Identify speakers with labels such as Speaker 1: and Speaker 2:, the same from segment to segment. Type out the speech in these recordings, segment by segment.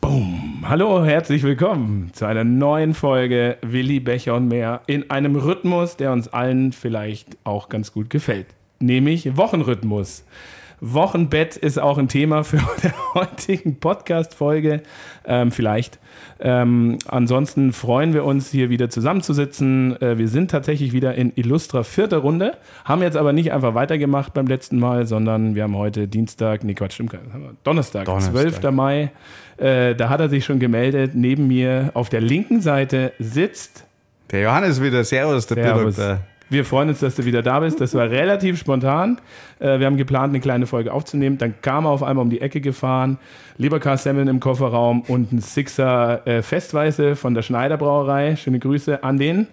Speaker 1: Boom. Hallo, herzlich willkommen zu einer neuen Folge Willi Becher und mehr in einem Rhythmus, der uns allen vielleicht auch ganz gut gefällt, nämlich Wochenrhythmus. Wochenbett ist auch ein Thema für der heutigen Podcast-Folge. Ähm, vielleicht. Ähm, ansonsten freuen wir uns, hier wieder zusammenzusitzen. Äh, wir sind tatsächlich wieder in Illustra vierter Runde, haben jetzt aber nicht einfach weitergemacht beim letzten Mal, sondern wir haben heute Dienstag, nee, Quatsch, stimmt, gar nicht, haben wir Donnerstag,
Speaker 2: Donnerstag.
Speaker 1: 12. Mai. Äh, da hat er sich schon gemeldet. Neben mir auf der linken Seite sitzt
Speaker 2: Der Johannes wieder. Servus, der
Speaker 1: Servus.
Speaker 2: Bildung.
Speaker 1: Wir freuen uns, dass du wieder da bist. Das war relativ spontan. Äh, Wir haben geplant, eine kleine Folge aufzunehmen. Dann kam er auf einmal um die Ecke gefahren. Leberkar Semmeln im Kofferraum und ein Sixer äh, Festweiße von der Schneider Brauerei. Schöne Grüße an den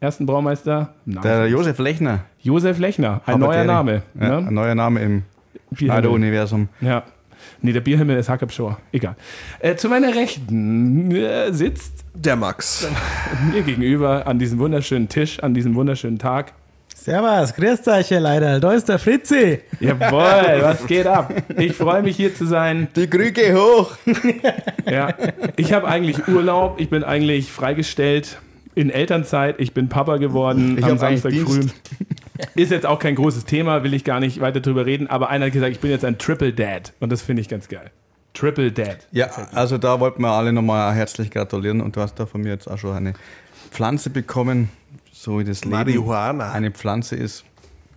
Speaker 1: ersten Braumeister. Nein.
Speaker 2: Der Josef Lechner.
Speaker 1: Josef Lechner. Ein neuer
Speaker 2: Habertäre.
Speaker 1: Name.
Speaker 2: Ja,
Speaker 1: ne?
Speaker 2: Ein neuer Name im
Speaker 1: Bierhimmel.
Speaker 2: Schneider-Universum.
Speaker 1: Ja. Nee, der Bierhimmel ist Hackabschor. Egal. Äh, zu meiner Rechten äh, sitzt
Speaker 3: Der Max.
Speaker 1: mir gegenüber an diesem wunderschönen Tisch, an diesem wunderschönen Tag
Speaker 4: Servus, grüßt euch, ihr Leute. Da ist der Fritzi.
Speaker 1: Jawohl, was geht ab? Ich freue mich hier zu sein.
Speaker 2: Die Krüge hoch.
Speaker 1: Ja, ich habe eigentlich Urlaub, ich bin eigentlich freigestellt in Elternzeit, ich bin Papa geworden
Speaker 2: Ich
Speaker 1: am
Speaker 2: hab
Speaker 1: Samstag
Speaker 2: eigentlich
Speaker 1: früh.
Speaker 2: Dienst.
Speaker 1: Ist jetzt auch kein großes Thema, will ich gar nicht weiter drüber reden, aber einer hat gesagt, ich bin jetzt ein Triple Dad und das finde ich ganz geil. Triple Dad.
Speaker 2: Ja, also da wollten wir alle nochmal herzlich gratulieren. Und du hast da von mir jetzt auch schon eine Pflanze bekommen, so wie das Leben
Speaker 3: Marihuana.
Speaker 2: eine Pflanze ist.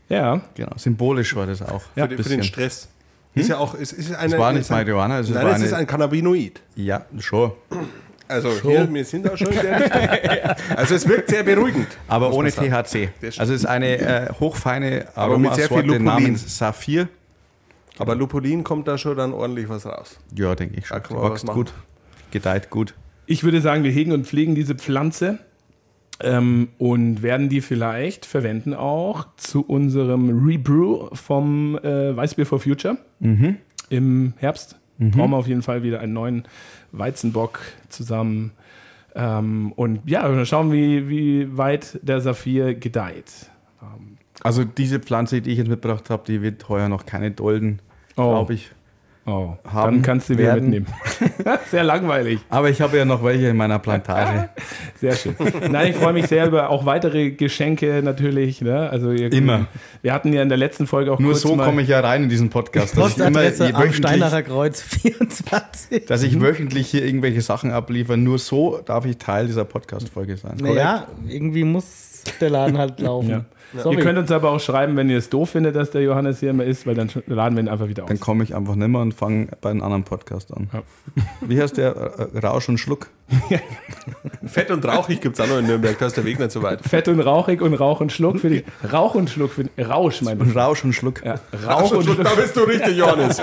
Speaker 1: Ja,
Speaker 2: Genau, symbolisch war das auch.
Speaker 3: für, den, für den Stress.
Speaker 1: Hm?
Speaker 3: Ist ja auch, es ist eine,
Speaker 2: Das war nicht
Speaker 3: ist ein,
Speaker 2: Marihuana, es
Speaker 3: Nein,
Speaker 2: war
Speaker 3: es ist
Speaker 2: eine-
Speaker 3: ein Cannabinoid.
Speaker 2: Ja, schon.
Speaker 3: Also hier, wir sind da schon in der Richtung. Also es wirkt sehr beruhigend.
Speaker 2: Aber
Speaker 3: muss
Speaker 2: ohne
Speaker 3: man
Speaker 2: THC.
Speaker 3: sagen. Das
Speaker 2: Also es ist eine äh, hochfeine
Speaker 3: Aber mit sehr viel
Speaker 2: Aromasorte
Speaker 3: Lupulin.
Speaker 2: namens Saphir.
Speaker 3: Aber Lupulin kommt da schon dann ordentlich was raus.
Speaker 2: Ja, denke ich schon.
Speaker 3: Da kann man was
Speaker 2: Wächst
Speaker 3: machen.
Speaker 2: gut, gedeiht gut.
Speaker 1: ich würde sagen, wir hegen und pflegen diese Pflanze ähm, und werden die vielleicht verwenden auch zu unserem Rebrew vom äh, Weißbier for Future
Speaker 2: Mhm.
Speaker 1: im Herbst. Brauchen wir auf jeden Fall wieder einen neuen Weizenbock zusammen. Ähm, und ja, wir schauen, wie, wie weit der Saphir gedeiht.
Speaker 2: Also diese Pflanze, die ich jetzt mitgebracht habe, die wird heuer noch keine Dolden,
Speaker 1: Oh.
Speaker 2: glaube ich.
Speaker 1: Oh,
Speaker 2: Haben
Speaker 1: dann kannst du die wieder
Speaker 2: werden.
Speaker 1: mitnehmen. Sehr langweilig.
Speaker 2: Aber ich habe ja noch welche in meiner Plantage.
Speaker 1: Sehr schön. Nein, ich freue mich sehr über auch weitere Geschenke natürlich. Ne? Also ihr,
Speaker 2: Immer.
Speaker 1: Wir hatten ja in der letzten Folge auch
Speaker 2: Nur
Speaker 1: kurz
Speaker 2: so
Speaker 1: mal,
Speaker 2: komme ich ja rein in diesen Podcast, dass ich, immer,
Speaker 4: Postadresse am
Speaker 2: wöchentlich,
Speaker 4: Steinacher Kreuz 24.
Speaker 2: dass
Speaker 1: Mhm.
Speaker 2: ich wöchentlich hier irgendwelche Sachen abliefere. Nur so darf ich Teil dieser Podcast-Folge sein.
Speaker 4: Naja, irgendwie muss der Laden halt laufen.
Speaker 1: Ja.
Speaker 4: Sorry.
Speaker 1: Ihr könnt uns aber auch schreiben, wenn ihr es doof findet, dass der Johannes hier immer ist, weil dann sch- laden wir ihn einfach wieder aus.
Speaker 2: Dann komme ich einfach nimmer und fange bei einem anderen Podcast an.
Speaker 1: Ja.
Speaker 2: Wie heißt der? Äh, Rausch und Schluck?
Speaker 3: Fett und rauchig gibt es auch noch in Nürnberg, da ist der Weg nicht so weit.
Speaker 1: Fett und rauchig und Rauch und Schluck für dich. Rauch und Schluck für Rausch, mein ich.
Speaker 2: Rausch und Schluck.
Speaker 1: Ja, Rauch und Schluck.
Speaker 3: Da bist du richtig, Johannes.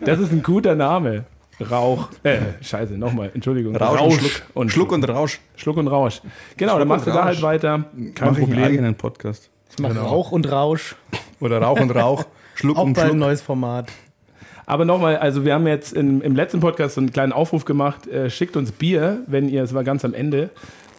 Speaker 1: Das ist ein guter Name. Rauch. Äh, scheiße, nochmal. Entschuldigung.
Speaker 2: Rausch und Schluck.
Speaker 1: und Schluck.
Speaker 2: Schluck und Rausch.
Speaker 1: Schluck und Rausch. Genau, dann
Speaker 3: und
Speaker 1: machst du da
Speaker 3: Rausch.
Speaker 1: halt weiter. Kein
Speaker 2: Mach ich einen
Speaker 1: Problem.
Speaker 2: eigenen Podcast.
Speaker 4: Ich mache
Speaker 1: genau.
Speaker 4: Rauch und Rausch.
Speaker 2: Oder Rauch und Rauch. Schluck
Speaker 4: Auch
Speaker 2: und
Speaker 4: bald ein
Speaker 2: Schluck.
Speaker 4: neues Format.
Speaker 1: Oh. Aber nochmal, also wir haben jetzt im, im letzten Podcast so einen kleinen Aufruf gemacht, äh, schickt uns Bier, wenn ihr, es war ganz am Ende,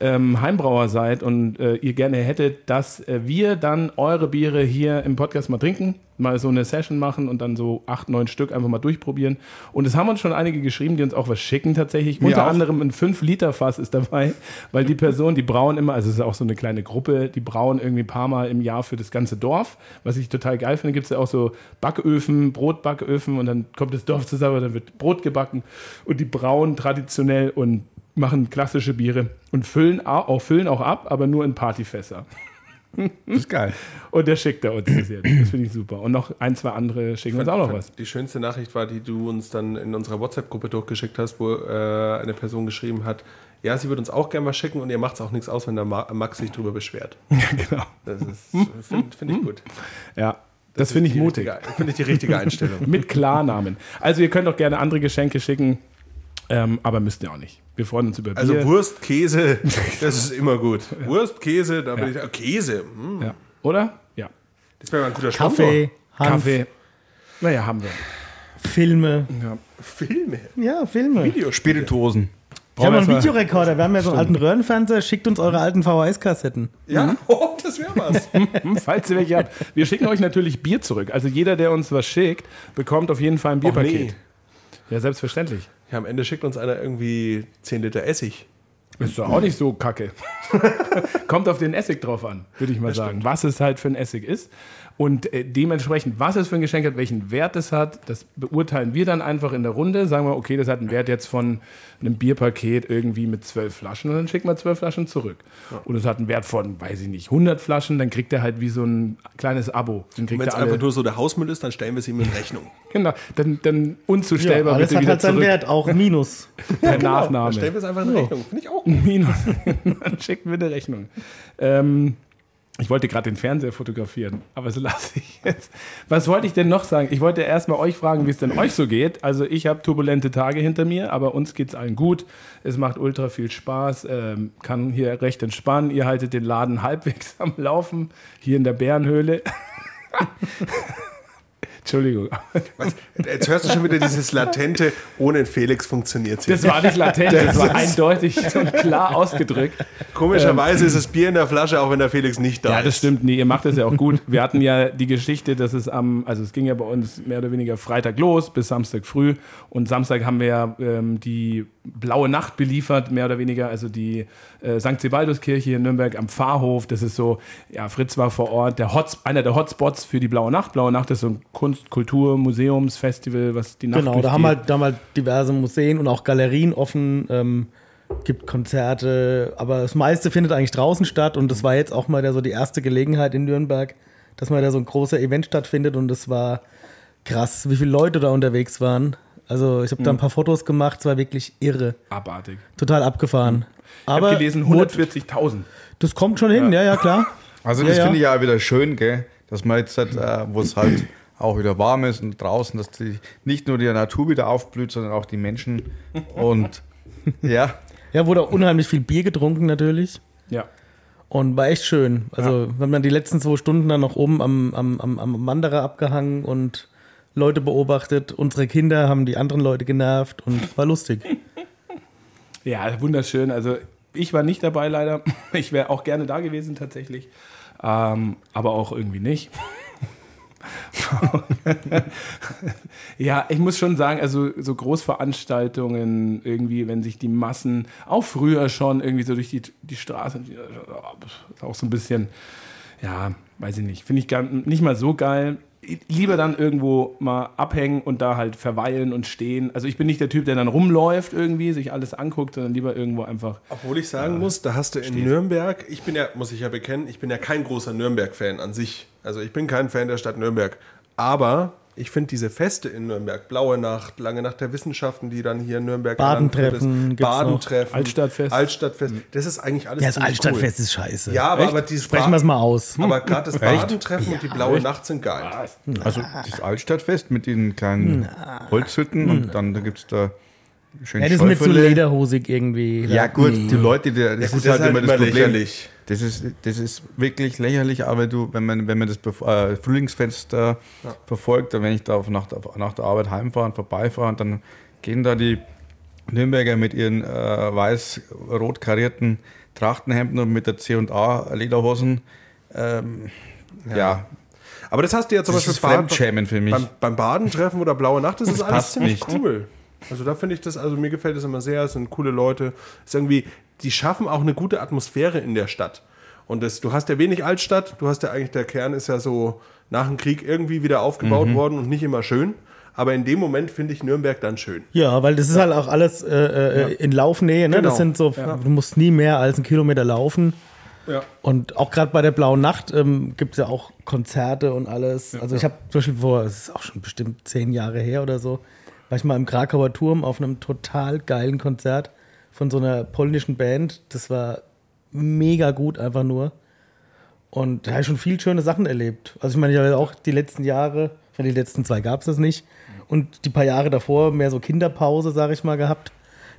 Speaker 1: ähm, Heimbrauer seid und äh, ihr gerne hättet, dass äh, wir dann eure Biere hier im Podcast mal trinken, mal so eine Session machen und dann so acht, neun Stück einfach mal durchprobieren. Und es haben uns schon einige geschrieben, die uns auch was schicken tatsächlich. Unter
Speaker 2: auch.
Speaker 1: anderem ein 5-Liter-Fass ist dabei, weil die Person, die brauen immer, also es ist auch so eine kleine Gruppe, die brauen irgendwie ein paar Mal im Jahr für das ganze Dorf. Was ich total geil finde, gibt es ja auch so Backöfen, Brotbacköfen und dann kommt das Dorf zusammen, dann wird Brot gebacken und die brauen traditionell und machen klassische Biere und füllen au- auch, füllen auch ab, aber nur in Partyfässer.
Speaker 2: Das ist geil.
Speaker 1: Und der schickt er uns das jetzt. Das finde ich super. Und noch ein, zwei andere schicken uns auch noch was.
Speaker 3: Die schönste Nachricht war, die du uns dann in unserer WhatsApp-Gruppe durchgeschickt hast, wo äh, eine Person geschrieben hat, ja, sie würde uns auch gerne was schicken und ihr macht es auch nichts aus, wenn der Ma Max sich drüber beschwert.
Speaker 1: Ja, genau.
Speaker 3: Das ist finde find ich gut.
Speaker 1: Ja, das, finde ich
Speaker 3: Die
Speaker 1: mutig.
Speaker 3: richtige- Finde ich die richtige Einstellung.
Speaker 1: Mit Klarnamen. Also ihr könnt auch gerne andere Geschenke schicken, ähm, aber müsst ihr auch nicht. Wir freuen uns über Bier.
Speaker 3: Also Wurst, Käse, das ist immer gut. Wurst, Käse, da bin ich. Käse, mm,
Speaker 1: ja. Oder? Ja.
Speaker 3: das wäre mal ein guter Sponsor.
Speaker 4: Kaffee, Hanf,
Speaker 1: Kaffee. Naja, haben wir.
Speaker 4: Filme.
Speaker 3: Filme,
Speaker 4: Ja, Filme. Ich
Speaker 3: Videospiele.
Speaker 2: Spirituosen.
Speaker 4: habe
Speaker 1: Brauchen
Speaker 4: einen
Speaker 1: wir erstmal-
Speaker 4: Videorekorder. Wir haben ja so einen alten Röhrenfernseher. Schickt uns eure alten VHS-Kassetten.
Speaker 1: Mhm.
Speaker 3: Ja, oh, das wäre was.
Speaker 1: Hm, falls ihr welche habt. Wir schicken euch natürlich Bier zurück. Also jeder, der uns was schickt, bekommt auf jeden Fall ein
Speaker 3: Och,
Speaker 1: Bierpaket.
Speaker 3: nee.
Speaker 1: Ja, selbstverständlich.
Speaker 3: Ich Ja, am Ende schickt uns einer irgendwie 10 Liter Essig.
Speaker 1: Ist doch auch nicht so kacke. Kommt auf den Essig drauf an, würde ich mal sagen. Was es halt für ein Essig ist. Und äh, dementsprechend, was es für ein Geschenk hat, welchen Wert es hat, das beurteilen wir dann einfach in der Runde. Sagen wir, okay, das hat einen Wert jetzt von einem Bierpaket irgendwie mit zwölf Flaschen und dann schicken wir zwölf Flaschen zurück. Und es hat einen Wert von, weiß ich nicht, 100 Flaschen, dann kriegt er halt wie so ein kleines Abo. Dann kriegt
Speaker 3: Wenn es
Speaker 1: er alle,
Speaker 3: einfach nur so der Hausmüll ist, dann stellen wir es ihm in Rechnung.
Speaker 1: genau, dann, dann unzustellbar
Speaker 4: alles
Speaker 1: bitte
Speaker 4: hat
Speaker 1: wieder
Speaker 4: halt seinen
Speaker 1: zurück
Speaker 4: Wert, genau. auch Minus.
Speaker 1: per
Speaker 3: Dann
Speaker 1: Nachname.
Speaker 3: stellen wir es einfach in Rechnung. Finde ich auch gut.
Speaker 1: Minus. Dann schickt mir eine Rechnung. Ähm, ich wollte gerade den Fernseher fotografieren, aber das lasse ich jetzt. Was wollte ich denn noch sagen? Ich wollte erstmal euch fragen, wie es denn euch so geht. Also ich habe turbulente Tage hinter mir, aber uns geht es allen gut. Es macht ultra viel Spaß, ähm, kann hier recht entspannen. Ihr haltet den Laden halbwegs am Laufen, hier in der Bärenhöhle. Entschuldigung.
Speaker 3: Was? Jetzt hörst du schon wieder dieses latente, ohne Felix funktioniert es
Speaker 1: Das
Speaker 3: nicht.
Speaker 1: war nicht latent, das war eindeutig und klar ausgedrückt.
Speaker 3: Komischerweise ist es Bier in der Flasche, auch wenn der Felix nicht da
Speaker 1: Ähm. Ja,
Speaker 3: ist.
Speaker 1: das stimmt. Nee, ihr macht das ja auch gut. Wir hatten ja die Geschichte, dass es am, also es ging ja bei uns mehr oder weniger Freitag los bis Samstag früh. Und Samstag haben wir ja ähm, die blaue Nacht beliefert, mehr oder weniger, also die äh, St. Sebaldus-Kirche in Nürnberg am Pfarrhof. Das ist so, ja, Fritz war vor Ort, der Hots, einer der Hotspots für die blaue Nacht. Blaue Nacht ist so ein Kunst-, Kultur-, Museumsfestival, was die Nacht
Speaker 4: Genau,
Speaker 1: durch
Speaker 4: da
Speaker 1: die-
Speaker 4: haben halt, da haben halt diverse Museen und auch Galerien offen, ähm, gibt Konzerte, aber das meiste findet eigentlich draußen statt und das war jetzt auch mal da so die erste Gelegenheit in Nürnberg, dass mal da so ein großer Event stattfindet und es war krass, wie viele Leute da unterwegs waren. Also ich habe da
Speaker 1: Mhm.
Speaker 4: ein paar Fotos gemacht, es war wirklich irre,
Speaker 1: abartig.
Speaker 4: total abgefahren.
Speaker 1: Mhm. Ich
Speaker 4: Aber
Speaker 1: habe gelesen,
Speaker 4: wurde-
Speaker 1: 140.000.
Speaker 4: das kommt schon hin, ja, ja, klar.
Speaker 2: Also
Speaker 4: Ja,
Speaker 2: das
Speaker 4: ja.
Speaker 2: finde ich ja wieder schön, gell? dass man jetzt, halt, äh, wo es halt auch wieder warm ist und draußen, dass die, nicht nur die Natur wieder aufblüht, sondern auch die Menschen. Und ja,
Speaker 4: Ja, wurde auch unheimlich viel Bier getrunken natürlich.
Speaker 1: Ja.
Speaker 4: Und war echt schön. Also, wir haben dann die letzten zwei Stunden dann noch oben am, am, am, am Wanderer abgehangen und Leute beobachtet. Unsere Kinder haben die anderen Leute genervt und war lustig.
Speaker 1: Ja, wunderschön. Also ich war nicht dabei leider. Ich wäre auch gerne da gewesen tatsächlich. Ähm, aber auch irgendwie nicht. ja, ich muss schon sagen, also so Großveranstaltungen irgendwie, wenn sich die Massen auch früher schon irgendwie so durch die, die Straße, ist auch so ein bisschen, ja, weiß ich nicht, finde ich gar nicht mal so geil. Lieber dann irgendwo mal abhängen und da halt verweilen und stehen. Also ich bin nicht der Typ, der dann rumläuft irgendwie, sich alles anguckt, sondern lieber irgendwo einfach.
Speaker 3: Obwohl ich sagen muss, da hast du in Nürnberg, ich bin ja, muss ich ja bekennen, ich bin ja kein großer Nürnberg-Fan an sich. Also ich bin kein Fan der Stadt Nürnberg. Aber ich finde diese Feste in Nürnberg, Blaue Nacht, Lange Nacht der Wissenschaften, die dann hier in Nürnberg
Speaker 4: Badentreffen
Speaker 3: genannt wird,
Speaker 4: gibt's
Speaker 3: ist, Badentreffen,
Speaker 1: noch. Altstadtfest.
Speaker 3: Altstadtfest, das ist eigentlich alles.
Speaker 4: Ja, das
Speaker 3: ziemlich
Speaker 4: Altstadtfest ist scheiße.
Speaker 3: Cool. Ja, aber,
Speaker 1: Echt?
Speaker 3: aber dieses
Speaker 4: Sprechen wir es mal aus. Hm.
Speaker 3: Aber gerade das Badentreffen und die Blaue Nacht sind geil.
Speaker 2: also das Altstadtfest mit den kleinen Holzhütten und dann da gibt es da schön
Speaker 4: Hm. Ja, das ist mir zu
Speaker 2: Schäufele.
Speaker 4: lederhosig irgendwie.
Speaker 2: Ja gut, die Leute, die, das
Speaker 3: gut,
Speaker 2: ist halt immer das Problem.
Speaker 3: lächerlich.
Speaker 2: Das ist, das ist wirklich lächerlich, aber du, wenn man, wenn man das bef- äh, Frühlingsfest äh, verfolgt, dann wenn ich da auf- nach, der- nach der Arbeit heimfahre und vorbeifahre, und dann gehen da die Nürnberger mit ihren äh, weiß-rot karierten Trachtenhemden und mit der C&A-Lederhosen. Ähm, ja.
Speaker 3: Aber das hast du ja zum
Speaker 2: das
Speaker 3: Beispiel
Speaker 2: ist
Speaker 3: Baden-
Speaker 2: Fremdschämen für mich.
Speaker 3: beim, beim Badentreffen oder Blaue Nacht ist es alles
Speaker 2: passt
Speaker 3: ziemlich
Speaker 2: nicht.
Speaker 3: cool. Also da finde ich das, also mir gefällt das immer sehr, es sind coole Leute. Es ist irgendwie, die schaffen auch eine gute Atmosphäre in der Stadt. Und das, du hast ja wenig Altstadt, du hast ja eigentlich, der Kern ist ja so nach dem Krieg irgendwie wieder aufgebaut
Speaker 2: Mhm.
Speaker 3: worden und nicht immer schön. Aber in dem Moment finde ich Nürnberg dann schön.
Speaker 4: Ja, weil das ist halt auch alles äh, äh, in Laufnähe. Ne?
Speaker 3: Genau.
Speaker 4: Das sind so, du musst nie mehr als einen Kilometer laufen.
Speaker 3: Ja.
Speaker 4: Und auch gerade bei der Blauen Nacht ähm, gibt es ja auch Konzerte und alles. also ich habe zum Beispiel vor, es ist auch schon bestimmt zehn Jahre her oder so, war ich mal im Krakauer Turm auf einem total geilen Konzert von so einer polnischen Band. Das war mega gut einfach nur. Und da habe ich schon viel schöne Sachen erlebt. Also ich meine, ich habe ja auch die letzten Jahre, ich meine, die letzten zwei gab es das nicht. Und die paar Jahre davor mehr so Kinderpause, sage ich mal, gehabt.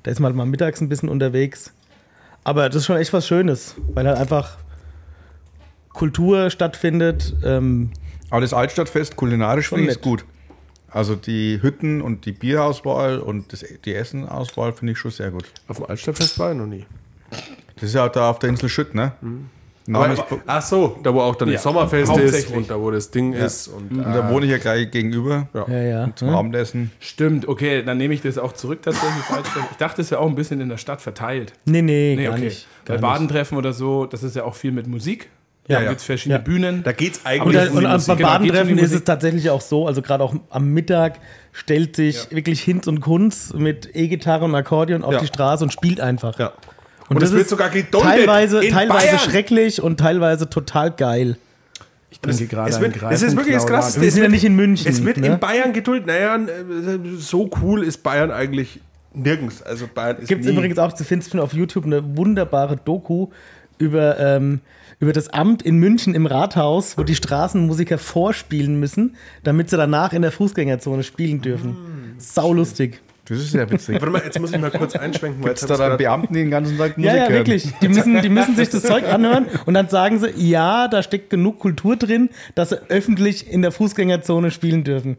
Speaker 4: Da ist man halt mal mittags ein bisschen unterwegs. Aber das ist schon echt was Schönes, weil halt einfach Kultur stattfindet. Ähm,
Speaker 2: Aber das Altstadtfest kulinarisch
Speaker 4: Schon
Speaker 2: finde ich es
Speaker 4: nett.
Speaker 2: gut. Also die Hütten und die Bierauswahl und das, die Essenauswahl finde ich schon sehr gut.
Speaker 3: Auf dem Altstadtfest war ich noch nie.
Speaker 2: Das ist ja auch da auf der Insel Schütt, ne? Name
Speaker 3: Aber- ach so, da wo auch dann
Speaker 1: Ja,
Speaker 3: das Sommerfest ist
Speaker 1: hauptsächlich.
Speaker 3: und da wo das Ding ist. Und, äh,
Speaker 2: Und da wohne ich ja gleich gegenüber
Speaker 4: Ja, ja.
Speaker 2: zum Abendessen.
Speaker 1: Stimmt, okay, dann nehme ich das auch zurück tatsächlich. falsch. ich dachte, es wäre auch ein bisschen in der Stadt verteilt.
Speaker 4: Nee, nee, gar
Speaker 1: okay.
Speaker 4: nicht.
Speaker 1: Bei
Speaker 4: Gar nicht.
Speaker 1: Badentreffen oder so, das ist ja auch viel mit Musik.
Speaker 4: Ja,
Speaker 1: da
Speaker 4: ja.
Speaker 1: gibt es verschiedene
Speaker 4: Ja.
Speaker 1: Bühnen.
Speaker 3: Da geht es
Speaker 4: Und,
Speaker 3: eigentlich
Speaker 4: dann,
Speaker 3: um
Speaker 4: und
Speaker 3: die
Speaker 4: am-
Speaker 3: Musik.
Speaker 1: Genau, geht's um
Speaker 4: beim
Speaker 1: die
Speaker 4: Badentreffen ist
Speaker 1: Musik?
Speaker 4: es tatsächlich auch so, also gerade auch am Mittag stellt sich wirklich Hinz und Kunz mit E-Gitarre und Akkordeon auf
Speaker 3: Ja.
Speaker 4: die Straße und spielt einfach.
Speaker 3: Ja. Und es wird sogar geduldet
Speaker 4: teilweise,
Speaker 3: in
Speaker 4: teilweise
Speaker 3: Bayern.
Speaker 4: schrecklich und teilweise total geil.
Speaker 1: ich trinke
Speaker 3: es,
Speaker 1: einen
Speaker 3: wird, es ist wirklich
Speaker 1: Greifenklauen.
Speaker 3: das Krasseste.
Speaker 4: Wir
Speaker 3: es
Speaker 4: sind ja
Speaker 3: wird-
Speaker 4: nicht in München,
Speaker 3: Es wird
Speaker 4: ne?
Speaker 3: in Bayern geduldet. Naja, äh, so cool ist Bayern eigentlich nirgends. Also Bayern ist
Speaker 4: Gibt es
Speaker 3: nie-
Speaker 4: übrigens auch, du findest auf YouTube eine wunderbare Doku über, ähm, über das Amt in München im Rathaus, wo die Straßenmusiker vorspielen müssen, damit sie danach in der Fußgängerzone spielen
Speaker 3: Ah,
Speaker 4: dürfen. Saulustig.
Speaker 2: Das ist ja witzig.
Speaker 3: Warte mal, jetzt muss ich mal kurz einschwenken. weil
Speaker 2: Jetzt
Speaker 3: jetzt
Speaker 2: da
Speaker 3: hab's
Speaker 2: dann
Speaker 3: grad-
Speaker 2: Beamten die den ganzen Tag Musik
Speaker 4: Ja, ja,
Speaker 2: hören.
Speaker 4: wirklich. Die müssen, die müssen sich das Zeug anhören und dann sagen sie, ja, da steckt genug Kultur drin, dass sie öffentlich in der Fußgängerzone spielen dürfen.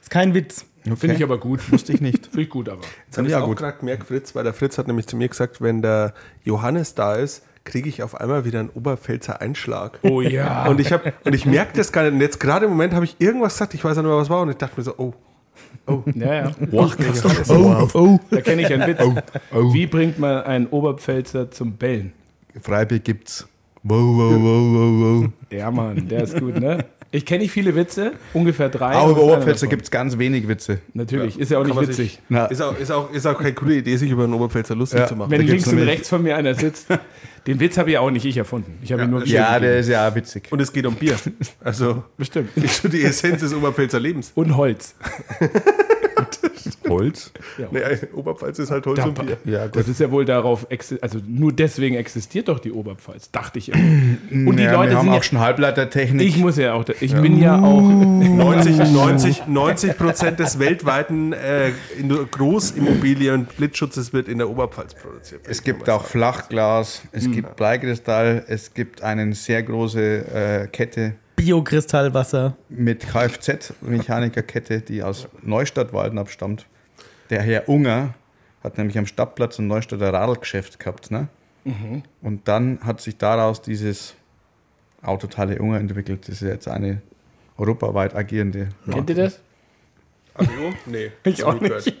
Speaker 4: Ist kein Witz.
Speaker 2: Okay.
Speaker 1: Finde ich aber gut.
Speaker 2: Wusste ich nicht.
Speaker 1: Finde ich gut, aber.
Speaker 3: Jetzt habe ich
Speaker 2: Ja,
Speaker 3: auch
Speaker 2: gut.
Speaker 3: gerade gemerkt, Fritz, weil der Fritz hat nämlich zu mir gesagt, wenn der Johannes da ist, kriege ich auf einmal wieder einen Oberpfälzer Einschlag.
Speaker 1: Oh ja.
Speaker 3: Und ich, hab- und ich merke das gar nicht. Und jetzt gerade im Moment habe ich irgendwas gesagt, ich weiß ja nicht mehr, was war. Und ich dachte mir so, oh,
Speaker 1: ja, ja.
Speaker 4: Oh, oh.
Speaker 1: Da kenne ich einen Witz.
Speaker 2: oh.
Speaker 1: Wie bringt man einen Oberpfälzer zum Bellen?
Speaker 2: Freibier gibt's. Wow, wow, wow, wow, wow.
Speaker 1: Ja, Mann, der ist gut, ne? Ich kenne nicht viele Witze, ungefähr drei. aber
Speaker 2: Auch über
Speaker 1: das ist einer
Speaker 2: Oberpfälzer
Speaker 1: davon.
Speaker 2: gibt's ganz wenig Witze.
Speaker 1: Natürlich, ist ja auch
Speaker 3: Kann
Speaker 1: nicht
Speaker 3: man
Speaker 1: witzig.
Speaker 3: sich-
Speaker 2: Na,
Speaker 3: ist auch, ist, auch, ist auch keine coole Idee, sich über einen Oberpfälzer lustig
Speaker 2: Ja.
Speaker 3: zu machen.
Speaker 1: Wenn
Speaker 2: gibt's
Speaker 1: links und
Speaker 2: nämlich-
Speaker 1: rechts von mir einer sitzt. Den Witz habe ich auch nicht ich erfunden. Ich habe ihn nur
Speaker 2: ja,
Speaker 1: wiedergegeben.
Speaker 2: der ist ja auch witzig.
Speaker 3: Und es geht um Bier. Also,
Speaker 1: Bestimmt.
Speaker 3: ist so die Essenz des Oberpfälzer Lebens.
Speaker 1: Und Holz.
Speaker 2: Holz?
Speaker 3: Naja, Oberpfalz ist halt Holz und Bier.
Speaker 2: Ja, gut.
Speaker 1: Das ist ja wohl darauf, exi- also nur deswegen existiert doch die Oberpfalz, dachte ich. immer. Und die
Speaker 2: ja,
Speaker 1: Leute
Speaker 2: wir haben
Speaker 1: sind
Speaker 2: auch
Speaker 1: ja,
Speaker 2: schon Uh. Halbleitertechnik.
Speaker 1: ich muss ja auch, ich bin ja
Speaker 4: Uh.
Speaker 1: auch,
Speaker 3: 90, 90, 90 Prozent des weltweiten äh, Indu- Großimmobilien- Blitzschutzes wird in der Oberpfalz produziert.
Speaker 2: es gibt auch Flachglas,
Speaker 1: Hm.
Speaker 2: es gibt Bleikristall, es gibt eine sehr große äh, Kette
Speaker 4: Bio-Kristallwasser.
Speaker 2: mit Kfz-Mechanikerkette, die aus Neustadt-Walden abstammt. Der Herr Unger hat nämlich am Stadtplatz ein Neustadter Radlgeschäft gehabt. Ne?
Speaker 1: Mhm.
Speaker 2: Und dann hat sich daraus dieses Autoteile Unger entwickelt. Das ist jetzt eine europaweit agierende.
Speaker 1: kennt ihr das?
Speaker 3: ATU? Nee.
Speaker 1: Ich auch nicht.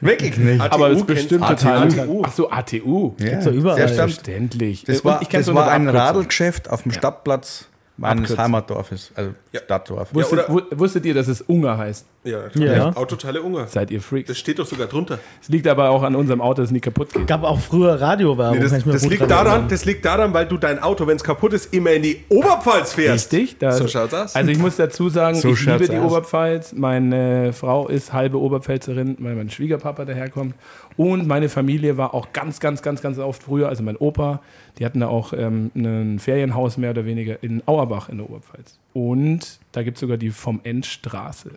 Speaker 2: Wirklich nicht.
Speaker 3: ATU
Speaker 1: Aber es ist
Speaker 3: kennst-
Speaker 1: bestimmt
Speaker 3: ATU.
Speaker 1: total. Ach so, ATU.
Speaker 2: Ja,
Speaker 4: ja überall.
Speaker 2: der stammt-
Speaker 1: Verständlich.
Speaker 2: Das
Speaker 3: Äh,
Speaker 1: Und
Speaker 2: war,
Speaker 1: ich kenn's
Speaker 2: das
Speaker 1: unter
Speaker 2: war
Speaker 1: der
Speaker 2: ein
Speaker 1: Abkürzung.
Speaker 2: Radlgeschäft auf dem Stadtplatz meines
Speaker 1: Abkürzung.
Speaker 2: Heimatdorfes, also
Speaker 3: Ja.
Speaker 2: Stadtdorf.
Speaker 3: Ja,
Speaker 1: Wusstet,
Speaker 3: oder-
Speaker 1: wu- wusstet ihr, dass es Unger heißt?
Speaker 3: Ja,
Speaker 4: Ja.
Speaker 3: natürlich. Autoteile Unger.
Speaker 1: Seid ihr Freaks?
Speaker 3: Das steht doch sogar drunter.
Speaker 1: Es liegt aber auch an unserem Auto, dass es nie kaputt geht.
Speaker 4: Gab auch früher Radiowerbung.
Speaker 3: Nee, das,
Speaker 4: kann ich mir
Speaker 3: das,
Speaker 4: gut
Speaker 3: liegt
Speaker 4: dran
Speaker 3: daran,
Speaker 4: erinnern.
Speaker 3: das liegt daran, weil du dein Auto, wenn es kaputt ist, immer in die Oberpfalz fährst.
Speaker 1: Richtig. Da,
Speaker 3: So schaut's aus.
Speaker 1: Also ich muss dazu sagen,
Speaker 2: So
Speaker 1: ich liebe
Speaker 2: schaut's
Speaker 1: die
Speaker 2: aus.
Speaker 1: Oberpfalz. Meine Frau ist halbe Oberpfälzerin, weil mein Schwiegerpapa daherkommt. Und meine Familie war auch ganz, ganz, ganz, ganz oft früher, also mein Opa, die hatten da auch ähm, ein Ferienhaus mehr oder weniger in Auerbach in der Oberpfalz. Und da gibt es sogar die Vom Endstraße.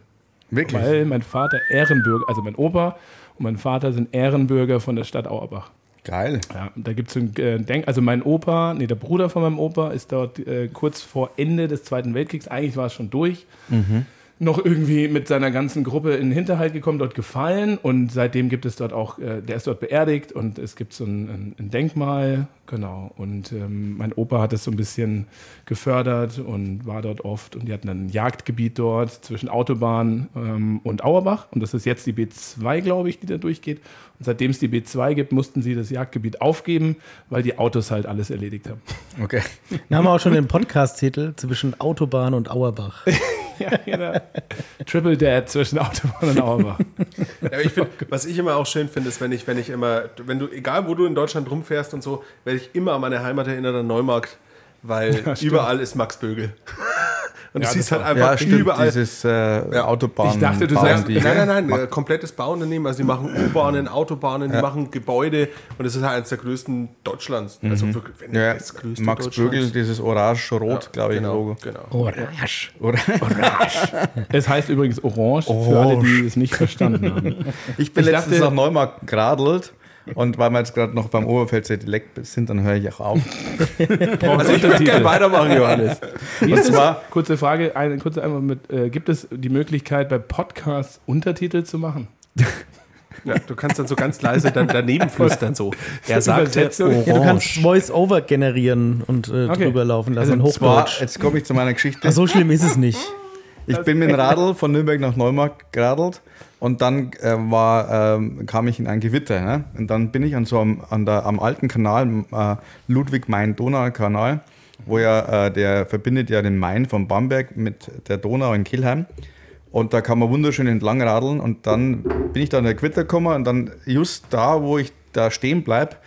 Speaker 2: Wirklich?
Speaker 1: Weil mein Vater Ehrenbürger, also mein Opa und mein Vater sind Ehrenbürger von der Stadt Auerbach.
Speaker 2: Geil.
Speaker 1: Ja, und da gibt es ein äh, Denk, also mein Opa, nee, der Bruder von meinem Opa ist dort äh, kurz vor Ende des Zweiten Weltkriegs, eigentlich war es schon durch, noch irgendwie mit seiner ganzen Gruppe in den Hinterhalt gekommen, dort gefallen und seitdem gibt es dort auch, äh, der ist dort beerdigt und es gibt so ein, ein, ein Denkmal, genau. Und ähm, mein Opa hat das so ein bisschen gefördert und war dort oft und die hatten dann ein Jagdgebiet dort zwischen Autobahn ähm, und Auerbach und das ist jetzt die B2, glaube ich, die da durchgeht. Und seitdem es die B2 gibt, mussten sie das Jagdgebiet aufgeben, weil die Autos halt alles erledigt haben.
Speaker 2: Okay.
Speaker 4: Da haben wir auch schon den Podcast-Titel zwischen Autobahn und Auerbach.
Speaker 1: ja, genau. Triple Dad zwischen Autobahn und Auerbach.
Speaker 3: Ja, aber ich find, was ich immer auch schön finde, ist, wenn ich, wenn ich immer, wenn du, egal wo du in Deutschland rumfährst und so, werde ich immer an meine Heimat erinnert, an Neumarkt, weil überall ist Max Bögel. Und
Speaker 1: Ja,
Speaker 3: du siehst
Speaker 1: das
Speaker 3: halt
Speaker 2: Ja,
Speaker 3: einfach
Speaker 2: stimmt,
Speaker 3: überall.
Speaker 2: dieses äh, Autobahn.
Speaker 1: Ich dachte, du
Speaker 2: bauen
Speaker 1: sagst-
Speaker 2: die. ne?
Speaker 3: nein, nein, nein, äh, komplettes Bauen daneben. Also die machen U-Bahnen, Autobahnen, die machen Gebäude und das ist halt eines der größten Deutschlands. Also wirklich, wenn
Speaker 2: Mhm. Ja,
Speaker 3: das größte
Speaker 2: Max Bögel,
Speaker 3: Deutschlands.
Speaker 2: dieses orange-rot, glaube ich,
Speaker 3: genau,
Speaker 2: Logo.
Speaker 3: Genau.
Speaker 4: Orange.
Speaker 2: Oder?
Speaker 1: Es heißt übrigens Orange, für alle, die es nicht verstanden haben.
Speaker 2: Ich bin
Speaker 1: Ich
Speaker 2: letztens
Speaker 1: dachte-
Speaker 2: nach Neumarkt geradelt und weil wir jetzt gerade noch beim Oberpfälzer Dialekt sind, dann höre ich auch auf.
Speaker 3: Also ich würde gerne weitermachen, Johannes.
Speaker 1: Wie ist es?
Speaker 2: zwar-
Speaker 1: kurze Frage, eine, kurze einfach mit, äh, gibt es die Möglichkeit, bei Podcasts Untertitel zu machen?
Speaker 3: Ja, du kannst dann so ganz leise dann daneben flüstern so. Er
Speaker 1: das
Speaker 3: sagte
Speaker 1: Übersetzung?
Speaker 4: Ja, du kannst
Speaker 3: orange.
Speaker 4: Voice-Over generieren und äh,
Speaker 1: Okay.
Speaker 4: drüber laufen lassen in
Speaker 2: und zwar,
Speaker 4: Hochdeutsch.
Speaker 2: jetzt komme ich zu meiner Geschichte.
Speaker 4: Ach, so schlimm ist es nicht.
Speaker 2: Ich bin mit dem Radl von Nürnberg nach Neumarkt geradelt und dann äh, war, ähm, kam ich in ein Gewitter. Ne? Und dann bin ich an so einem, an der, am alten Kanal, äh, Ludwig-Main-Donau-Kanal, wo ja äh, der verbindet ja den Main von Bamberg mit der Donau in Kelheim. Und da kann man wunderschön entlang radeln und dann bin ich da in der Gewitter gekommen und dann just da, wo ich da stehen bleib,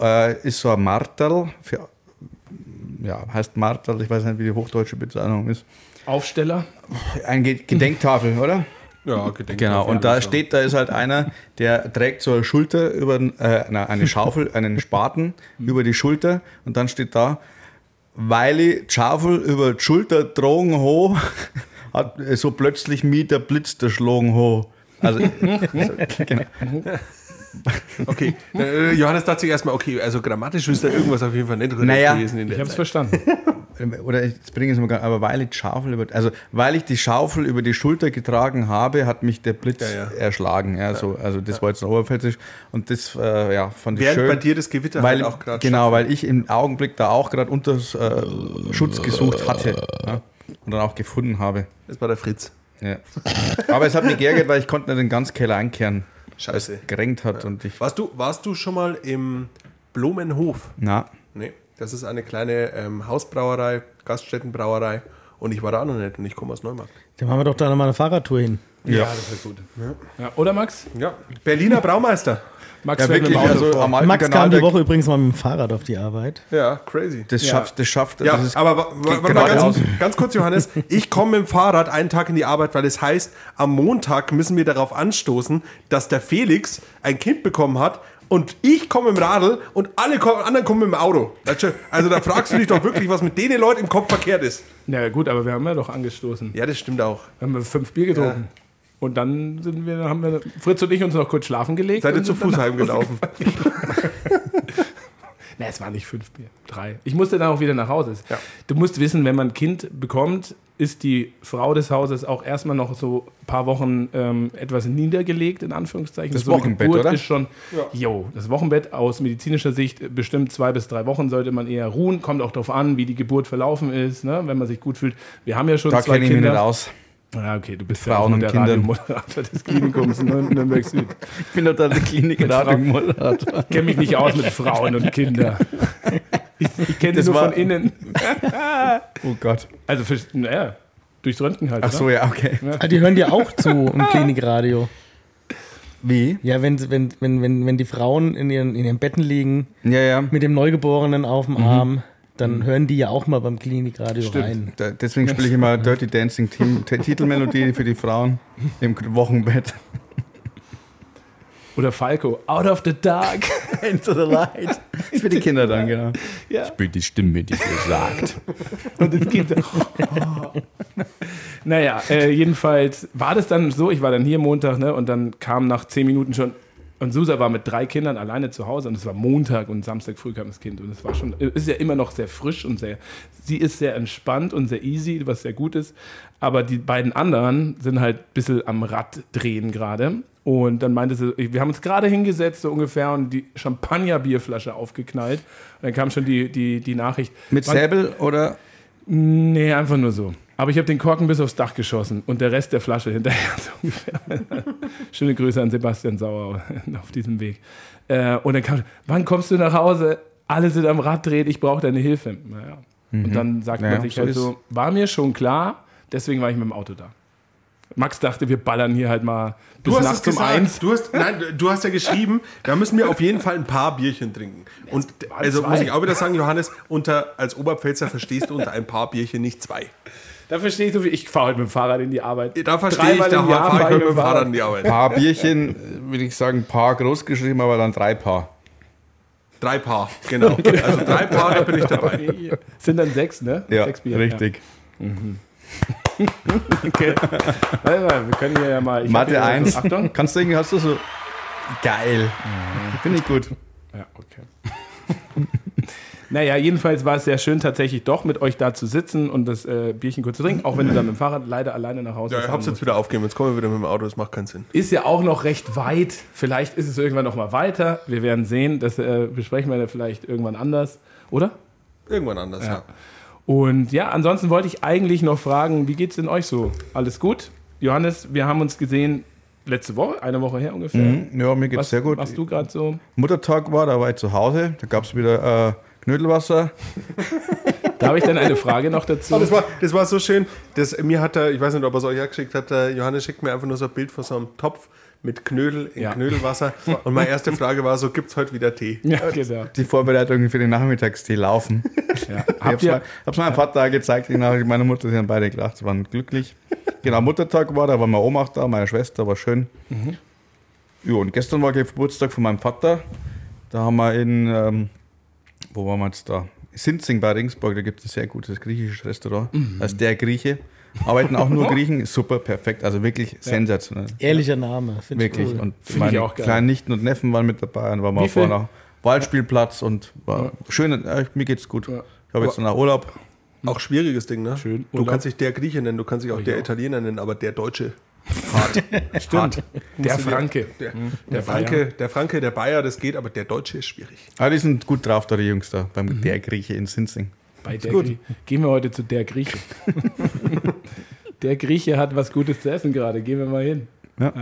Speaker 2: äh, ist so ein Marterl, für, ja, heißt Marterl, ich weiß nicht, wie die hochdeutsche Bezeichnung ist
Speaker 1: Aufsteller.
Speaker 2: eine Ge- Gedenktafel, oder?
Speaker 3: Ja, gedenkt
Speaker 2: Genau,
Speaker 3: auf
Speaker 2: und da
Speaker 3: alles,
Speaker 2: steht, da ist halt einer, der trägt so eine Schulter über den- äh, na, eine Schaufel, einen Spaten
Speaker 3: Mhm.
Speaker 2: über die Schulter und dann steht da, weil ich die Schaufel über die Schulter drogen ho, hat äh, so plötzlich mich der Blitz erschlagen ho. Also, genau.
Speaker 3: ja. Okay, äh, Johannes dachte sich erstmal, okay, also grammatisch ist da irgendwas auf jeden Fall nicht richtig
Speaker 2: Naja,
Speaker 3: gewesen in der
Speaker 1: Ich hab's
Speaker 3: Zeit.
Speaker 1: verstanden.
Speaker 2: oder ich jetzt bringe ich es mal gar aber weil ich die Schaufel über, also weil ich die Schaufel über die Schulter getragen habe, hat mich der Blitz
Speaker 3: Ja, ja.
Speaker 2: erschlagen. Ja, so, also das war jetzt oberfältisch und das äh, ja, fand ich
Speaker 3: Während
Speaker 2: schön.
Speaker 3: bei dir das Gewitter
Speaker 2: weil,
Speaker 3: halt auch gerade
Speaker 2: Genau, weil ich im Augenblick da auch gerade unter äh, Schutz gesucht hatte ja, und dann auch gefunden habe.
Speaker 3: Das war der Fritz.
Speaker 2: Ja. aber es hat mich geärgert, weil ich konnte nicht den ganzen Keller einkehren.
Speaker 3: Scheiße.
Speaker 2: Gerenkt hat und ich.
Speaker 3: Warst du, warst du schon mal im Blumenhof?
Speaker 2: Na,
Speaker 3: Nee, das ist eine kleine ähm, Hausbrauerei, Gaststättenbrauerei. Und ich war da auch noch nicht und ich komme aus Neumarkt.
Speaker 4: Dann machen wir doch da nochmal eine Fahrradtour hin.
Speaker 2: ja. Ja,
Speaker 3: das ist gut.
Speaker 1: Ja, oder Max?
Speaker 3: Ja, Berliner Braumeister.
Speaker 1: Max fährt mit
Speaker 2: wirklich.
Speaker 1: dem Auto
Speaker 2: Also
Speaker 1: vor.
Speaker 2: am alten
Speaker 4: Max
Speaker 2: Kanal,
Speaker 4: kam die
Speaker 2: der-
Speaker 4: Woche übrigens mal mit dem Fahrrad auf die Arbeit.
Speaker 3: Ja, crazy.
Speaker 2: das
Speaker 1: Ja.
Speaker 2: schafft, das schafft.
Speaker 3: Ja,
Speaker 2: das ist,
Speaker 3: aber wa- wa- warte mal
Speaker 2: geradeaus.
Speaker 3: ganz, ganz kurz, Johannes. Ich komme mit dem Fahrrad einen Tag in die Arbeit, weil es heißt, am Montag müssen wir darauf anstoßen, dass der Felix ein Kind bekommen hat und ich komme im Radl und alle ko- anderen kommen mit dem Auto. Also da fragst du dich doch wirklich, was mit denen Leuten im Kopf verkehrt ist.
Speaker 1: Na gut, aber wir haben ja doch angestoßen.
Speaker 3: Ja, das stimmt auch.
Speaker 1: Wir haben fünf Bier getrunken. Und dann sind wir, haben wir Fritz und ich uns noch kurz schlafen gelegt.
Speaker 3: Seid ihr
Speaker 1: und
Speaker 3: zu
Speaker 1: sind
Speaker 3: Fuß
Speaker 1: dann-
Speaker 3: heimgelaufen?
Speaker 1: Ne, es waren nicht fünf Bier, drei. Ich musste dann auch wieder nach Hause.
Speaker 3: Ja.
Speaker 1: Du musst wissen, wenn man ein Kind bekommt, ist die Frau des Hauses auch erstmal noch so ein paar Wochen ähm, etwas niedergelegt, in Anführungszeichen.
Speaker 2: Das
Speaker 1: so eine
Speaker 2: Wochenbett,
Speaker 1: Geburt
Speaker 2: oder?
Speaker 1: ist schon, jo, das Wochenbett aus medizinischer Sicht äh, bestimmt zwei bis drei Wochen sollte man eher ruhen. Kommt auch darauf an, wie die Geburt verlaufen ist, ne? wenn man sich gut fühlt. Wir haben ja schon
Speaker 2: da
Speaker 1: zwei
Speaker 2: kenne ich mich
Speaker 1: Kinder.
Speaker 2: nicht aus.
Speaker 1: Ja, okay, du bist
Speaker 2: Frauen
Speaker 1: ja auch nur
Speaker 2: und
Speaker 1: der
Speaker 2: Kindern.
Speaker 1: Radiomoderator des Klinikums Nür- Nürnberg Süd.
Speaker 2: Ich bin doch da in der Klinik gerade
Speaker 1: Ich kenne mich nicht aus mit Frauen und Kindern. Ich, ich kenne sie
Speaker 2: Das
Speaker 1: nur
Speaker 2: war-
Speaker 1: von innen.
Speaker 2: Oh Gott.
Speaker 1: Also für, naja, durchs Röntgen halt.
Speaker 2: Ach so, ja, okay.
Speaker 4: Ah, die hören dir auch zu im Klinikradio.
Speaker 2: Wie?
Speaker 4: Ja, wenn, sie- wenn, wenn, wenn, wenn die Frauen in ihren, in ihren Betten liegen,
Speaker 2: Ja, ja.
Speaker 4: mit dem Neugeborenen auf dem Arm, dann hören die ja auch mal beim Klinikradio rein.
Speaker 2: Da, deswegen spiele ich immer Dirty Dancing Team T- Titelmelodie für die Frauen im Wochenbett.
Speaker 1: oder? Oder Falco, Out of the Dark.
Speaker 2: Into the light. Für die Kinder dann, genau.
Speaker 1: Ja.
Speaker 2: Spiel die Stimme, die dir sagt.
Speaker 1: Und es gibt. Naja, äh, jedenfalls war das dann so, ich war dann hier Montag, ne, und dann kam nach zehn Minuten schon, und Susa war mit drei Kindern alleine zu Hause und es war Montag und Samstag früh kam das Kind und es war schon, äh, ist ja immer noch sehr frisch und sehr, sie ist sehr entspannt und sehr easy, was sehr gut ist, aber die beiden anderen sind halt ein bisschen am Rad drehen gerade und dann meinte sie, wir haben uns gerade hingesetzt so ungefähr und die Champagnerbierflasche aufgeknallt und dann kam schon die, die, die Nachricht.
Speaker 2: Mit
Speaker 1: Wann-
Speaker 2: Säbel oder?
Speaker 1: Nee, einfach nur so. Aber ich habe den Korken bis aufs Dach geschossen und der Rest der Flasche hinterher so ungefähr. Schöne Grüße an Sebastian Sauer auf diesem Weg. Äh, und dann kam, wann kommst du nach Hause? Alle sind am Rad drehen, ich brauche deine Hilfe. Naja.
Speaker 3: Mhm.
Speaker 1: Und dann sagt
Speaker 2: Naja,
Speaker 1: man sich
Speaker 2: so
Speaker 1: halt so, war mir schon klar, deswegen war ich mit dem Auto da. Max dachte, wir ballern hier halt mal bis nachts um eins.
Speaker 3: Du hast, nein, du hast ja geschrieben, da müssen wir auf jeden Fall ein paar Bierchen trinken. Und also
Speaker 1: zwei.
Speaker 3: muss ich auch wieder sagen, Johannes, unter, als Oberpfälzer verstehst du unter ein paar Bierchen nicht zwei.
Speaker 1: Da verstehe ich so viel. Ich fahre heute mit dem Fahrrad in die Arbeit.
Speaker 3: Da verstehe ich,
Speaker 1: Dreimal
Speaker 3: da
Speaker 1: im Jahr
Speaker 3: fahr ich
Speaker 1: fahre
Speaker 3: mit dem Fahrrad in die Arbeit.
Speaker 2: Paar Bierchen, äh, würde ich sagen, paar groß geschrieben, aber dann drei Paar.
Speaker 3: Drei Paar, genau. Also drei Paar, da bin ich dabei.
Speaker 1: Sind dann sechs, ne? sechs Bier,
Speaker 2: richtig.
Speaker 1: Okay. Warte mal, wir können hier ja mal. ich hab
Speaker 2: Mathe
Speaker 1: hier
Speaker 2: 1.
Speaker 1: So, Achtung.
Speaker 2: Kannst du irgendwie, hast du so. Mhm. Geil. Finde ich gut.
Speaker 1: Ja, okay. Naja, jedenfalls war es sehr schön, tatsächlich doch mit euch da zu sitzen und das äh, Bierchen kurz zu trinken, auch wenn du dann mit dem Fahrrad leider alleine nach Hause
Speaker 3: Ja, ich
Speaker 1: fahren
Speaker 3: hab's jetzt
Speaker 1: musst.
Speaker 3: wieder aufgegeben. Jetzt kommen wir wieder mit dem Auto, das macht keinen Sinn.
Speaker 1: Ist ja auch noch recht weit. Vielleicht ist es irgendwann noch mal weiter. Wir werden sehen. Das äh, besprechen wir dann vielleicht irgendwann anders, oder?
Speaker 3: Irgendwann anders, ja.
Speaker 1: Und ja, ansonsten wollte ich eigentlich noch fragen, wie geht's denn euch so? Alles gut? Johannes, wir haben uns gesehen letzte Woche, eine Woche her ungefähr.
Speaker 2: Ja, mir geht's
Speaker 1: Was
Speaker 2: Mhm. sehr gut.
Speaker 1: machst du gerade so?
Speaker 2: Muttertag war, da war ich zu Hause, da gab es wieder äh, Knödelwasser.
Speaker 1: Darf ich dann eine Frage noch dazu?
Speaker 3: Oh, das, war, das war so schön. Das, mir hat er, ich weiß nicht, ob er es euch auch geschickt hat, der Johannes schickt mir einfach nur so ein Bild von so einem Topf mit Knödel in
Speaker 1: Ja.
Speaker 3: Knödelwasser. Und meine erste Frage war so, gibt's heute wieder Tee?
Speaker 1: ja, genau.
Speaker 2: Die Vorbereitungen für den Nachmittagstee laufen.
Speaker 1: Ja.
Speaker 2: Ich
Speaker 1: Habt
Speaker 2: hab's,
Speaker 1: ihr,
Speaker 2: mal, hab's meinem Vater gezeigt, die Nachricht meiner Mutter, sie haben beide gelacht, sie waren glücklich. Genau, Muttertag war, da war meine Oma auch da, meine Schwester war schön.
Speaker 1: Mhm.
Speaker 2: Ja, und gestern war Geburtstag von meinem Vater. Da haben wir in, ähm, wo waren wir jetzt da? Sinzing bei Regensburg, da gibt es ein sehr gutes griechisches Restaurant.
Speaker 1: Mhm.
Speaker 2: Als der Grieche. Arbeiten auch nur Griechen, super, perfekt, also wirklich sensationell.
Speaker 4: Ehrlicher Name, finde ich
Speaker 2: Wirklich.
Speaker 4: cool.
Speaker 2: Und
Speaker 1: Find ich
Speaker 2: meine
Speaker 1: auch geil.
Speaker 2: kleinen Nichten und Neffen waren mit dabei und waren
Speaker 1: Wie
Speaker 2: mal
Speaker 1: viel?
Speaker 2: vorne am Waldspielplatz und war schön. Äh, mir geht's gut. Ich habe jetzt noch Urlaub.
Speaker 3: Auch schwieriges Ding, ne?
Speaker 1: Schön.
Speaker 3: Du
Speaker 1: Urlaub.
Speaker 3: kannst dich der Grieche nennen, du kannst dich auch der
Speaker 1: ja.
Speaker 3: Italiener nennen, aber der Deutsche.
Speaker 1: stimmt, der
Speaker 3: du dir-
Speaker 1: Franke.
Speaker 3: Der, Mhm. der, Franke, der Franke, der Bayer, das geht, aber der Deutsche ist schwierig.
Speaker 2: Ah, die sind gut drauf, da die Jungs da, beim der Grieche in Sinzing.
Speaker 1: Bei der Grie- Gehen wir heute zu der Grieche. der Grieche hat was Gutes zu essen gerade. Gehen wir mal hin.
Speaker 2: Ja.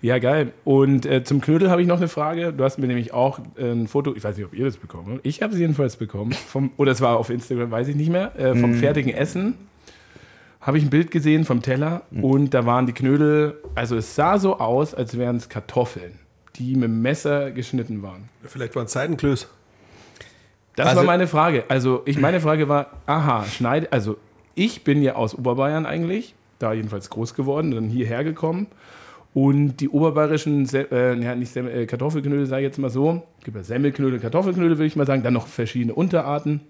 Speaker 1: Ja, geil. Und äh, zum Knödel habe ich noch eine Frage. Du hast mir nämlich auch äh, ein Foto, ich weiß nicht, ob ihr das bekommen habt. Ich habe es jedenfalls bekommen. Vom, oder es war auf Instagram, weiß ich nicht mehr. Äh, vom fertigen Essen habe ich ein Bild gesehen vom Teller und da waren die Knödel, also es sah so aus, als wären es Kartoffeln, die mit dem Messer geschnitten waren.
Speaker 3: Vielleicht waren es Seidenklöß.
Speaker 1: Das
Speaker 2: Also-
Speaker 1: war meine Frage. Also, ich, meine Frage war, aha, schneide, also ich bin ja aus Oberbayern eigentlich, da jedenfalls groß geworden, dann hierher gekommen. Und die oberbayerischen, Se äh, ja, nicht Sem äh, Kartoffelknödel, sage ich jetzt mal so, gibt ja Semmelknödel, Kartoffelknödel, würde ich mal sagen, dann noch verschiedene Unterarten.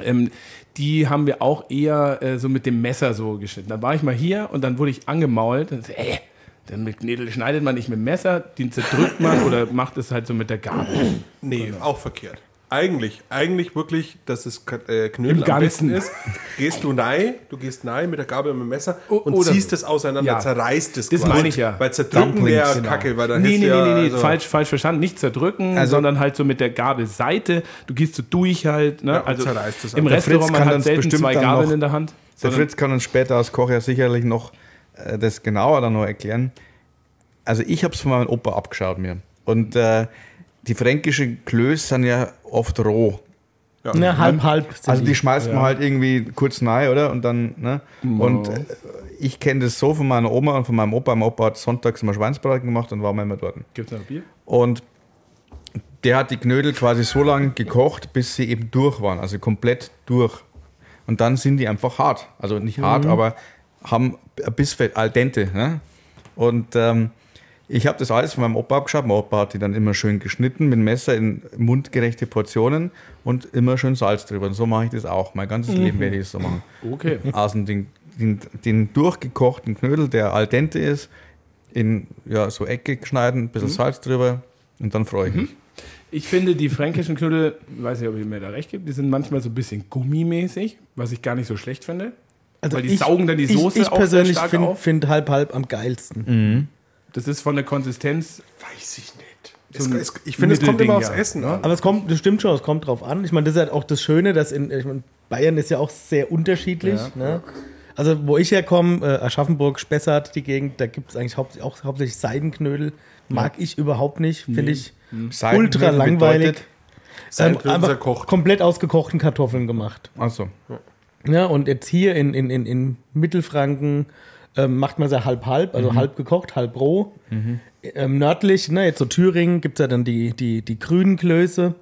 Speaker 1: Ähm, die haben wir auch eher äh, so mit dem Messer so geschnitten. Dann war ich mal hier und dann wurde ich angemault. Und, äh, dann mit Knödel schneidet man nicht mit dem Messer, den zerdrückt man oder macht es halt so mit der Gabel.
Speaker 3: Nee, auch verkehrt. Eigentlich, eigentlich wirklich, dass es Ka- äh, Knödel
Speaker 1: Im
Speaker 3: am besten
Speaker 1: Ganzen.
Speaker 3: ist. Gehst du nein, du gehst nein mit der Gabel und mit dem Messer
Speaker 1: O-
Speaker 3: und
Speaker 1: oder
Speaker 3: ziehst
Speaker 1: so.
Speaker 3: es auseinander,
Speaker 1: Ja.
Speaker 3: zerreißt es.
Speaker 1: Das
Speaker 3: quasi.
Speaker 1: meine ich ja.
Speaker 3: Weil zerdrücken
Speaker 2: Dumplings,
Speaker 3: wäre
Speaker 2: genau.
Speaker 3: Kacke, weil dann
Speaker 1: Nee,
Speaker 3: hättest
Speaker 1: nee,
Speaker 3: du
Speaker 1: nee,
Speaker 3: ja,
Speaker 1: nee, nee,
Speaker 3: also-
Speaker 1: falsch, falsch verstanden. Nicht zerdrücken,
Speaker 2: Also-
Speaker 1: sondern halt so mit der Gabelseite. Du gehst so durch halt. Ne?
Speaker 3: und
Speaker 1: also
Speaker 3: zerreißt es
Speaker 1: im
Speaker 3: ab. Der
Speaker 1: Restaurant,
Speaker 2: Fritz
Speaker 1: man
Speaker 2: kann
Speaker 1: hat
Speaker 2: uns
Speaker 1: selten
Speaker 2: bestimmt
Speaker 1: zwei
Speaker 2: dann
Speaker 1: Gabeln
Speaker 2: noch-
Speaker 1: in der Hand.
Speaker 2: Der
Speaker 1: sondern-
Speaker 2: Fritz kann uns später als Koch ja sicherlich noch äh, das genauer dann noch erklären. Also ich habe es von meinem Opa abgeschaut mir. Und äh, die fränkischen Klöß sind ja oft roh.
Speaker 4: Na, halb, halb. sind
Speaker 2: Also die schmeißt man halt irgendwie kurz nahe, oder? Und dann, ne? Und äh, ich kenne das so von meiner Oma und von meinem Opa. Mein Opa hat sonntags immer Schweinsbraten gemacht und war immer dort.
Speaker 1: Gibt's noch Bier?
Speaker 2: Und der hat die Knödel quasi so lange gekocht, bis sie eben durch waren, also komplett durch. Und dann sind die einfach hart. Also nicht hart, aber haben ein bisschen al dente. Ne? Und ähm, ich habe das alles von meinem Opa abgeschaut. Mein Opa hat die dann immer schön geschnitten mit dem Messer in mundgerechte Portionen und immer schön Salz drüber. Und so mache ich das auch. Mein ganzes Leben werde ich es so machen.
Speaker 1: Okay.
Speaker 2: Außen den, den, den durchgekochten Knödel, der al dente ist, in ja, so eckig schneiden, ein bisschen Salz drüber und dann freue ich mich.
Speaker 1: Ich finde, die fränkischen Knödel, weiß nicht, ob ihr mir da recht gibt, die sind manchmal so ein bisschen gummimäßig, was ich gar nicht so schlecht finde.
Speaker 4: Also
Speaker 1: weil die saugen dann die Soße
Speaker 4: ich, ich
Speaker 1: auch sehr
Speaker 4: persönlich
Speaker 1: stark
Speaker 4: finde
Speaker 1: auf.
Speaker 4: find halb halb am geilsten.
Speaker 1: Das ist von der Konsistenz.
Speaker 3: Weiß ich nicht.
Speaker 1: So ein
Speaker 3: es, es, ich finde, es kommt
Speaker 1: Mittelding,
Speaker 3: immer aufs
Speaker 1: ja.
Speaker 3: Essen an.
Speaker 4: Aber es kommt, das stimmt schon, es kommt drauf an. Ich meine, das ist halt auch das Schöne, dass in ich meine, Bayern ist ja auch sehr unterschiedlich. Ne? Also, wo ich herkomme, äh, Aschaffenburg, Spessart, die Gegend, da gibt es eigentlich haupt, auch hauptsächlich Seidenknödel. Mag ich überhaupt nicht, finde ich ultra
Speaker 2: Mhm. Seidenknödel
Speaker 4: langweilig.
Speaker 2: bedeutet-
Speaker 4: Ähm,
Speaker 3: Seidenklöße
Speaker 4: einfach
Speaker 3: kocht.
Speaker 4: komplett aus gekochten Kartoffeln gemacht.
Speaker 2: Also,
Speaker 4: Ja, Ne, und jetzt hier in, in, in, in Mittelfranken ähm, macht man es ja halb-halb,
Speaker 1: Mhm.
Speaker 4: also halb gekocht, halb roh. Ähm, nördlich, ne, jetzt so Thüringen, gibt es ja dann die, die, die grünen Klöße.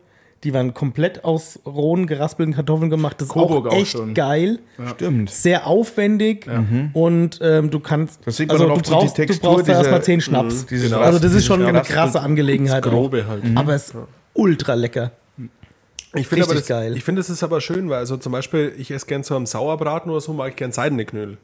Speaker 4: Die waren komplett aus rohen, geraspelten Kartoffeln gemacht. Das ist
Speaker 1: Coburg
Speaker 4: auch
Speaker 1: auch
Speaker 4: echt
Speaker 1: schon. Mhm.
Speaker 4: geil.
Speaker 2: stimmt.
Speaker 4: Sehr aufwendig. Und ähm, du kannst.
Speaker 2: Das sieht man dann
Speaker 4: du
Speaker 2: oft so die
Speaker 4: brauchst, du
Speaker 2: Textur
Speaker 4: brauchst da
Speaker 2: dieser- Mhm,
Speaker 4: erstmal 10 Schnaps.
Speaker 2: dieses
Speaker 4: Also, das
Speaker 2: Raspel-
Speaker 4: ist schon
Speaker 2: dieses
Speaker 4: eine
Speaker 2: Raspel-
Speaker 4: krasse Angelegenheit.
Speaker 3: Grobe halt.
Speaker 4: auch. Aber es ist ultra lecker.
Speaker 3: Ich finde aber
Speaker 4: Richtig
Speaker 3: das,
Speaker 4: geil.
Speaker 3: Ich finde, es ist aber schön, weil also zum Beispiel, ich esse gern so am Sauerbraten oder so, mag ich gern seidene Knödel.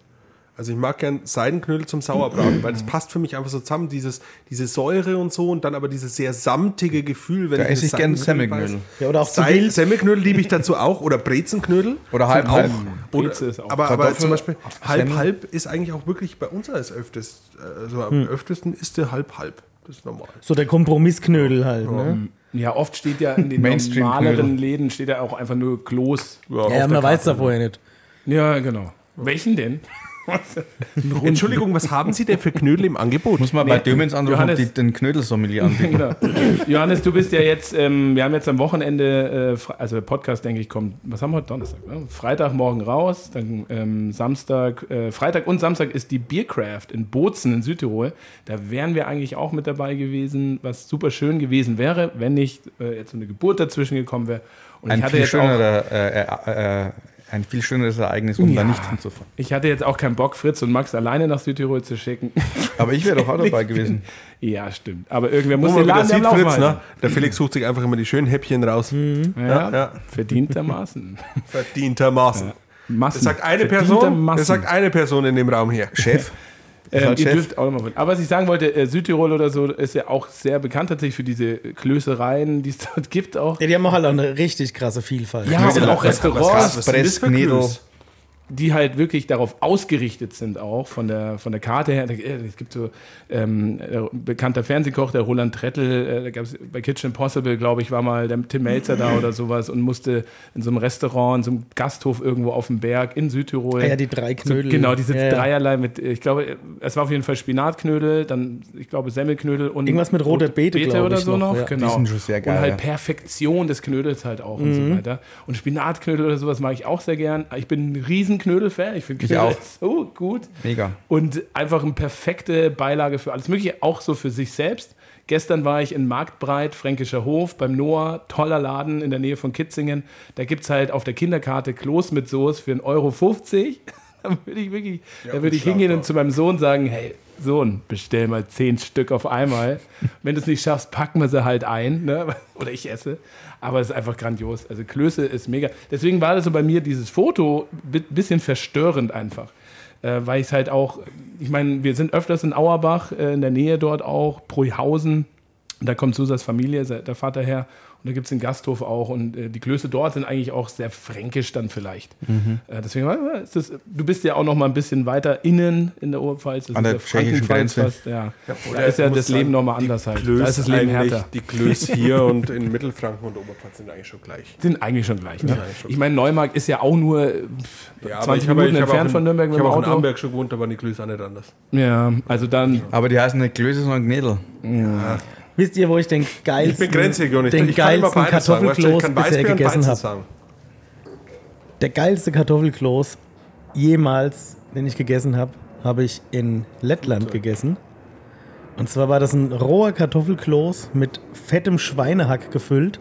Speaker 3: Also ich mag gern Seidenknödel zum Sauerbraten, weil das passt für mich einfach so zusammen, dieses, diese Säure und so und dann aber dieses sehr samtige Gefühl, wenn
Speaker 2: Da
Speaker 3: in
Speaker 2: esse ich
Speaker 3: das
Speaker 2: gern
Speaker 3: Seidenknödel
Speaker 2: Semmelknödel.
Speaker 3: beiß.
Speaker 4: Ja, oder auch zu
Speaker 3: Seil,
Speaker 4: wild.
Speaker 3: Semmelknödel liebe ich dazu auch oder Brezenknödel.
Speaker 2: Oder halb,
Speaker 3: Sind
Speaker 2: halb.
Speaker 3: Also, Oder,
Speaker 1: Breze ist auch-
Speaker 3: aber, aber
Speaker 2: Kartoffel-
Speaker 3: zum Beispiel halb
Speaker 2: Semmel.
Speaker 3: halb ist eigentlich auch wirklich bei uns als öftest. Also
Speaker 4: Hm.
Speaker 3: am öftesten ist der halb halb. Das ist normal.
Speaker 4: So der Kompromissknödel halt. Ne?
Speaker 1: Ja, oft steht ja in den
Speaker 2: Mainstream-Knödel.
Speaker 1: normaleren Läden steht ja auch einfach nur Kloß.
Speaker 4: Ja, ja man weiß da vorher nicht.
Speaker 1: Ja, genau. Welchen denn?
Speaker 3: Entschuldigung, was haben Sie denn für Knödel im Angebot?
Speaker 2: Muss man bei
Speaker 1: Nee,
Speaker 2: Dömens anrufen, ob
Speaker 1: Johannes.
Speaker 2: die den Knödelsommelier anbieten.
Speaker 1: Genau. Johannes, du bist ja jetzt, ähm, wir haben jetzt am Wochenende, äh, Fre- also der Podcast, denke ich, kommt, was haben wir heute? Donnerstag, ne? Freitagmorgen raus, dann ähm, Samstag, äh, Freitag und Samstag ist die Biercraft in Bozen in Südtirol. Da wären wir eigentlich auch mit dabei gewesen, was super schön gewesen wäre, wenn nicht äh, jetzt so eine Geburt dazwischen gekommen wäre. Und
Speaker 2: Ein viel,
Speaker 1: auch,
Speaker 2: schönerer, äh, äh, äh, ein viel schöneres Ereignis, um da
Speaker 1: Ja.
Speaker 2: nicht hinzufahren.
Speaker 1: ich hatte jetzt auch keinen Bock, Fritz und Max alleine nach Südtirol zu schicken.
Speaker 2: Aber ich wäre doch auch dabei gewesen.
Speaker 1: ja, stimmt. Aber irgendwer
Speaker 3: Wo
Speaker 1: muss
Speaker 3: man
Speaker 1: den
Speaker 3: wieder
Speaker 1: Laden ja am
Speaker 3: sieht,
Speaker 1: Laufen
Speaker 3: Fritz,
Speaker 1: halten. Mhm.
Speaker 3: ne? Der Felix sucht sich einfach immer die schönen Häppchen raus.
Speaker 1: Ja,
Speaker 3: Ja.
Speaker 1: verdientermaßen.
Speaker 3: Verdientermaßen.
Speaker 1: Massen.
Speaker 3: Das sagt eine
Speaker 1: Verdienter
Speaker 3: Person.
Speaker 1: Massen.
Speaker 3: Das sagt eine Person in dem Raum hier.
Speaker 2: Chef,
Speaker 1: Ähm,
Speaker 2: halt
Speaker 1: ihr
Speaker 2: Chef.
Speaker 1: dürft auch nochmal von. Aber was ich sagen wollte, äh, Südtirol oder so ist ja auch sehr bekannt tatsächlich für diese Klößereien, die es dort gibt auch.
Speaker 4: Ja, die haben auch halt auch eine richtig krasse Vielfalt.
Speaker 1: Ja, und auch
Speaker 2: was-
Speaker 1: Restaurants,
Speaker 2: was-
Speaker 3: ist denn das für
Speaker 2: Pressnädel.
Speaker 3: Knödel?
Speaker 1: die halt wirklich darauf ausgerichtet sind auch von der, von der Karte her. Da- äh, Es gibt so ähm, äh, bekannter Fernsehkoch, der Roland Trettel, äh, da gab's bei Kitchen Impossible, glaube ich, war mal der Tim Melzer da oder sowas und musste in so einem Restaurant, in so einem Gasthof irgendwo auf dem Berg in Südtirol.
Speaker 4: Ah ja, die drei
Speaker 3: Also
Speaker 4: Knödel.
Speaker 1: So, genau, diese
Speaker 4: Ja, ja.
Speaker 1: dreierlei mit, äh, ich glaube, äh, es war auf jeden Fall Spinatknödel, dann, ich glaube, Semmelknödel und
Speaker 4: Irgendwas mit roter Beete,
Speaker 1: Beete
Speaker 4: glaub
Speaker 1: oder
Speaker 4: ich,
Speaker 1: so noch.
Speaker 4: noch, ja.
Speaker 1: Genau.
Speaker 2: Die sind schon sehr geil,
Speaker 1: Und halt
Speaker 2: ja.
Speaker 1: Perfektion des Knödels halt auch und
Speaker 4: Mhm.
Speaker 1: so weiter. Und Spinatknödel oder sowas mag ich auch sehr gern. Ich bin ein riesen Knödel-Fan. Ich finde
Speaker 2: Ich
Speaker 1: Knödel
Speaker 2: auch.
Speaker 1: so gut.
Speaker 2: mega.
Speaker 1: Und einfach eine perfekte Beilage für alles Mögliche, auch so für sich selbst. Gestern war ich in Marktbreit, Fränkischer Hof, beim Noah, toller Laden in der Nähe von Kitzingen. Da gibt es halt auf der Kinderkarte Kloß mit Soße für 1,50 Euro. Da würde ich wirklich, da würde ich hingehen und zu meinem Sohn sagen, hey, Sohn, bestell mal zehn Stück auf einmal. Wenn du es nicht schaffst, packen wir sie halt ein. Ne? Oder ich esse. Aber es ist einfach grandios. Also Klöße ist mega. Deswegen war das so bei mir, dieses Foto, bi- bisschen verstörend einfach äh, weil ich es halt auch, ich meine, wir sind öfters in Auerbach, äh, in der Nähe dort auch, Proihausen. Da kommt Susas Familie, se- der Vater her. Und da gibt es den Gasthof auch. Und äh, die Klöße dort sind eigentlich auch sehr fränkisch dann vielleicht.
Speaker 2: Mhm.
Speaker 1: Äh, deswegen äh, ist das, du bist ja auch noch mal ein bisschen weiter innen in der Oberpfalz. Das
Speaker 2: An
Speaker 1: ist ja
Speaker 2: der tschechischen
Speaker 1: Frankenpfalz
Speaker 2: Grenze.
Speaker 1: fast, Ja. da ist ja
Speaker 3: muss
Speaker 1: das
Speaker 3: sagen,
Speaker 1: Leben nochmal
Speaker 3: die
Speaker 1: anders halt.
Speaker 3: Klöß
Speaker 1: Da ist das Leben
Speaker 3: eigentlich-
Speaker 1: härter.
Speaker 3: Die Klöß hier und in Mittelfranken und Oberpfalz sind eigentlich schon gleich.
Speaker 1: Sind eigentlich schon gleich. Ne?
Speaker 3: eigentlich schon.
Speaker 1: ich meine, Neumarkt ist ja auch nur äh,
Speaker 3: Ja,
Speaker 1: 20 Minuten entfernt von Nürnberg
Speaker 3: Ich
Speaker 1: mit dem
Speaker 3: habe auch in
Speaker 1: Auto.
Speaker 3: Amberg schon gewohnt, da waren die Klöß auch nicht anders.
Speaker 1: Ja, also dann
Speaker 2: Aber die heißen nicht Klöße, sondern Gnädel.
Speaker 4: Wisst ihr, wo ich den geilsten,
Speaker 3: Ich bin Grenzregion, ich,
Speaker 4: den
Speaker 3: ich kann immer
Speaker 4: geilsten
Speaker 3: beides sagen. weißt du, Ich
Speaker 4: Kartoffelkloß
Speaker 3: kann
Speaker 4: bisher
Speaker 3: Weißbier und
Speaker 4: gegessen
Speaker 3: Weizen
Speaker 4: habe?
Speaker 3: sagen.
Speaker 4: Der geilste Kartoffelkloß jemals, den ich gegessen habe, habe ich in Lettland gegessen. Und zwar war das ein roher Kartoffelkloß mit fettem Schweinehack gefüllt.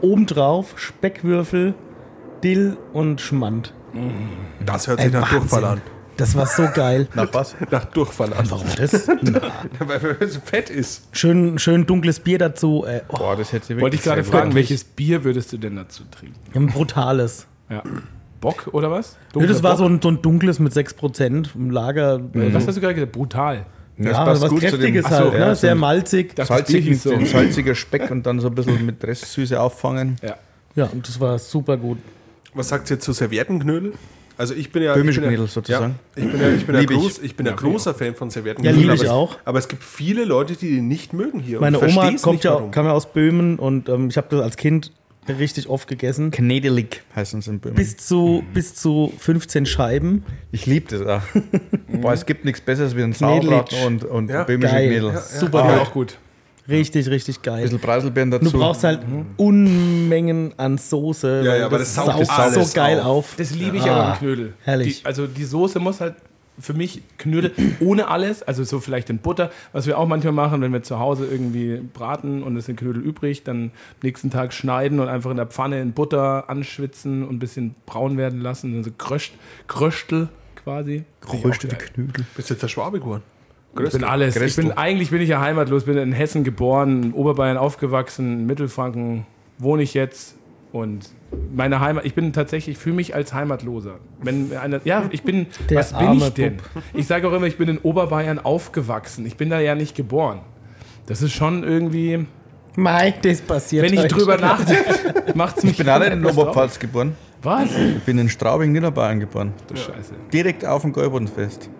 Speaker 4: Obendrauf Speckwürfel, Dill und Schmand.
Speaker 3: Das hört sich
Speaker 4: Ey,
Speaker 3: nach Durchfall an.
Speaker 4: Das war so geil.
Speaker 2: Nach was?
Speaker 3: Nach Durchfall an.
Speaker 4: Warum das?
Speaker 3: Weil es fett ist.
Speaker 4: Schön, schön dunkles Bier dazu. Äh, oh,
Speaker 2: Boah, das hätte wirklich
Speaker 1: Wollte ich gerade
Speaker 2: sehr
Speaker 1: fragen,
Speaker 2: gut.
Speaker 1: welches Bier würdest du denn dazu trinken?
Speaker 4: ein brutales.
Speaker 1: Ja. Bock oder was?
Speaker 4: Nö,
Speaker 1: Dunkler
Speaker 4: das war
Speaker 1: Bock? Mhm.
Speaker 4: so ein, so ein dunkles mit 6% im Lager.
Speaker 1: Was hast du gerade gesagt? Brutal.
Speaker 2: Das
Speaker 4: ja,
Speaker 2: passt
Speaker 4: was
Speaker 2: gut zu dem-
Speaker 4: Kräftiges
Speaker 2: Ach so,
Speaker 4: halt,
Speaker 2: ja,
Speaker 4: ne?
Speaker 2: so
Speaker 4: sehr
Speaker 2: ein
Speaker 4: malzig.
Speaker 1: Das Bier
Speaker 2: Salzigen,
Speaker 1: hieß so.
Speaker 2: ein salziger Speck und dann so ein bisschen mit Restsüße auffangen.
Speaker 1: Ja.
Speaker 4: Ja, und das war super gut.
Speaker 3: Was sagt ihr zu Serviettenknödel? Also ich bin ja...
Speaker 2: Böhmische
Speaker 3: ich bin ja-
Speaker 2: Knödel sozusagen.
Speaker 3: Ja, ich bin ja, ich bin ja,
Speaker 2: Lieb ich.
Speaker 3: groß, ich bin ja großer Fan von Serviettenknödel.
Speaker 4: Ja, lieb ich
Speaker 3: aber es-
Speaker 4: auch.
Speaker 3: Aber es gibt viele Leute, die die nicht mögen hier. und
Speaker 4: Meine
Speaker 3: ich
Speaker 4: Oma
Speaker 3: versteh's
Speaker 4: kommt
Speaker 3: nicht,
Speaker 4: ja,
Speaker 3: warum.
Speaker 4: kam ja aus Böhmen und ähm, ich habe das als Kind richtig oft gegessen.
Speaker 2: Knedelig heißen sie in Böhmen.
Speaker 4: Bis zu, bis zu 15 Scheiben.
Speaker 2: Ich liebe das auch. Boah, es gibt nichts Besseres wie ein Sauerbraten
Speaker 4: Knädelitsch.
Speaker 2: und, und
Speaker 3: Ja.
Speaker 2: böhmische
Speaker 4: Geil.
Speaker 2: Knädel.
Speaker 4: Ja,
Speaker 2: Ein
Speaker 4: Super
Speaker 1: War
Speaker 4: geil.
Speaker 1: auch gut.
Speaker 4: Richtig, richtig geil.
Speaker 2: bisschen Preiselbeeren dazu.
Speaker 4: Du brauchst halt Unmengen an Soße.
Speaker 3: Ja,
Speaker 4: weil
Speaker 3: ja, aber das saugt
Speaker 4: saugt
Speaker 3: alles
Speaker 4: so geil
Speaker 3: auf.
Speaker 4: auf.
Speaker 1: Das liebe ich
Speaker 4: Ah,
Speaker 1: aber im Knödel.
Speaker 4: herrlich.
Speaker 1: Die, also die Soße muss halt für mich Knödel ohne alles, also so vielleicht in Butter, was wir auch manchmal machen, wenn wir zu Hause irgendwie braten und es sind Knödel übrig, dann am nächsten Tag schneiden und einfach in der Pfanne in Butter anschwitzen und ein bisschen braun werden lassen, also Kröscht, Kröstel quasi.
Speaker 2: geröstete Knödel.
Speaker 3: Bist jetzt der Schwabe geworden?
Speaker 1: Ich bin alles. Ich bin,
Speaker 2: Christel.
Speaker 1: eigentlich bin ich ja heimatlos, bin in Hessen geboren, in Oberbayern aufgewachsen, in Mittelfranken wohne ich jetzt. Und meine Heimat, ich bin tatsächlich, ich fühle mich als Heimatloser. Wenn mir einer, ja, ich bin,
Speaker 4: Der
Speaker 1: was bin
Speaker 4: arme
Speaker 1: ich denn? Ich sage auch immer, ich bin in Oberbayern aufgewachsen. Ich bin da ja nicht geboren. Das ist schon irgendwie,
Speaker 4: Mike, das passiert.
Speaker 1: wenn ich
Speaker 4: heute.
Speaker 1: drüber nachdenke, macht es mich.
Speaker 2: Ich bin alle in
Speaker 1: etwas
Speaker 2: Oberpfalz geboren.
Speaker 1: traurig. Was?
Speaker 2: Ich bin in Straubing, Niederbayern geboren.
Speaker 1: Du Scheiße.
Speaker 2: Direkt auf dem Golbundfest.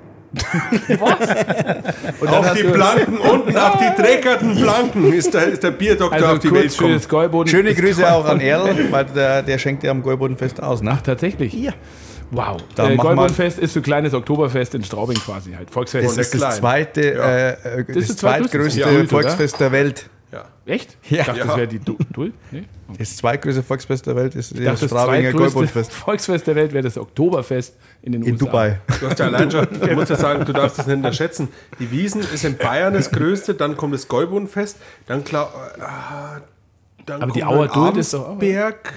Speaker 1: Und dann
Speaker 3: Auf
Speaker 1: hast
Speaker 3: die
Speaker 1: du-
Speaker 3: Planken, unten auf die dreckerten Planken ist der, ist der Bierdoktor
Speaker 1: also
Speaker 3: auf die Welt
Speaker 1: kurz für
Speaker 3: gekommen.
Speaker 1: das Gäuboden.
Speaker 2: Schöne Grüße auch an Erl, weil der, der schenkt ja am Golbundfest aus, ne?
Speaker 1: Tatsächlich? Ja. Wow.
Speaker 2: Dann
Speaker 1: äh,
Speaker 2: mach mal-
Speaker 1: Goldmundfest ist so kleines Oktoberfest in Straubing quasi halt. Volksfest.
Speaker 3: Das ist klein.
Speaker 2: das zweite,
Speaker 3: Ja.
Speaker 2: äh, äh, das,
Speaker 1: ist das
Speaker 2: zweitgrößte
Speaker 1: zweitgrößte, oder?
Speaker 2: Volksfest der Welt.
Speaker 3: Ja.
Speaker 1: Echt?
Speaker 2: Ja.
Speaker 1: Ich dachte, das
Speaker 3: Ja.
Speaker 1: wäre die du Duld? Nee.
Speaker 2: Das zweitgrößte Volksfest der Welt ist
Speaker 1: Ich
Speaker 2: das
Speaker 1: dachte, das
Speaker 2: Straubinger
Speaker 1: zweitgrößte
Speaker 2: Golbundfest
Speaker 1: Volksfest der Welt wäre das Oktoberfest in den
Speaker 2: in
Speaker 1: USA.
Speaker 2: Dubai.
Speaker 3: Du hast ja allein schon, du musst ja sagen, du darfst das nicht unterschätzen. Die Wiesen ist in Bayern das größte, dann kommt das Gäubundfest, dann klar. ah, Dann
Speaker 1: Aber die
Speaker 3: kommt
Speaker 1: Auer
Speaker 3: dann
Speaker 1: Duld ist doch auch-
Speaker 3: Arnsberg.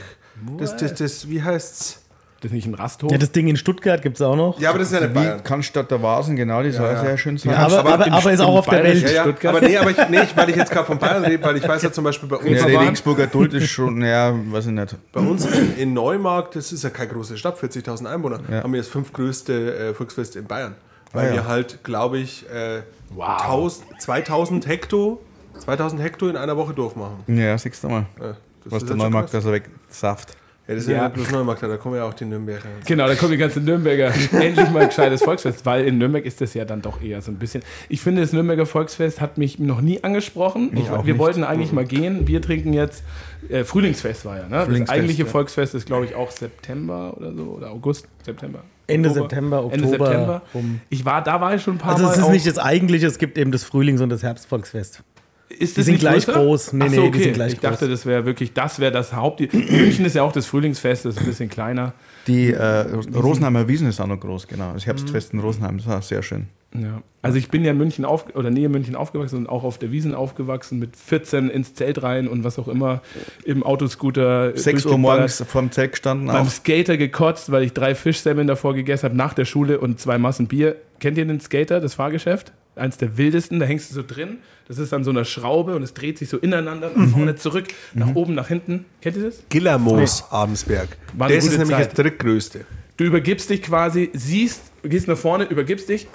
Speaker 3: Das, das, das, wie heißt's?
Speaker 1: Das ist nicht ein Rasthof.
Speaker 4: Ja, das Ding in Stuttgart gibt es auch noch.
Speaker 3: Ja, aber das ist ja nicht Bayern.
Speaker 2: Wie Cannstatt der Vasen, genau, die soll
Speaker 3: ja.
Speaker 2: sehr schön sein.
Speaker 4: aber,
Speaker 3: aber
Speaker 4: aber,
Speaker 1: in-
Speaker 4: aber ist
Speaker 1: in
Speaker 4: auch auf der
Speaker 1: Bayerisch-
Speaker 4: Welt.
Speaker 3: Ja, ja,
Speaker 1: Stuttgart?
Speaker 3: aber nee, aber ich, nee, ich, weil ich jetzt gerade von Bayern rede, weil ich weiß ja zum Beispiel bei uns,
Speaker 2: ja, die
Speaker 1: Vasen.
Speaker 2: Regensburger Duld ist schon, ja, weiß ich nicht.
Speaker 3: bei uns in, in Neumarkt, das ist ja keine große Stadt, 40.000 Einwohner, haben wir das fünftgrößte äh, Volksfest in Bayern. Weil
Speaker 2: Ah, ja.
Speaker 3: wir halt, glaube ich, äh,
Speaker 1: Wow.
Speaker 3: 1000, 2000 Hekto, 2000 Hekto in einer Woche durchmachen.
Speaker 2: Ja, siehst du mal.
Speaker 3: Ja,
Speaker 2: Was
Speaker 3: das ist
Speaker 2: der
Speaker 3: jetzt schon
Speaker 2: Neumarkt
Speaker 3: krass.
Speaker 2: da so weg saft.
Speaker 3: Ja, das ist
Speaker 1: Ja.
Speaker 3: ja, nicht bloß Neumarkt, da kommen ja auch die Nürnberger.
Speaker 1: Genau, da kommen die ganzen Nürnberger. Endlich mal ein gescheites Volksfest, weil in Nürnberg ist das ja dann doch eher so ein bisschen. Ich finde, das Nürnberger Volksfest hat mich noch nie angesprochen. Ich, wir wollten eigentlich mal gehen, Bier trinken jetzt. Äh, Frühlingsfest war ja, ne? das
Speaker 2: Frühlingsfest,
Speaker 1: eigentliche
Speaker 2: ja.
Speaker 1: Volksfest ist, glaube ich, auch September oder so, oder August, September.
Speaker 4: Ende September,
Speaker 1: Ende
Speaker 4: Oktober
Speaker 1: September.
Speaker 4: rum.
Speaker 1: Ich war, da war ich schon ein paar
Speaker 4: Also
Speaker 1: Mal.
Speaker 4: es ist
Speaker 1: auch.
Speaker 4: nicht das eigentliche, es gibt eben das Frühlings- und das Herbstvolksfest.
Speaker 1: Ist
Speaker 4: Die
Speaker 1: das
Speaker 4: sind
Speaker 1: nicht
Speaker 4: gleich
Speaker 1: größer?
Speaker 4: groß. Nee,
Speaker 1: Ach so,
Speaker 4: nee, die
Speaker 1: okay.
Speaker 4: sind gleich
Speaker 1: ich dachte,
Speaker 4: groß.
Speaker 1: das wäre wirklich, das wäre das Haupt. München ist ja auch das Frühlingsfest, das ist ein bisschen kleiner.
Speaker 2: Die äh, Rosenheimer Wiesen ist auch noch groß, genau. Das Herbstfest
Speaker 3: Mhm.
Speaker 2: in Rosenheim ist auch sehr schön.
Speaker 1: Ja. Also ich bin ja in München auf oder nähe München aufgewachsen und auch auf der Wiesen aufgewachsen mit 14 ins Zelt rein und was auch immer im Autoscooter. äh,
Speaker 2: 6 Uhr
Speaker 1: durchgeballert.
Speaker 2: morgens vorm Zelt gestanden,
Speaker 1: Beim
Speaker 2: auch
Speaker 1: Skater gekotzt, weil ich drei Fischsemmeln davor gegessen habe nach der Schule und zwei Massen Bier. Kennt ihr den Skater, das Fahrgeschäft? Eins der wildesten, da hängst du so drin. Das ist an so einer Schraube und es dreht sich so ineinander,
Speaker 2: Mhm.
Speaker 1: nach vorne zurück, nach oben, nach hinten. Kennt ihr das?
Speaker 3: Gillermoos, Abensberg.
Speaker 1: War eine
Speaker 3: Das ist
Speaker 1: gute
Speaker 3: nämlich
Speaker 1: Zeit.
Speaker 3: das drittgrößte.
Speaker 1: Du übergibst dich quasi, siehst, gehst nach vorne, übergibst dich,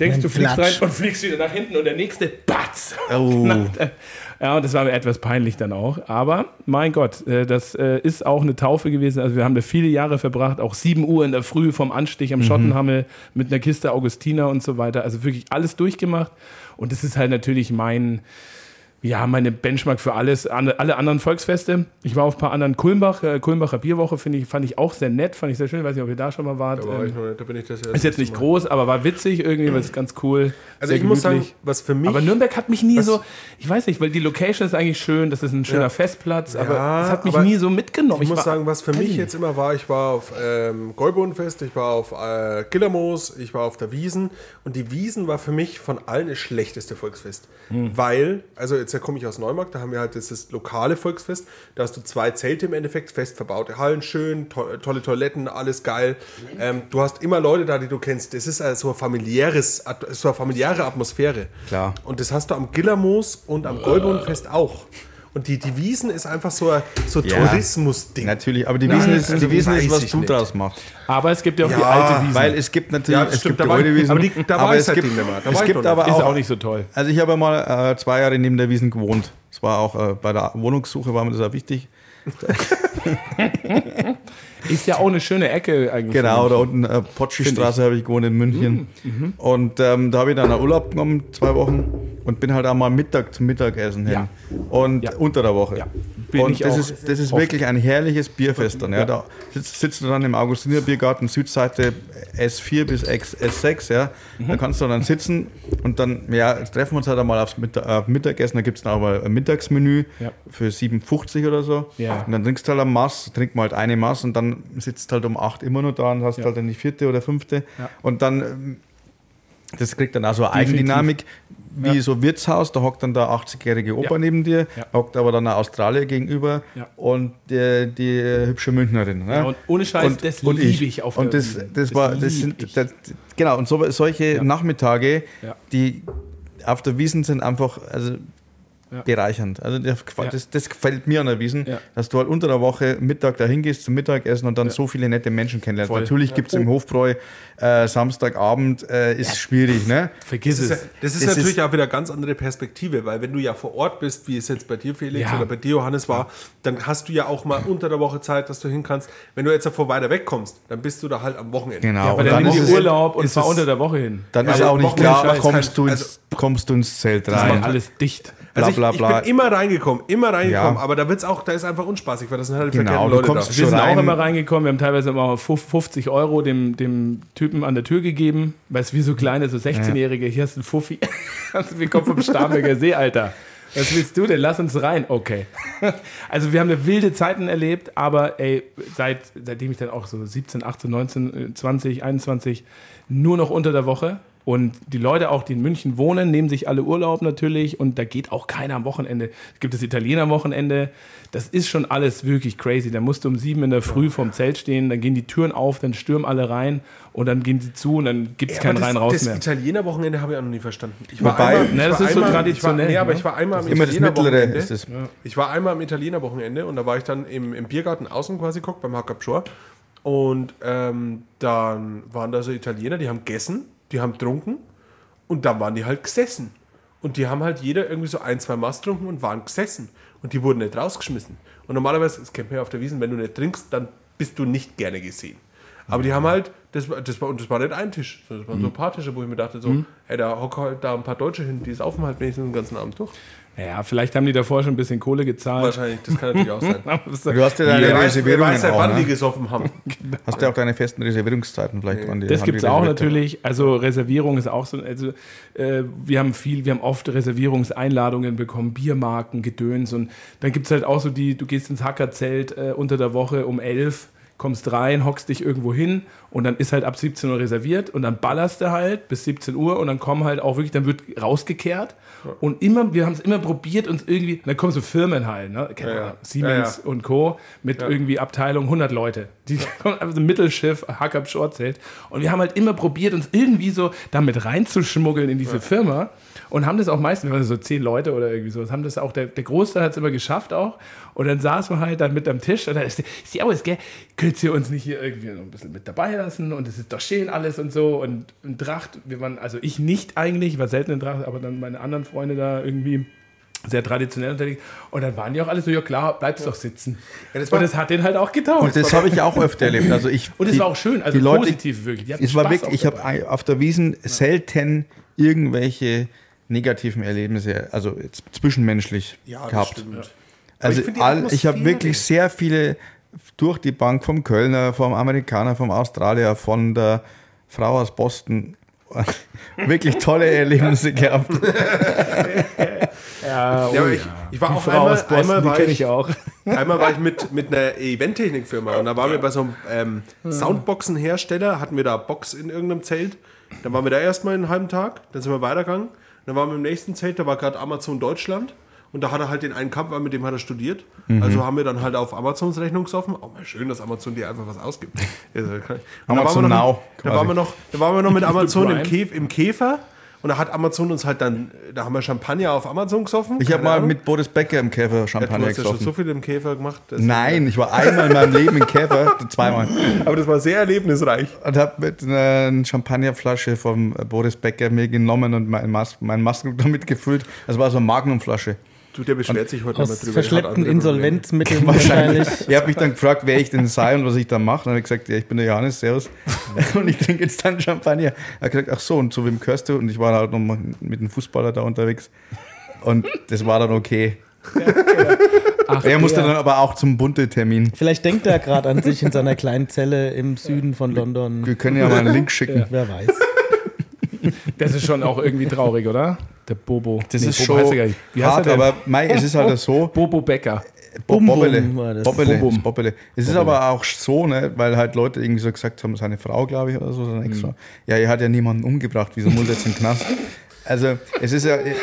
Speaker 1: denkst,
Speaker 4: Dann
Speaker 1: du fliegst
Speaker 4: klatsch.
Speaker 1: rein und fliegst wieder nach hinten und der nächste, batz!
Speaker 2: Oh.
Speaker 1: Knallt, äh. Ja, und das war mir etwas peinlich dann auch. Aber mein Gott, äh, das äh, ist auch eine Taufe gewesen. Also wir haben da viele Jahre verbracht, auch 7 Uhr in der Früh vom Anstich am Schottenhammel mit einer Kiste Augustiner und so weiter. Also wirklich alles durchgemacht. Und das ist halt natürlich mein, ja, meine Benchmark für alles, an- alle anderen Volksfeste. Ich war auf ein paar anderen Kulmbach, äh, Kulmbacher Bierwoche, finde ich, fand ich auch sehr nett, fand ich sehr schön, weiß nicht, ob ihr da schon mal wart.
Speaker 3: Da, war ich
Speaker 1: Ähm,
Speaker 3: noch nicht, da bin ich das
Speaker 1: ist jetzt nicht groß, aber war witzig irgendwie, war ist ganz cool.
Speaker 3: Also
Speaker 1: sehr
Speaker 3: ich muss sagen,
Speaker 1: gemütlich.
Speaker 3: was für mich.
Speaker 1: aber Nürnberg hat mich nie so, ich weiß nicht, weil die Location ist eigentlich schön, das ist ein schöner Festplatz, aber
Speaker 3: Ja,
Speaker 1: es hat mich
Speaker 3: aber
Speaker 1: nie so mitgenommen.
Speaker 3: Ich muss
Speaker 1: war-
Speaker 3: sagen, was für mich jetzt immer war, ich war auf ähm, Golbundfest, ich war auf äh, Gillermoos, ich war auf der Wiesen und die Wiesen war für mich von allen das schlechteste Volksfest. Weil, also jetzt komme ich aus Neumarkt, da haben wir halt das, das lokale Volksfest, da hast du zwei Zelte im Endeffekt, fest verbaute Hallen, schön, to tolle Toiletten, alles geil. Ähm, du hast immer Leute da, die du kennst. Das ist äh, so, ein familiäres, At- so eine familiäre Atmosphäre.
Speaker 2: Klar.
Speaker 3: Und das hast du am Gillermoos und am Golbundfest auch. Und die, die Wiesen ist einfach so, ein- so
Speaker 2: Ja.
Speaker 3: Tourismusding.
Speaker 2: Natürlich, aber die
Speaker 3: Nein,
Speaker 2: Wiesen ist,
Speaker 3: also
Speaker 2: die Wiesen ist
Speaker 3: weiß
Speaker 2: was
Speaker 3: ich
Speaker 2: du
Speaker 3: nicht.
Speaker 2: draus machst.
Speaker 1: aber es gibt ja auch die
Speaker 3: Ja,
Speaker 1: alte Wiese.
Speaker 2: Weil es gibt natürlich,
Speaker 3: Ja,
Speaker 2: es
Speaker 3: stimmt,
Speaker 2: gibt
Speaker 3: da war ich-
Speaker 2: Gebäudewiesen,
Speaker 3: aber die- da war ich halt
Speaker 2: es
Speaker 3: seitdem
Speaker 2: gibt,
Speaker 3: nicht mehr, da war
Speaker 2: es
Speaker 3: ich
Speaker 2: gibt
Speaker 3: noch
Speaker 2: aber
Speaker 1: ist
Speaker 2: auch,
Speaker 1: auch, nicht so toll.
Speaker 2: also ich habe mal äh, zwei Jahre neben der Wiesen gewohnt. Das war auch äh, bei der Wohnungssuche war mir das auch wichtig.
Speaker 1: Ist ja auch eine schöne Ecke eigentlich.
Speaker 2: Genau, da unten äh, Potschi-Straße habe ich gewohnt in München.
Speaker 1: Mhm,
Speaker 2: Und ähm, da habe ich dann einen Urlaub genommen, zwei Wochen, und bin halt auch mal Mittag zum Mittagessen hin. Und
Speaker 1: Ja.
Speaker 2: unter der Woche.
Speaker 1: Ja. Bin
Speaker 2: und
Speaker 1: ich
Speaker 2: das
Speaker 1: auch
Speaker 2: ist, das ist
Speaker 1: oft.
Speaker 2: wirklich ein herrliches Bierfest dann. Ja.
Speaker 1: Ja.
Speaker 2: Da sitzt, sitzt du dann im Augustinerbiergarten, Südseite S4 bis X, S6, ja.
Speaker 1: Mhm.
Speaker 2: Da kannst du dann sitzen und dann, ja, jetzt treffen wir uns halt einmal aufs Mittag, auf Mittagessen, da gibt es dann auch mal ein Mittagsmenü
Speaker 1: Ja.
Speaker 2: für 7,50 oder so.
Speaker 1: Ja.
Speaker 2: Und dann trinkst du halt am Maß, trink mal halt eine Maß und dann sitzt halt um 8 immer noch da und hast halt dann die vierte oder fünfte. Und dann, ähm, das kriegt dann auch so eine
Speaker 1: Definitiv.
Speaker 2: Eigendynamik, wie so Wirtshaus, da hockt dann der 80-jährige Opa
Speaker 1: Ja.
Speaker 2: neben dir,
Speaker 1: Ja.
Speaker 2: hockt aber dann eine Australier gegenüber
Speaker 1: Ja.
Speaker 2: und die, die hübsche Münchnerin. Ne?
Speaker 1: Ja, und ohne Scheiß, das liebe ich auf
Speaker 2: Und
Speaker 1: der
Speaker 2: das,
Speaker 1: Wiesn.
Speaker 2: das
Speaker 1: Das
Speaker 2: war, das
Speaker 1: lieb
Speaker 2: sind,
Speaker 1: ich.
Speaker 2: das, genau, und so, solche Nachmittage,
Speaker 1: Ja.
Speaker 2: die auf der Wiesn sind einfach, also bereichernd. Also der,
Speaker 1: Ja.
Speaker 2: das, das gefällt mir an der Wiesen,
Speaker 1: Ja.
Speaker 2: dass du halt unter der Woche Mittag dahin gehst zum Mittagessen und dann so viele nette Menschen kennenlernst.
Speaker 1: Voll. Oh.
Speaker 2: Natürlich gibt es im Hofbräu äh, Samstagabend, äh, ist schwierig, ne?
Speaker 1: Vergiss
Speaker 3: Das
Speaker 1: es.
Speaker 3: ist, das ist
Speaker 2: Das
Speaker 3: natürlich
Speaker 2: ist-
Speaker 3: auch wieder ganz andere Perspektive, weil wenn du ja vor Ort bist, wie es jetzt bei dir, Felix,
Speaker 1: Ja.
Speaker 3: oder bei dir, Johannes, war, dann hast du ja auch mal unter der Woche Zeit, dass du hin kannst. Wenn du jetzt davor weiter wegkommst, dann bist du da halt am Wochenende.
Speaker 2: Genau.
Speaker 3: Ja,
Speaker 1: Aber
Speaker 2: Und
Speaker 1: dann
Speaker 2: dann
Speaker 1: nimm
Speaker 2: ist
Speaker 1: dir
Speaker 2: es-
Speaker 1: Urlaub und
Speaker 3: ist
Speaker 1: fahr
Speaker 3: es-
Speaker 1: unter der Woche hin.
Speaker 2: Dann
Speaker 3: Ja,
Speaker 2: ist
Speaker 3: aber
Speaker 2: auch nicht
Speaker 3: Wochenende
Speaker 2: klar,
Speaker 3: ist
Speaker 2: kommst
Speaker 3: kein-
Speaker 2: du, ins, kommst du ins Zelt
Speaker 1: Also Das
Speaker 2: rein.
Speaker 1: macht alles dicht.
Speaker 3: Also
Speaker 2: Bla,
Speaker 3: ich,
Speaker 2: bla,
Speaker 3: ich bin immer reingekommen, immer reingekommen,
Speaker 2: Ja.
Speaker 3: aber da wird's auch, da ist einfach unspaßig, weil das sind halt
Speaker 2: Genau,
Speaker 3: verkehrte
Speaker 2: du
Speaker 3: Leute
Speaker 2: kommst
Speaker 3: da.
Speaker 1: Wir sind
Speaker 2: rein-
Speaker 1: auch immer reingekommen. Wir haben teilweise immer auch 50 Euro dem, dem Typen an der Tür gegeben. Weißt du, wie so kleine, so 16-Jährige, hier hast du einen Fuffi. Also, wir kommen vom Starnberger See, Alter. Was willst du denn? Lass uns rein. Okay. Also wir haben eine wilde Zeiten erlebt, aber ey, seit, seitdem ich dann auch so 17, 18, 19, äh, 20, 21 nur noch unter der Woche und die Leute auch, die in München wohnen, nehmen sich alle Urlaub natürlich und da geht auch keiner am Wochenende. Es gibt das Italiener-Wochenende. Das ist schon alles wirklich crazy. Da musst du um sieben in der Früh vorm Zelt stehen, dann gehen die Türen auf, dann stürmen alle rein und dann gehen sie zu und dann gibt es
Speaker 3: Ja,
Speaker 1: kein
Speaker 3: aber das,
Speaker 1: Rein-Raus
Speaker 3: das
Speaker 1: mehr.
Speaker 3: Italiener-Wochenende habe ich auch noch nie verstanden. Ich
Speaker 2: Wobei-
Speaker 3: ich
Speaker 1: Ne, das ist so
Speaker 3: ich
Speaker 1: traditionell,
Speaker 3: War, nee, aber
Speaker 1: ne?
Speaker 3: ich war einmal am
Speaker 2: Immer das Mittlere
Speaker 3: Italiener-Wochenende.
Speaker 2: ist es.
Speaker 3: Ich war einmal am Italiener-Wochenende und da war ich dann im, im Biergarten außen quasi guckt beim Hakapschor. Und ähm, dann waren da so Italiener, die haben gegessen, die haben trunken und dann waren die halt gesessen. Und die haben halt jeder irgendwie so ein, zwei Maß getrunken und waren gesessen. Und die wurden nicht rausgeschmissen. Und normalerweise, das kennt man ja auf der Wiesn, wenn du nicht trinkst, dann bist du nicht gerne gesehen. Aber die haben halt, das, war- das war, und das war nicht ein Tisch, sondern das waren so
Speaker 1: Mhm.
Speaker 3: ein paar Tische, wo ich mir dachte, so, ey, da hocken halt da ein paar Deutsche hin, die saufen halt wenigstens den ganzen Abend durch.
Speaker 1: Ja, vielleicht haben die davor schon ein bisschen Kohle gezahlt.
Speaker 3: Wahrscheinlich, das kann natürlich auch sein.
Speaker 2: Du hast ja deine
Speaker 3: Wer weiß, wer
Speaker 2: Reservierungen
Speaker 3: weiß ja,
Speaker 2: auch,
Speaker 3: wann die
Speaker 2: ne?
Speaker 3: gesoffen haben.
Speaker 2: Hast du ja auch deine festen Reservierungszeiten vielleicht. wann die-
Speaker 1: Das
Speaker 2: wann die
Speaker 1: gibt es auch
Speaker 2: reserviert werden.
Speaker 1: natürlich. Also Reservierung ist auch so. Also äh, wir haben viel, wir haben oft Reservierungseinladungen bekommen, Biermarken, Gedöns und dann gibt es halt auch so die, du gehst ins Hackerzelt äh, unter der Woche um elf, kommst rein, hockst dich irgendwo hin und dann ist halt ab 17 Uhr reserviert und dann ballerst du halt bis 17 Uhr und dann kommen halt auch wirklich, dann wird rausgekehrt und immer, wir haben es immer probiert uns irgendwie, dann kommen so Firmen halt, ne? Keine
Speaker 3: Ja, ja.
Speaker 1: Ahnung, Siemens
Speaker 3: Ja,
Speaker 1: und Co. mit irgendwie Abteilung 100 Leute. Die kommen einfach so ein Mittelschiff, Hackab Shortzelt. Und wir haben halt immer probiert, uns irgendwie so damit reinzuschmuggeln in diese Firma. Und haben das auch meistens, wir waren so zehn Leute oder irgendwie sowas, haben das auch, der, der Großteil hat es immer geschafft auch. Und dann saß man halt dann mit am Tisch und dann ist die, Servus, gell, könnt ihr uns nicht hier irgendwie so ein bisschen mit dabei lassen? Und es ist doch schön alles und so. Und ein Dracht, wir waren, also ich nicht eigentlich, ich war selten in Dracht, aber dann meine anderen Freunde da irgendwie sehr traditionell unterwegs. Und dann waren die auch alle so, ja klar, bleibst doch sitzen.
Speaker 3: war-
Speaker 1: und das hat den halt auch getaugt.
Speaker 2: Und das habe ich auch öfter erlebt. Also ich,
Speaker 1: Und es
Speaker 2: die-
Speaker 1: war auch schön, also
Speaker 2: die Leute-
Speaker 1: positiv wirklich. Die hatten
Speaker 2: Es war
Speaker 1: Spaß
Speaker 2: wirklich,
Speaker 1: auch
Speaker 2: ich habe
Speaker 1: dabei.
Speaker 2: ei- auf der Wiesen selten irgendwelche negativen Erlebnisse, also jetzt zwischenmenschlich gehabt.
Speaker 3: ich
Speaker 2: Also
Speaker 3: find
Speaker 2: ich,
Speaker 3: die
Speaker 2: all, ich habe
Speaker 3: Atmosphäre-
Speaker 2: wirklich sehr viele durch die Bank vom Kölner, vom Amerikaner, vom Australier, von der Frau aus Boston wirklich tolle Erlebnisse gehabt.
Speaker 1: Ja, oh
Speaker 3: Ja, aber ich,
Speaker 1: ja.
Speaker 3: ich war auch
Speaker 1: Frau
Speaker 3: einmal,
Speaker 1: aus Boston,
Speaker 3: einmal,
Speaker 1: die
Speaker 3: war
Speaker 1: kenn
Speaker 3: ich,
Speaker 1: ich auch.
Speaker 3: einmal war ich mit, mit einer Eventtechnikfirma und da waren wir bei so einem ähm, Soundboxenhersteller, hatten wir da Box in irgendeinem Zelt. Dann waren wir da erstmal einen halben Tag, dann sind wir weitergegangen. Dann waren wir im nächsten Zelt, da war gerade Amazon Deutschland und da hat er halt den einen Kampf, mit dem hat er studiert.
Speaker 2: Mhm.
Speaker 3: Also haben wir dann halt auf Amazons Rechnung gesoffen. Auch mal schön, dass Amazon dir einfach was ausgibt. Also, kann- Und da
Speaker 2: Amazon
Speaker 3: waren wir noch-
Speaker 2: Now,
Speaker 3: Da waren, wir
Speaker 2: quasi.
Speaker 3: noch, da waren wir noch mit Amazon
Speaker 1: Prime.
Speaker 3: im, Käf, im Käfer. Und da hat Amazon uns halt dann, da haben wir Champagner auf Amazon gesoffen.
Speaker 2: Ich habe
Speaker 3: Keine
Speaker 2: mal
Speaker 3: Ahnung.
Speaker 2: mit Boris Becker im Käfer
Speaker 3: Ja,
Speaker 2: Champagner
Speaker 3: du hast ja schon so
Speaker 2: gesoffen.
Speaker 3: viel im Käfer gemacht. dass-
Speaker 2: Nein, ich war einmal in meinem Leben im Käfer, zweimal.
Speaker 3: Aber das war sehr erlebnisreich.
Speaker 2: und habe mit einer Champagnerflasche vom äh, Boris Becker mir genommen und mein Mas meinen Masken damit gefüllt. Das war so eine Magnumflasche.
Speaker 3: Du, der beschwert sich heute immer
Speaker 4: Aus
Speaker 3: drüber. Er hat
Speaker 4: verschleppten
Speaker 3: andere Probleme.
Speaker 4: Insolvenzmitteln wahrscheinlich.
Speaker 2: Er hat mich dann gefragt, wer ich denn sei und was ich da mache. Dann habe ich gesagt, ja, ich bin der Johannes, Servus. Und ich trinke jetzt dann Champagner. Er hat gesagt, ach so, und zu wem gehörst du? Und ich war halt noch mal mit einem Fußballer da unterwegs. Und das war dann okay. er musste dann aber auch zum Bunte-Termin.
Speaker 4: Vielleicht denkt er gerade an sich in seiner kleinen Zelle im Süden von London.
Speaker 2: Wir können ja mal einen Link schicken.
Speaker 4: Wer weiß.
Speaker 1: Das ist schon auch irgendwie traurig, oder? Der Bobo.
Speaker 2: Das
Speaker 1: Nee,
Speaker 2: ist
Speaker 1: Bobo
Speaker 2: schon
Speaker 1: heißt er gar nicht. Wie heißt
Speaker 2: hart,
Speaker 1: er denn?
Speaker 2: aber mei, es ist halt so,
Speaker 1: Bobo Becker.
Speaker 2: Bo-
Speaker 4: Bum Bum
Speaker 2: Bobbele.
Speaker 4: war das.
Speaker 2: Bobbele.
Speaker 1: Bum Bum.
Speaker 2: ist Bobbele. Es ist aber auch so, ne, weil halt Leute irgendwie
Speaker 1: Mhm.
Speaker 2: so gesagt haben, seine Frau, glaube ich, oder so, sein Ex-Frau. Ja, er hat ja niemanden umgebracht, wieso muss er jetzt in den Knast? Also, es ist ja, ich,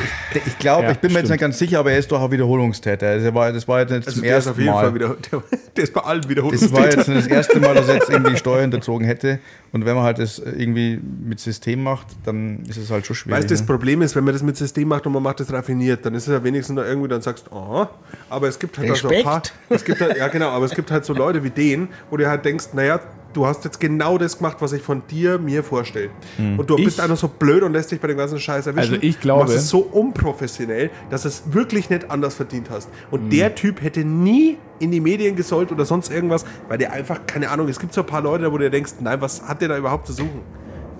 Speaker 2: ich glaube,
Speaker 1: Ja,
Speaker 2: ich bin mir jetzt
Speaker 1: stimmt.
Speaker 2: nicht ganz sicher, aber er ist doch auch Wiederholungstäter. Also, er war, das war jetzt nicht
Speaker 3: Also
Speaker 2: zum
Speaker 3: der ist
Speaker 2: ersten
Speaker 3: auf jeden
Speaker 2: Mal.
Speaker 3: Fall wieder, der, der ist bei allen
Speaker 2: Das war
Speaker 3: Wiederholungstätern.
Speaker 2: jetzt nicht das erste Mal, dass er jetzt irgendwie Steuer hinterzogen hätte. Und wenn man halt das irgendwie mit System macht, dann ist es halt schon schwierig.
Speaker 3: Weißt du, das
Speaker 2: ne?
Speaker 3: Problem ist, wenn man das mit System macht und man macht das raffiniert, dann ist es ja wenigstens da irgendwie, dann sagst du, oh, aber es gibt halt da so ein paar,
Speaker 4: Respekt.
Speaker 3: es gibt halt, ja genau, aber es gibt halt so Leute wie den, wo du halt denkst, naja, du hast jetzt genau das gemacht, was ich von dir mir vorstelle. Und du
Speaker 1: Hm. Ich-
Speaker 3: bist einfach so blöd und lässt dich bei dem ganzen Scheiß erwischen.
Speaker 1: Also ich glaube-
Speaker 3: Du machst es so unprofessionell, dass du es wirklich nicht anders verdient hast. Und
Speaker 1: Hm.
Speaker 3: der Typ hätte nie in die Medien gesollt oder sonst irgendwas, weil der einfach, keine Ahnung, es gibt so ein paar Leute, wo du dir denkst, nein, was hat der da überhaupt zu suchen?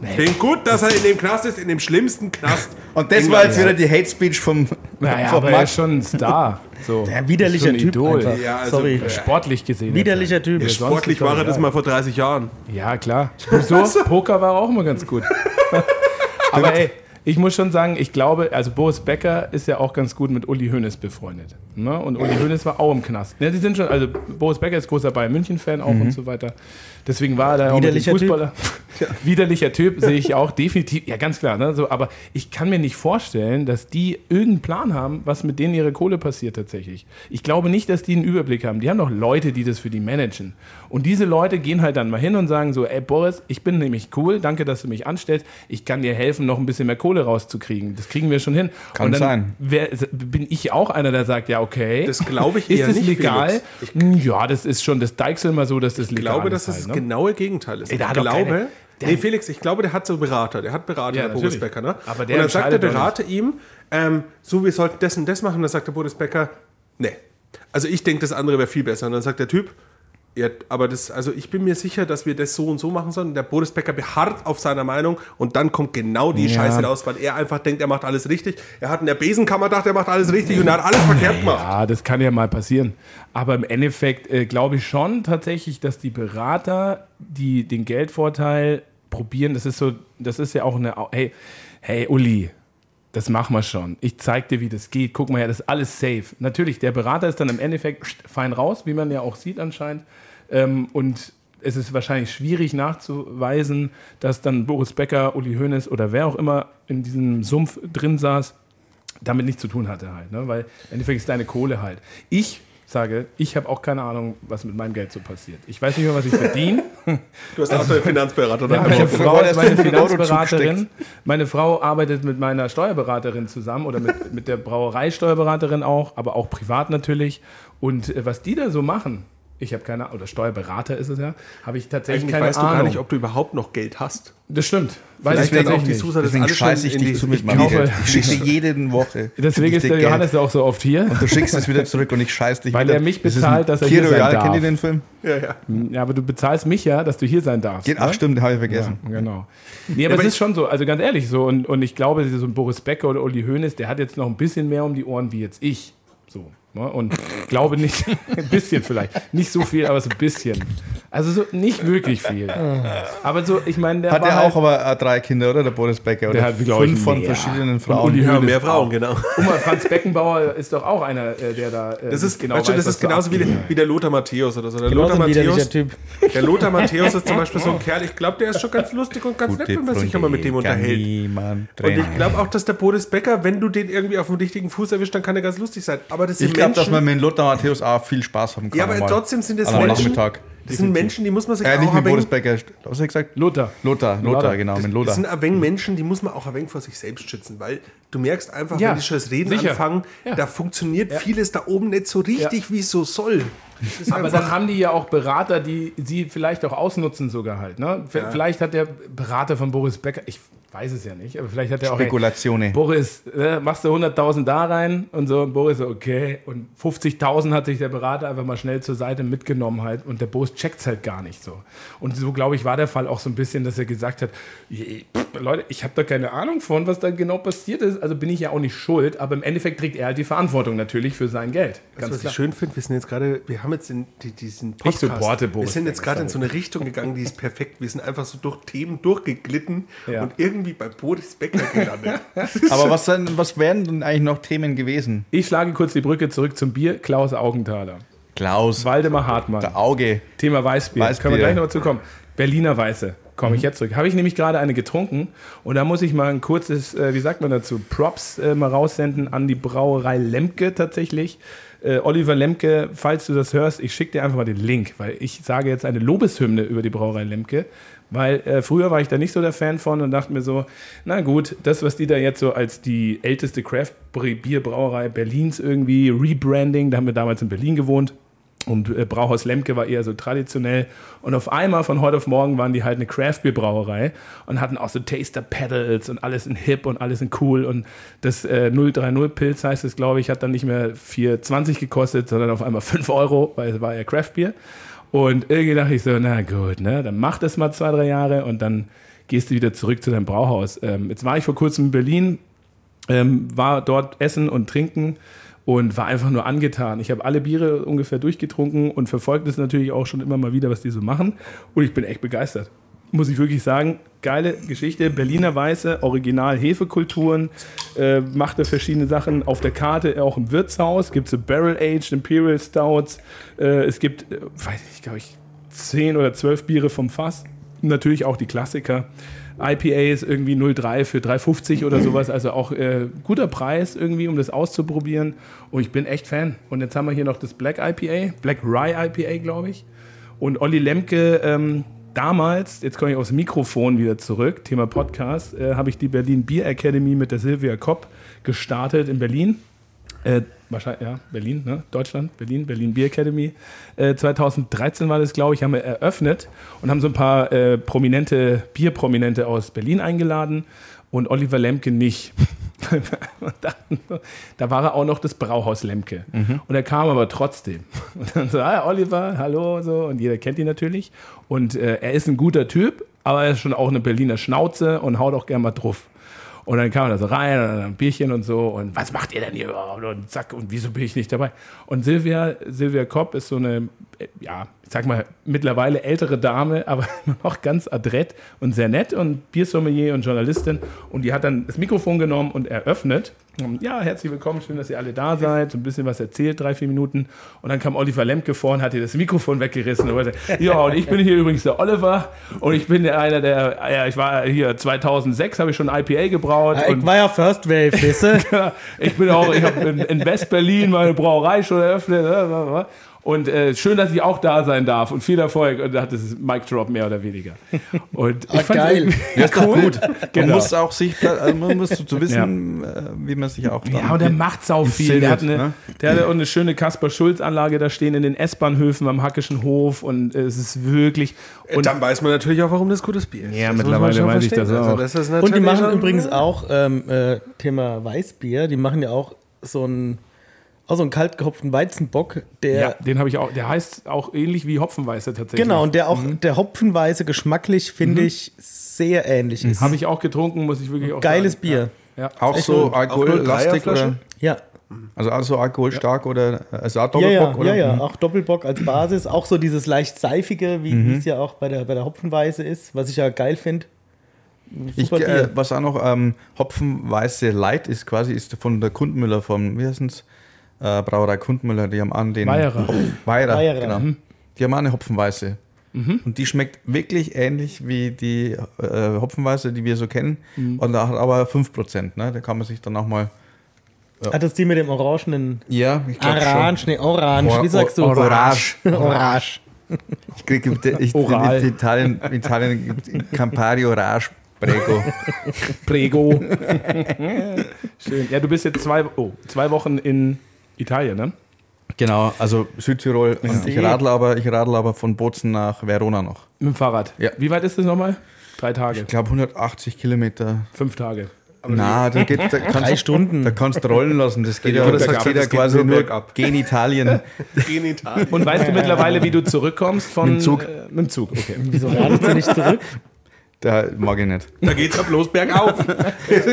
Speaker 3: Ich finde gut, dass er in dem Knast ist, in dem schlimmsten Knast.
Speaker 2: Und das war jetzt wieder die Hate Speech vom,
Speaker 1: Naja,
Speaker 2: vom
Speaker 1: aber er ist schon ein Star. So.
Speaker 4: Ja, widerlicher
Speaker 1: Ist schon ein
Speaker 4: Typ.
Speaker 1: Idol.
Speaker 4: Einfach.
Speaker 3: Ja, also,
Speaker 4: Sorry.
Speaker 3: äh,
Speaker 1: Sportlich gesehen.
Speaker 4: widerlicher Typ.
Speaker 1: Ja, sonst
Speaker 3: Sportlich
Speaker 1: ist doch
Speaker 3: war er das
Speaker 1: egal.
Speaker 3: mal vor 30 Jahren.
Speaker 1: Ja, klar. So,
Speaker 4: Also-
Speaker 1: Poker war auch immer ganz gut. Aber ey, ich muss schon sagen, ich glaube, also Boris Becker ist ja auch ganz gut mit Uli Hoeneß befreundet. Ne? Und Uli Hoeneß war auch im Knast. Ne, die sind schon, also Boris Becker ist großer Bayern München-Fan auch und so weiter. Deswegen war er da auch mit dem
Speaker 4: Mhm. Widerlicher Typ.
Speaker 1: Fußballer. Widerlicher Typ sehe ich auch definitiv. Ja, ganz klar. Ne? So, aber ich kann mir nicht vorstellen, dass die irgendeinen Plan haben, was mit denen ihre Kohle passiert tatsächlich. Ich glaube nicht, dass die einen Überblick haben. Die haben doch Leute, die das für die managen. Und diese Leute gehen halt dann mal hin und sagen so, ey Boris, ich bin nämlich cool, danke, dass du mich anstellst. Ich kann dir helfen, noch ein bisschen mehr Kohle rauszukriegen. Das kriegen wir schon hin.
Speaker 2: Kann
Speaker 1: und dann
Speaker 2: sein.
Speaker 1: Wär, bin ich auch einer, der sagt, ja, okay.
Speaker 3: Das glaube ich
Speaker 1: Ist
Speaker 3: eher
Speaker 1: das
Speaker 3: nicht,
Speaker 1: legal?
Speaker 3: Felix.
Speaker 1: Hm, ja, das ist schon, das deichsel mal so, dass das
Speaker 3: Ich
Speaker 1: legal
Speaker 3: glaube,
Speaker 1: ist.
Speaker 3: dass das das
Speaker 1: halt, ne?
Speaker 3: genaue Gegenteil ist.
Speaker 1: Ey, der
Speaker 3: ich
Speaker 1: hat doch
Speaker 3: glaube,
Speaker 1: keine-
Speaker 3: nee, Felix, ich glaube, der hat so einen Berater. Der hat Berater,
Speaker 1: Ja,
Speaker 3: der Boris
Speaker 1: natürlich.
Speaker 3: Becker. Ne?
Speaker 1: Aber der
Speaker 3: und dann sagt der
Speaker 1: entscheidet doch
Speaker 3: Berater ihm, ähm, so, wir sollten das und das machen. Und dann sagt der Boris Becker, nee. Also ich denke, das andere wäre viel besser. Und dann sagt der Typ, ja, aber das, also ich bin mir sicher, dass wir das so und so machen sollen. Und Der Boris Becker beharrt auf seiner Meinung und dann kommt genau die Scheiße raus, weil er einfach denkt, er macht alles richtig. Er hat in der Besenkammer gedacht, er macht alles richtig und er hat alles verkehrt gemacht.
Speaker 1: Ja, das kann ja mal passieren. Aber im Endeffekt äh, glaube ich schon tatsächlich, dass die Berater, die den Geldvorteil probieren, das ist so, das ist ja auch eine. Au- Hey, hey Uli, das machen wir schon. Ich zeig dir, wie das geht. Guck mal her, das ist alles safe. Natürlich, der Berater ist dann im Endeffekt pst, fein raus, wie man ja auch sieht anscheinend. Ähm, und es ist wahrscheinlich schwierig nachzuweisen, dass dann Boris Becker, Uli Hoeneß oder wer auch immer in diesem Sumpf drin saß damit nichts zu tun hatte halt, ne? weil im Endeffekt ist deine Kohle halt. Ich sage, ich habe auch keine Ahnung, was mit meinem Geld so passiert. Ich weiß nicht mehr, was ich verdiene.
Speaker 3: Du hast auch so einen Finanzberater.
Speaker 1: Ja, meine
Speaker 2: Euro-
Speaker 1: Frau ist meine
Speaker 2: Euro
Speaker 1: Finanzberaterin. Meine Frau arbeitet mit meiner Steuerberaterin zusammen oder mit, mit der Brauereisteuerberaterin auch, aber auch privat natürlich. Und äh, was die da so machen, ich habe keine Ahnung, oder Steuerberater ist es ja, habe ich tatsächlich
Speaker 3: Eigentlich
Speaker 1: keine
Speaker 3: weißt
Speaker 1: Ahnung.
Speaker 3: du gar nicht, ob du überhaupt noch Geld hast.
Speaker 1: das stimmt. Weiß ich
Speaker 3: Vielleicht
Speaker 1: tatsächlich
Speaker 3: hat auch die
Speaker 1: nicht.
Speaker 3: Susa das
Speaker 2: Deswegen
Speaker 3: alles
Speaker 2: scheiße
Speaker 3: schon
Speaker 2: ich
Speaker 3: in die-
Speaker 2: dich zu mit
Speaker 3: Ich
Speaker 2: meinem
Speaker 1: kaufe-
Speaker 2: Geld. Ich schicke dir jeden Woche. schicke
Speaker 1: Deswegen
Speaker 2: ich
Speaker 1: ist
Speaker 2: dir
Speaker 1: der
Speaker 2: Geld.
Speaker 1: Johannes auch so oft hier.
Speaker 2: Du schickst es wieder zurück und ich scheiß dich
Speaker 1: Weil
Speaker 2: wieder.
Speaker 1: er mich
Speaker 2: Das ist
Speaker 1: bezahlt,
Speaker 2: ein
Speaker 1: dass er hier
Speaker 2: Key
Speaker 1: sein
Speaker 2: Royale,
Speaker 1: darf.
Speaker 2: kennt ihr den Film?
Speaker 3: Ja, ja.
Speaker 1: Ja, aber du bezahlst mich ja, dass du hier sein darfst.
Speaker 2: Geht, ach
Speaker 1: ne?
Speaker 2: stimmt, habe ich vergessen.
Speaker 1: Genau. Nee, aber
Speaker 3: aber
Speaker 1: es
Speaker 3: ich-
Speaker 1: ist schon so, also ganz ehrlich so. Und, und ich glaube, so ein Boris Becker oder Uli Hoeneß, der hat jetzt noch ein bisschen mehr um die Ohren wie jetzt ich. So. Ne? Und glaube nicht, ein bisschen vielleicht. Nicht so viel, aber so ein bisschen. Also so nicht wirklich viel. Aber so, ich meine, der
Speaker 2: Hat
Speaker 1: war
Speaker 2: er
Speaker 1: halt,
Speaker 2: auch aber äh, drei Kinder, oder? Der Boris Becker. Oder
Speaker 1: Der hat, glaub ich,
Speaker 2: fünf von
Speaker 1: mehr.
Speaker 2: verschiedenen
Speaker 1: Und
Speaker 2: Frauen.
Speaker 1: Uli
Speaker 3: Ja,
Speaker 1: Hoeneß
Speaker 3: mehr Frauen, genau.
Speaker 1: Guck mal, Franz Beckenbauer ist doch auch einer, äh, der da. äh,
Speaker 3: Das ist,
Speaker 1: nicht
Speaker 3: weißt du,
Speaker 1: weiß,
Speaker 3: das
Speaker 1: was
Speaker 3: ist
Speaker 1: da
Speaker 3: genauso wie,
Speaker 1: abgeht.
Speaker 3: der- wie der Lothar Matthäus oder so. Der
Speaker 4: Genauso
Speaker 3: Lothar,
Speaker 4: ein widerlicher
Speaker 3: Matthäus,
Speaker 4: Typ.
Speaker 3: der Lothar Matthäus ist zum Beispiel so ein Kerl, ich glaube, der ist schon ganz lustig und ganz nett, wenn man sich immer mit dem unterhält. Und ich glaube auch, dass der Boris Becker, wenn du den irgendwie auf dem richtigen Fuß erwischt, dann kann er ganz lustig sein. Aber das sind
Speaker 2: Ich glaube, dass
Speaker 3: Menschen,
Speaker 2: man mit Lothar Matthäus auch viel Spaß haben kann.
Speaker 3: ja, aber
Speaker 2: einmal.
Speaker 3: trotzdem sind das
Speaker 2: An einem
Speaker 3: Menschen,
Speaker 2: Nachmittag.
Speaker 3: das sind Menschen, die muss man sich
Speaker 2: Äh, nicht
Speaker 3: auch ein
Speaker 2: mit Boris
Speaker 3: wenig,
Speaker 2: Becker. Was hast du gesagt?
Speaker 1: Lothar.
Speaker 2: Lothar, Lothar,
Speaker 1: Lothar.
Speaker 2: genau, mit
Speaker 3: das
Speaker 2: Lothar.
Speaker 3: sind ein wenig Menschen, die muss man auch ein wenig vor sich selbst schützen, weil du merkst einfach,
Speaker 1: Ja,
Speaker 3: wenn die schon das Reden
Speaker 1: sicher.
Speaker 3: anfangen,
Speaker 1: Ja.
Speaker 3: da funktioniert vieles da oben nicht so richtig, wie es so soll. Das ist
Speaker 1: Aber
Speaker 3: einfach-
Speaker 1: dann haben die ja auch Berater, die sie vielleicht auch ausnutzen sogar halt. Ne? V- Vielleicht hat der Berater von Boris Becker, ich weiß es ja nicht, aber vielleicht hat er auch... ey,
Speaker 2: Spekulatione.
Speaker 1: Boris, äh, machst du 100.000 da rein und so. Und Boris so, okay. Und 50.000 hat sich der Berater einfach mal schnell zur Seite mitgenommen halt. Und der Boris checkt es halt gar nicht so. Und so, glaube ich, war der Fall auch so ein bisschen, dass er gesagt hat, "Je- pff, Leute, ich habe da keine Ahnung von, was da genau passiert ist. Also bin ich ja auch nicht schuld. Aber im Endeffekt trägt er halt die Verantwortung natürlich für sein Geld.
Speaker 3: Weißt du, was
Speaker 1: klar.
Speaker 3: ich schön finde, wir sind jetzt gerade, wir haben jetzt in die, diesen
Speaker 1: Ich
Speaker 3: Podcast.
Speaker 1: supporte
Speaker 3: wir
Speaker 1: Boris
Speaker 3: sind jetzt
Speaker 1: Becker,
Speaker 3: gerade in so eine Richtung gegangen, die ist perfekt. Wir sind einfach so durch Themen durchgeglitten
Speaker 1: Ja.
Speaker 3: und irgendwie bei Boris Becker gelandet.
Speaker 2: Aber was, denn, was wären denn eigentlich noch Themen gewesen?
Speaker 1: Ich schlage kurz die Brücke zurück zum Bier. Klaus Augenthaler.
Speaker 2: Klaus,
Speaker 1: Waldemar Hartmann.
Speaker 2: Auge.
Speaker 1: Thema Weißbier.
Speaker 2: Weißbier.
Speaker 1: Können wir gleich noch dazu kommen. Berliner Weiße. komme ich jetzt zurück. Habe ich nämlich gerade eine getrunken und da muss ich mal ein kurzes, äh, wie sagt man dazu, Props äh, mal raussenden an die Brauerei Lemke tatsächlich. Äh, Oliver Lemke, falls du das hörst, ich schicke dir einfach mal den Link, weil ich sage jetzt eine Lobeshymne über die Brauerei Lemke, weil äh, früher war ich da nicht so der Fan von und dachte mir so, na gut, das, was die da jetzt so als die älteste Craft-Bierbrauerei Berlins irgendwie, Rebranding, da haben wir damals in Berlin gewohnt, und äh, Brauhaus Lemke war eher so traditionell. Und auf einmal von heute auf morgen waren die halt eine Craft-Bier-Brauerei und hatten auch so Taster-Pedals und alles in hip und alles in cool. Und das äh, 030-Pilz heißt es, glaube ich, hat dann nicht mehr 4,20 gekostet, sondern auf einmal 5 Euro, weil es war ja Craft-Bier. Und irgendwie dachte ich so, na gut, ne, dann mach das mal zwei, drei Jahre und dann gehst du wieder zurück zu deinem Brauhaus. Ähm, jetzt war ich vor kurzem in Berlin, ähm, war dort essen und trinken und war einfach nur angetan. Ich habe alle Biere ungefähr durchgetrunken und verfolgt es natürlich auch schon immer mal wieder, was die so machen. Und ich bin echt begeistert. Muss ich wirklich sagen, geile Geschichte. Berliner Weiße, Original Hefekulturen, äh, macht da verschiedene Sachen auf der Karte, auch im Wirtshaus. Gibt es so Barrel Aged Imperial Stouts. Äh, es gibt, äh, weiß ich, glaube ich, zehn oder zwölf Biere vom Fass. Natürlich auch die Klassiker. IPA ist irgendwie 0,3 für 3,50 oder sowas. Also auch äh, guter Preis irgendwie, um das auszuprobieren. Und ich bin echt Fan. Und jetzt haben wir hier noch das Black IPA, Black Rye IPA, glaube ich. Und Olli Lemke, ähm, damals, jetzt komme ich aufs Mikrofon wieder zurück, Thema Podcast, äh, habe ich die Berlin Beer Academy mit der Silvia Kopp gestartet in Berlin. Äh, wahrscheinlich, ja, Berlin, ne? Deutschland, Berlin, Berlin Beer Academy. Äh, 2013 war das, glaube ich, haben wir eröffnet und haben so ein paar äh, prominente, Bierprominente aus Berlin eingeladen und Oliver Lemke nicht. Und dachten so, da war er auch noch das Brauhaus Lemke. Und er kam aber trotzdem. Und dann so, ah, Oliver, hallo, so. Und jeder kennt ihn natürlich. Und äh, er ist ein guter Typ, aber er ist schon auch eine Berliner Schnauze und haut auch gerne mal drauf. Und dann kam er da so rein und dann ein Bierchen und so. Und was macht ihr denn hier überhaupt? Und zack, und wieso bin ich nicht dabei? Und Silvia, Silvia Kopp ist so eine, äh, ja, ich sag mal, mittlerweile ältere Dame, aber immer noch ganz adrett und sehr nett und Biersommelier und Journalistin. Und die hat dann das Mikrofon genommen und eröffnet. Und Ähm, Ja, herzlich willkommen, schön, dass ihr alle da seid. So ein bisschen was erzählt, drei, vier Minuten. Und dann kam Oliver Lemke vor und hat ihr das Mikrofon weggerissen. Und wollte, ja, und ich bin hier übrigens der Oliver und ich bin der einer der, ja, ich war hier 2006, habe ich schon IPA gebraut.
Speaker 4: Ja,
Speaker 1: und
Speaker 4: ich war ja First Wave, weißt du?
Speaker 1: ja, ich bin auch, ich habe in, in West-Berlin meine Brauerei schon eröffnet. ne? Und äh, schön, dass ich auch da sein darf und viel Erfolg. Und da hat es Mic Drop mehr oder weniger. Und ich
Speaker 4: Ah, geil.
Speaker 1: irgendwie-
Speaker 2: Ja, ist doch gut. Man
Speaker 1: Genau.
Speaker 2: muss auch sich, also man muss zu wissen, äh, wie man sich auch
Speaker 1: Ja, und der macht sau viel. Der hat, eine,
Speaker 2: ne?
Speaker 1: der hat auch eine schöne Kasper-Schulz-Anlage da stehen in den S-Bahnhöfen am Hackischen Hof und äh, es ist wirklich. Und
Speaker 3: dann weiß man natürlich auch, warum das gutes Bier ist.
Speaker 1: Ja,
Speaker 3: das muss
Speaker 1: mittlerweile
Speaker 3: man schon
Speaker 1: weiß ich
Speaker 3: verstehen.
Speaker 1: Also das auch.
Speaker 3: das ist
Speaker 4: Und die
Speaker 3: natürlich
Speaker 4: machen
Speaker 3: schon-
Speaker 4: übrigens auch, ähm, äh, Thema Weißbier, die machen ja auch so einen, auch so einen kaltgehopften Weizenbock, der
Speaker 1: ja, den habe ich auch. Der heißt auch ähnlich wie Hopfenweißer tatsächlich.
Speaker 4: Genau, und der auch
Speaker 2: Mhm.
Speaker 4: der Hopfenweise geschmacklich, finde ich, sehr ähnlich
Speaker 2: Mhm.
Speaker 4: ist.
Speaker 1: Habe ich auch getrunken, muss ich wirklich auch
Speaker 4: Geiles
Speaker 1: sagen.
Speaker 4: Bier.
Speaker 1: Ja.
Speaker 2: Auch
Speaker 4: Echt
Speaker 2: so
Speaker 4: gut.
Speaker 2: alkohollastig
Speaker 3: Auch nur
Speaker 2: oder?
Speaker 3: Dreierflasche?
Speaker 4: Ja.
Speaker 2: Also, also alkoholstark oder äh, also auch
Speaker 4: Ja, ja,
Speaker 2: Doppelbock, oder?
Speaker 4: ja, ja, auch Doppelbock als Basis, auch so dieses leicht seifige, wie
Speaker 2: Mhm.
Speaker 4: wie es ja auch bei der, bei der Hopfenweise ist, was ich ja geil finde.
Speaker 2: Ich,
Speaker 4: Super
Speaker 2: äh,
Speaker 4: Bier.
Speaker 2: was auch noch ähm, Hopfenweiße Light ist quasi, ist von der Kundmüller von, wie heißt es? Äh, Brauerei Kundmüller, die haben an den
Speaker 1: Weierer.
Speaker 2: Hopfen- Weierer,
Speaker 4: Weierer,
Speaker 2: genau.
Speaker 4: mhm.
Speaker 2: Die haben auch eine Hopfenweiße. Und die schmeckt wirklich ähnlich wie die äh, Hopfenweiße, die wir so kennen.
Speaker 4: Mhm.
Speaker 2: Und da hat aber 5%, ne? Da kann man sich dann auch mal.
Speaker 4: Hat das die mit dem orangenen
Speaker 2: Ja, ich glaube schon.
Speaker 4: Orange, nee, Orange,
Speaker 2: Or-
Speaker 4: wie sagst du?
Speaker 2: Or- Orange.
Speaker 4: Orange.
Speaker 2: Ich krieg in, ich,
Speaker 1: Oral.
Speaker 2: in Italien, in Italien gibt's Campari Orange Prego.
Speaker 1: Prego. Schön. Ja, du bist jetzt zwei, oh, zwei Wochen in Italien, ne?
Speaker 2: Genau, also Südtirol. Und Ich radle, aber, ich radle aber von Bozen nach Verona noch.
Speaker 1: Mit dem Fahrrad.
Speaker 2: Ja.
Speaker 1: Wie weit ist das nochmal? Drei Tage,
Speaker 2: Ich glaube 180 Kilometer.
Speaker 1: fünf Tage.
Speaker 2: Na, da, geht, da, kannst,
Speaker 4: Drei Stunden.
Speaker 2: da kannst du rollen lassen. Das geht ja,
Speaker 3: wollte
Speaker 2: das
Speaker 3: gerade
Speaker 2: geht
Speaker 3: sagen,
Speaker 2: ja
Speaker 3: das geht
Speaker 2: quasi
Speaker 3: nur
Speaker 2: nur
Speaker 3: bergab.
Speaker 2: gegen Italien.
Speaker 3: Genital.
Speaker 1: Und weißt du mittlerweile, wie du zurückkommst von.
Speaker 2: Mit dem Zug.
Speaker 1: Äh, mit dem Zug, okay.
Speaker 4: Wieso radelt sie nicht zurück?
Speaker 2: Da mag ich nicht.
Speaker 3: Da geht's ja bloß bergauf.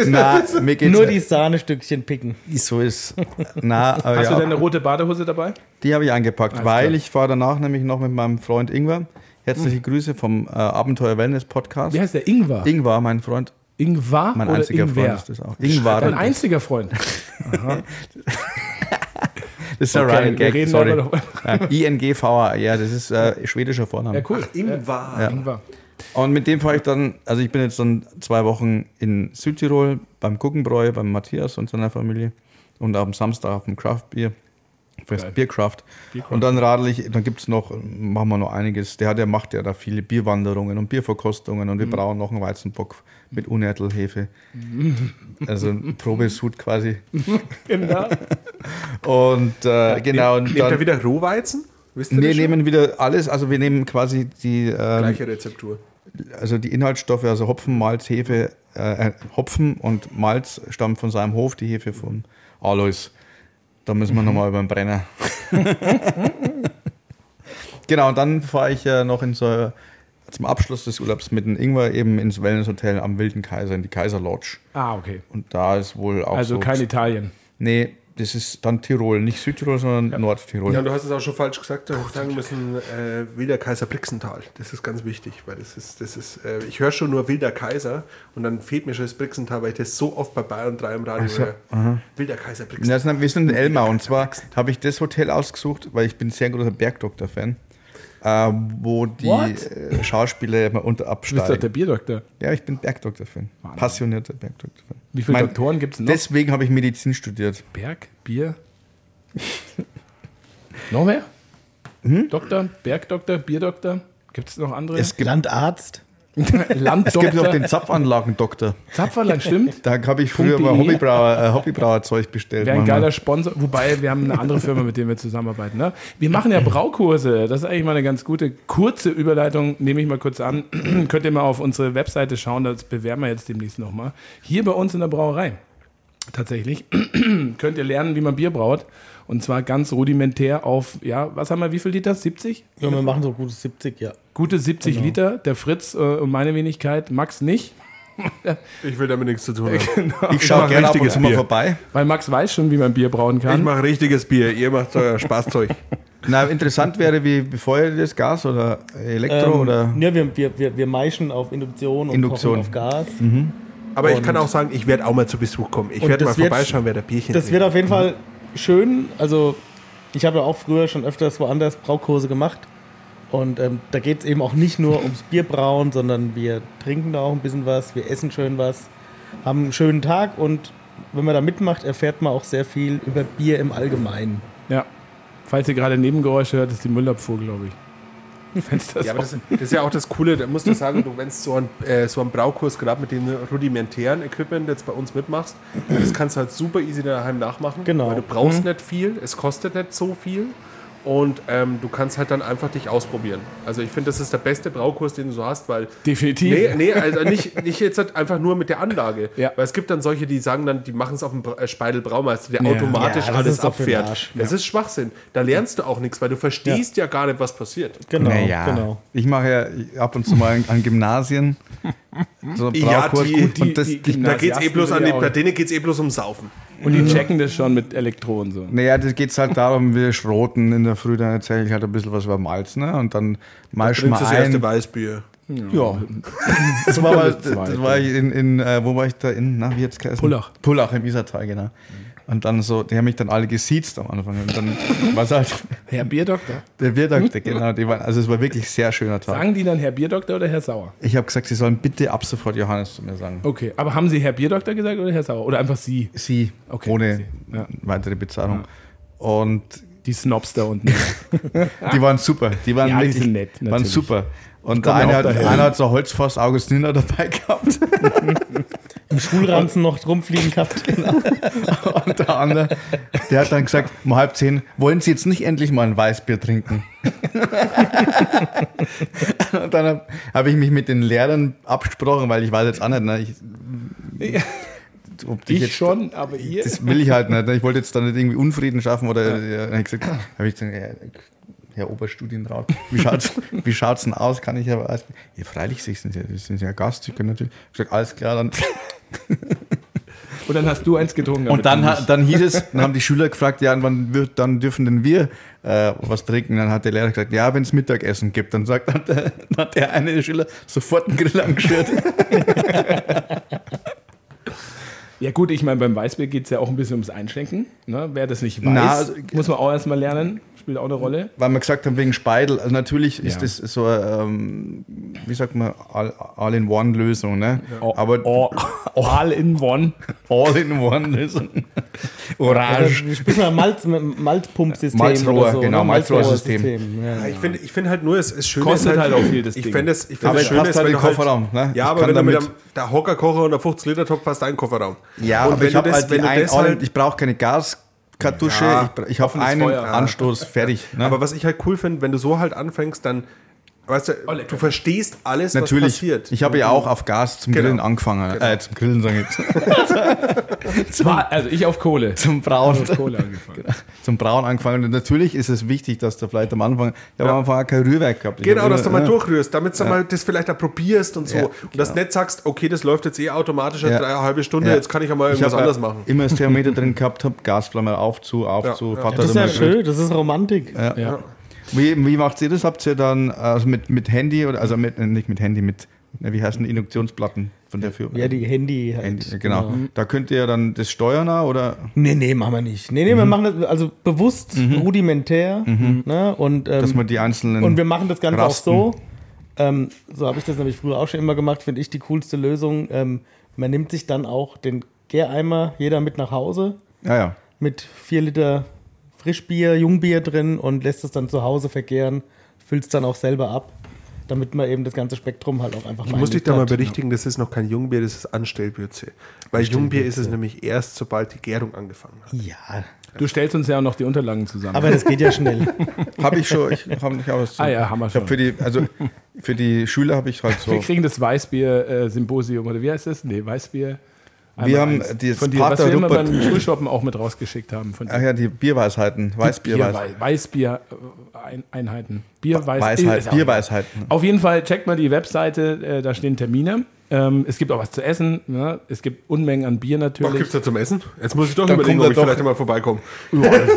Speaker 2: Na, mir geht's
Speaker 4: Nur die Sahnestückchen picken.
Speaker 2: So ist. Na, aber
Speaker 1: Hast
Speaker 2: ja,
Speaker 1: du deine rote Badehose dabei?
Speaker 2: die habe ich eingepackt, weil ich fahre danach nämlich noch mit meinem Freund Ingwer. Herzliche Grüße vom äh, Abenteuer Wellness Podcast.
Speaker 1: Wie heißt der? Ingwer.
Speaker 2: Ingwer, mein Freund,
Speaker 1: Ingwer
Speaker 2: mein
Speaker 1: oder
Speaker 2: einziger
Speaker 1: Ingwer?
Speaker 2: Freund ist das auch. Ingwer.
Speaker 1: Dein einziger Freund.
Speaker 2: Das ist ein
Speaker 1: Okay,
Speaker 2: Running
Speaker 1: wir
Speaker 2: Gag,
Speaker 1: reden
Speaker 2: sorry.
Speaker 1: darüber
Speaker 2: Ja, INGVA, ja, das ist äh, schwedischer Vorname.
Speaker 1: Ja, cool.
Speaker 3: Ingwer.
Speaker 1: Ingwer.
Speaker 2: Und mit dem fahre ich dann, also ich bin jetzt dann zwei Wochen in Südtirol beim Guggenbräu, beim Matthias und seiner Familie und am Samstag auf dem Craftbier. Fest Bierkraft. Und dann radel ich, dann gibt es noch, machen wir noch einiges. Der, der macht ja da viele Bierwanderungen und Bierverkostungen
Speaker 1: Mhm.
Speaker 2: und wir brauen noch einen Weizenbock mit Unertelhefe.
Speaker 1: Mhm.
Speaker 2: Also ein Probesud quasi.
Speaker 1: Genau.
Speaker 2: Und äh, genau, und
Speaker 3: Nehmt ihr
Speaker 2: dann,
Speaker 3: wieder Rohweizen? Wisst ihr
Speaker 2: wir
Speaker 3: das schon?
Speaker 2: nehmen wieder alles, also wir nehmen quasi die, ähm,
Speaker 3: Gleiche Rezeptur.
Speaker 2: also die Inhaltsstoffe, also Hopfen, Malz, Hefe, äh, äh, Hopfen und Malz stammen von seinem Hof, die Hefe von Alois. Da müssen
Speaker 3: Mhm.
Speaker 2: wir nochmal über den Brenner. genau, und dann fahre ich äh, noch in so, zum Abschluss des Urlaubs mit dem Ingwer eben ins Wellnesshotel am Wilden Kaiser, in die Kaiser Lodge.
Speaker 1: Ah, okay.
Speaker 2: Und da ist wohl auch
Speaker 1: Also
Speaker 2: so.
Speaker 1: kein Italien.
Speaker 2: nee, das ist dann Tirol, nicht Südtirol, sondern Nordtirol.
Speaker 3: Ja, du hast es auch schon falsch gesagt. Du hast sagen müssen, äh, Wilder Kaiser Brixental. Das ist ganz wichtig, weil das ist, das ist, äh, ich höre schon nur Wilder Kaiser und dann fehlt mir schon das Brixental, weil ich das so oft bei Bayern 3 im Radio höre. Wilder Kaiser
Speaker 2: Ja,
Speaker 3: Brixental.
Speaker 2: das sind, wir sind in Elma und zwar habe ich das Hotel ausgesucht, weil ich bin ein sehr großer Bergdoktor-Fan, äh, wo die
Speaker 1: What?
Speaker 2: äh, Schauspieler immer unter
Speaker 1: Du bist doch der
Speaker 2: absteigen.
Speaker 1: Bierdoktor.
Speaker 2: Ja, ich bin Bergdoktor-Fan.
Speaker 1: Wahnsinn.
Speaker 2: Passionierter Bergdoktor-Fan.
Speaker 1: Wie viele
Speaker 2: Mein-
Speaker 1: Doktoren gibt es noch?
Speaker 2: Deswegen habe ich Medizin studiert.
Speaker 1: Berg, Bier. noch mehr? Doktor, Bergdoktor, Bierdoktor. Gibt es noch andere?
Speaker 2: Hm? Es gibt,
Speaker 4: Landarzt.
Speaker 2: es gibt noch
Speaker 1: Landdoktor.
Speaker 2: den Zapfanlagen-Doktor.
Speaker 1: Zapferland, stimmt.
Speaker 2: Da habe ich früher
Speaker 1: Punkt.de.
Speaker 2: mal Hobbybrauer, äh, Hobbybrauerzeug bestellt.
Speaker 1: Wäre ein
Speaker 2: manchmal.
Speaker 1: geiler Sponsor. Wobei, wir haben eine andere Firma, mit der wir zusammenarbeiten. Ne? Wir machen ja Braukurse. Das ist eigentlich mal eine ganz gute, kurze Überleitung. Nehme ich mal kurz an. Könnt ihr mal auf unsere Webseite schauen. Das bewerben wir jetzt demnächst nochmal. Hier bei uns in der Brauerei. Tatsächlich. Könnt ihr lernen, wie man Bier braut. Und zwar ganz rudimentär auf, ja, was haben wir, wie viel Liter? 70?
Speaker 4: Ja, wir machen so gutes 70, ja.
Speaker 1: Gute 70
Speaker 3: Genau.
Speaker 1: Liter. Der Fritz äh, und meine Wenigkeit. Max nicht.
Speaker 3: Ich will damit nichts zu tun haben.
Speaker 2: ich
Speaker 3: Ich
Speaker 2: schaue
Speaker 3: mach
Speaker 2: gerne ab und
Speaker 3: richtiges
Speaker 2: zu mal
Speaker 3: Bier.
Speaker 2: vorbei.
Speaker 1: Weil Max weiß schon, wie man Bier brauen
Speaker 3: Ich
Speaker 1: kann.
Speaker 3: mache richtiges Bier. Ihr macht euer Spaßzeug.
Speaker 2: Na, interessant wäre, wie befeuert ihr das Gas oder Elektro
Speaker 4: Ähm,
Speaker 2: oder
Speaker 4: Ja, wir, wir, wir, wir meischen auf Induktion und
Speaker 2: Induktion.
Speaker 4: Kochen auf Gas.
Speaker 3: Aber ich kann auch sagen, ich werde auch mal zu Besuch kommen. Ich
Speaker 4: Und
Speaker 3: werde mal
Speaker 4: das wird-
Speaker 3: vorbeischauen, wer der Bierchen
Speaker 4: Das wird
Speaker 3: trinkt.
Speaker 4: auf jeden Fall schön. Also, ich habe ja auch früher schon öfters woanders Braukurse gemacht. Und ähm, da geht es eben auch nicht nur ums Bierbrauen, sondern wir trinken da auch ein bisschen was, wir essen schön was, haben einen schönen Tag und wenn man da mitmacht, erfährt man auch sehr viel über Bier im Allgemeinen.
Speaker 1: Ja. Falls ihr gerade Nebengeräusche hört, ist die Müllabfuhr, glaube ich. Fenster ist
Speaker 3: Ja, aber
Speaker 1: offen.
Speaker 3: das, das ist ja auch das Coole. Da musst du sagen, du, wenn du so einen äh, so einen Braukurs gerade mit dem rudimentären Equipment jetzt bei uns mitmachst, das kannst du halt super easy daheim nachmachen.
Speaker 4: Genau.
Speaker 3: Weil du brauchst nicht viel, es kostet nicht so viel und ähm, du kannst halt dann einfach dich ausprobieren. Also ich finde, das ist der beste Braukurs, den du so hast, weil
Speaker 1: Definitiv.
Speaker 3: Nee, nee, also nicht, nicht jetzt halt einfach nur mit der Anlage.
Speaker 1: Ja.
Speaker 3: Weil es gibt dann solche, die sagen dann, die machen es auf dem Bra- äh, Speidel Braumeister, der
Speaker 1: Ja.
Speaker 3: automatisch
Speaker 4: Ja, das
Speaker 3: alles
Speaker 4: ist doch für den
Speaker 3: abfährt.
Speaker 4: Arsch.
Speaker 3: Das ist Schwachsinn. Da lernst du auch nichts, weil du verstehst ja, gar nicht, was passiert.
Speaker 4: Genau,
Speaker 2: Naja,
Speaker 4: genau.
Speaker 2: ich mache ja ab und zu mal an Gymnasien so einen
Speaker 3: Ja,
Speaker 2: Braukurs.
Speaker 3: die-
Speaker 1: die-
Speaker 2: und das,
Speaker 1: die
Speaker 2: ich,
Speaker 1: Gymna-
Speaker 3: Da geht's eh bloß an
Speaker 1: Ja,
Speaker 3: die,
Speaker 1: auch.
Speaker 3: bei denen geht es eh bloß um Saufen.
Speaker 1: Und die checken das schon mit Elektro und so.
Speaker 2: naja, das geht halt darum, wir schroten in der Früh, dann erzähle ich halt ein bisschen was über Malz, ne? Und dann malschen wir ein.
Speaker 3: Weißbier.
Speaker 2: Ja. das war, mal, das,
Speaker 1: zweite.
Speaker 2: war ich in, in äh, wo war ich da in, na, wie jetzt geheißen?
Speaker 1: Pullach. Mhm.
Speaker 2: Pullach im Isartal, genau. Und dann so, die haben mich dann alle gesiezt am Anfang. Und dann war es halt
Speaker 1: Herr Bierdoktor?
Speaker 2: der Wirt, genau, die waren, also es war wirklich ein sehr schöner Tag.
Speaker 1: Sagen die dann Herr Bierdoktor oder Herr Sauer?
Speaker 2: Ich habe gesagt, sie sollen bitte ab sofort Johannes zu mir sagen.
Speaker 1: Okay, aber haben sie Herr Bierdoktor gesagt oder Herr Sauer? Oder einfach sie?
Speaker 2: Sie,
Speaker 1: Okay,
Speaker 2: ohne
Speaker 1: sie, ja.
Speaker 2: weitere Bezahlung. Und
Speaker 1: Die Snobs da unten.
Speaker 2: die waren super. Die waren
Speaker 1: Ja, die
Speaker 2: wirklich
Speaker 1: sind nett,
Speaker 2: waren
Speaker 1: natürlich.
Speaker 2: super. Und der
Speaker 1: komme
Speaker 2: eine
Speaker 1: ja
Speaker 2: hat,
Speaker 1: auch daher.
Speaker 2: einer hat so Holzfass Augustiner dabei gehabt.
Speaker 4: Im Schulranzen noch rumfliegen gehabt.
Speaker 2: Und der andere, der hat dann gesagt, um halb zehn, wollen Sie jetzt nicht endlich mal ein Weißbier trinken? Und dann habe hab ich mich mit den Lehrern abgesprochen, weil ich weiß jetzt auch nicht, ne, ich, ob die
Speaker 1: ich
Speaker 2: jetzt-
Speaker 1: schon, aber ihr?
Speaker 2: Das will ich halt nicht. ne? Ich wollte jetzt da nicht irgendwie Unfrieden schaffen oder ja. dann hab ich gesagt, habe ich gesagt, ja, Herr Oberstudienrat, wie schaut's, wie schaut's denn aus? Kann ich ja was? Ja, freilich, Sie sind ja, Sie sind ja Gast, Sie können natürlich. Ich hab gesagt, alles klar, dann.
Speaker 1: Und dann hast du eins getrunken.
Speaker 2: Und dann,
Speaker 1: damit
Speaker 2: hat- dann hieß es, dann haben die Schüler gefragt, ja, und wann wird, dann dürfen denn wir äh, was trinken? Dann hat der Lehrer gesagt, ja, wenn es Mittagessen gibt. Dann sagt, hat der, hat der eine Schüler sofort einen Grill angeschürt.
Speaker 1: du- Ja, gut, ich meine, beim Weißbier geht es ja auch ein bisschen ums Einschenken. Ne? Wer das nicht weiß,
Speaker 2: Na, also-
Speaker 1: muss man auch erstmal lernen. spielt auch eine Rolle.
Speaker 2: Weil wir gesagt haben, wegen Speidel, also natürlich ist
Speaker 1: Ja.
Speaker 2: das so, ähm, wie sagt man, All- All-in-One-Lösung, ne? Aber
Speaker 1: Oh, all in one.
Speaker 2: All-in-One-Lösung. Orange.
Speaker 4: Also, wir spielen mal Malz, Malzpumpsystem.
Speaker 2: Malzrohr,
Speaker 4: oder so,
Speaker 2: genau,
Speaker 4: ne?
Speaker 2: Malzrohrsystem.
Speaker 4: Malzrohrsystem, Ja.
Speaker 3: Ich finde ich find halt nur, es ist schön.
Speaker 1: Kostet halt auch viel, das
Speaker 3: ich
Speaker 1: Ding.
Speaker 3: Find es, ich find
Speaker 2: Aber
Speaker 3: es
Speaker 2: es
Speaker 3: schön,
Speaker 2: passt
Speaker 3: ist,
Speaker 2: halt
Speaker 3: wenn
Speaker 2: in
Speaker 3: du
Speaker 2: den Kofferraum, ne? Ich
Speaker 3: Ja, aber
Speaker 2: kann
Speaker 3: wenn du mit
Speaker 2: damit-
Speaker 3: einem der Hockerkocher und der 50-Liter-Topf passt ein Kofferraum.
Speaker 2: Ja,
Speaker 3: und
Speaker 2: aber
Speaker 3: wenn
Speaker 2: ich
Speaker 3: du
Speaker 2: habe
Speaker 3: das,
Speaker 2: halt
Speaker 3: wenn
Speaker 2: die
Speaker 3: du
Speaker 2: ein,
Speaker 3: das halt,
Speaker 2: All- ich brauche keine Gaskartusche,
Speaker 3: Ja,
Speaker 2: ich, bra- ich habe
Speaker 1: offenes
Speaker 2: einen
Speaker 1: Feuer.
Speaker 2: Anstoß, fertig. Ne?
Speaker 3: Aber was ich halt cool finde, wenn du so halt anfängst, dann, weißt du,
Speaker 1: lecker.
Speaker 3: du verstehst alles, was
Speaker 2: Natürlich.
Speaker 3: passiert.
Speaker 2: Ich habe ja auch auf Gas zum
Speaker 3: Genau.
Speaker 2: Grillen angefangen. Äh, zum Grillen sage ich. jetzt.
Speaker 1: Zwar, also ich auf Kohle.
Speaker 2: Zum Brauen.
Speaker 1: Kohle angefangen.
Speaker 2: zum Brauen angefangen. Und natürlich ist es wichtig, dass du vielleicht am Anfang, ich habe am Anfang auch kein Rührwerk gehabt. Ich
Speaker 3: Genau,
Speaker 2: hab
Speaker 3: dass du
Speaker 2: immer- ne?
Speaker 3: mal durchrührst, damit du mal das vielleicht auch probierst und so.
Speaker 2: Ja, genau.
Speaker 3: Und dass du nicht sagst, okay, das läuft jetzt eh automatisch
Speaker 2: Ja.
Speaker 3: eine drei, halbe Stunde,
Speaker 2: Ja.
Speaker 3: jetzt kann ich ja mal irgendwas
Speaker 2: hab, äh,
Speaker 3: anderes machen.
Speaker 2: Immer das Thermometer drin gehabt, habe Gasflamme auf zu, auf
Speaker 3: Ja,
Speaker 2: zu.
Speaker 3: ja.
Speaker 2: Vater
Speaker 4: Das ist
Speaker 2: hat
Speaker 4: ja
Speaker 2: immer gesagt,
Speaker 4: schön, das ist Romantik.
Speaker 1: Ja.
Speaker 2: Wie, wie macht ihr das? Habt ihr dann also mit, mit Handy oder also mit, äh, nicht mit Handy, mit äh, wie heißen die Induktionsplatten von der Firma?
Speaker 4: Ja, die Handy halt.
Speaker 2: Handy, genau. Da könnt ihr dann das steuern auch, oder
Speaker 4: Nee, nee, machen wir nicht. Nee, nee, wir machen das also bewusst rudimentär. Ne? Und, ähm,
Speaker 2: dass man die einzelnen.
Speaker 4: Und wir machen das Ganze
Speaker 2: Rasten.
Speaker 4: auch so. Ähm, so habe ich das nämlich früher auch schon immer gemacht, finde ich die coolste Lösung. Ähm, man nimmt sich dann auch den Gäreimer, jeder mit nach Hause,
Speaker 2: ja, ja.
Speaker 4: mit 4 Liter Frischbier, Jungbier drin und lässt es dann zu Hause vergären, füllt es dann auch selber ab, damit man eben das ganze Spektrum halt auch einfach mal.
Speaker 3: Ich muss dich
Speaker 4: erlebt
Speaker 3: da mal
Speaker 4: hat.
Speaker 3: berichtigen, das ist noch kein Jungbier, das ist Anstellbürze. Bei Jungbier ist es nämlich erst, sobald die Gärung angefangen hat.
Speaker 4: Ja,
Speaker 1: Du stellst uns ja auch noch die Unterlagen zusammen.
Speaker 4: aber das geht ja schnell.
Speaker 2: Habe ich schon, ich habe nicht auch was zu.
Speaker 1: Ah ja, haben wir
Speaker 2: Ich hab
Speaker 1: schon.
Speaker 2: für die, also für die Schüler habe ich halt so.
Speaker 1: wir kriegen das Weißbier-Symposium oder wie heißt das? Nee, Weißbier.
Speaker 2: Wir haben dieses
Speaker 1: von dir, was
Speaker 2: Pater
Speaker 1: wir immer
Speaker 2: Rupert-
Speaker 1: beim Schulshoppen auch mit rausgeschickt haben. Von
Speaker 2: Ach ja, die Bierweisheiten, Weißbierweisheiten.
Speaker 1: Bier, Weißbier-Einheiten. Bier, Weiß,
Speaker 2: Weisheit,
Speaker 1: ist auch-
Speaker 2: Bierweisheiten.
Speaker 1: Auf jeden Fall checkt mal die Webseite, äh, da stehen Termine. Ähm, es gibt auch was zu essen. Ne? Es gibt Unmengen an Bier
Speaker 3: Was
Speaker 1: natürlich.
Speaker 3: gibt's da zum Essen? Jetzt muss ich doch
Speaker 2: Dann
Speaker 3: überlegen,
Speaker 2: kommt er
Speaker 3: ob ich
Speaker 2: doch.
Speaker 3: vielleicht mal vorbeikomme.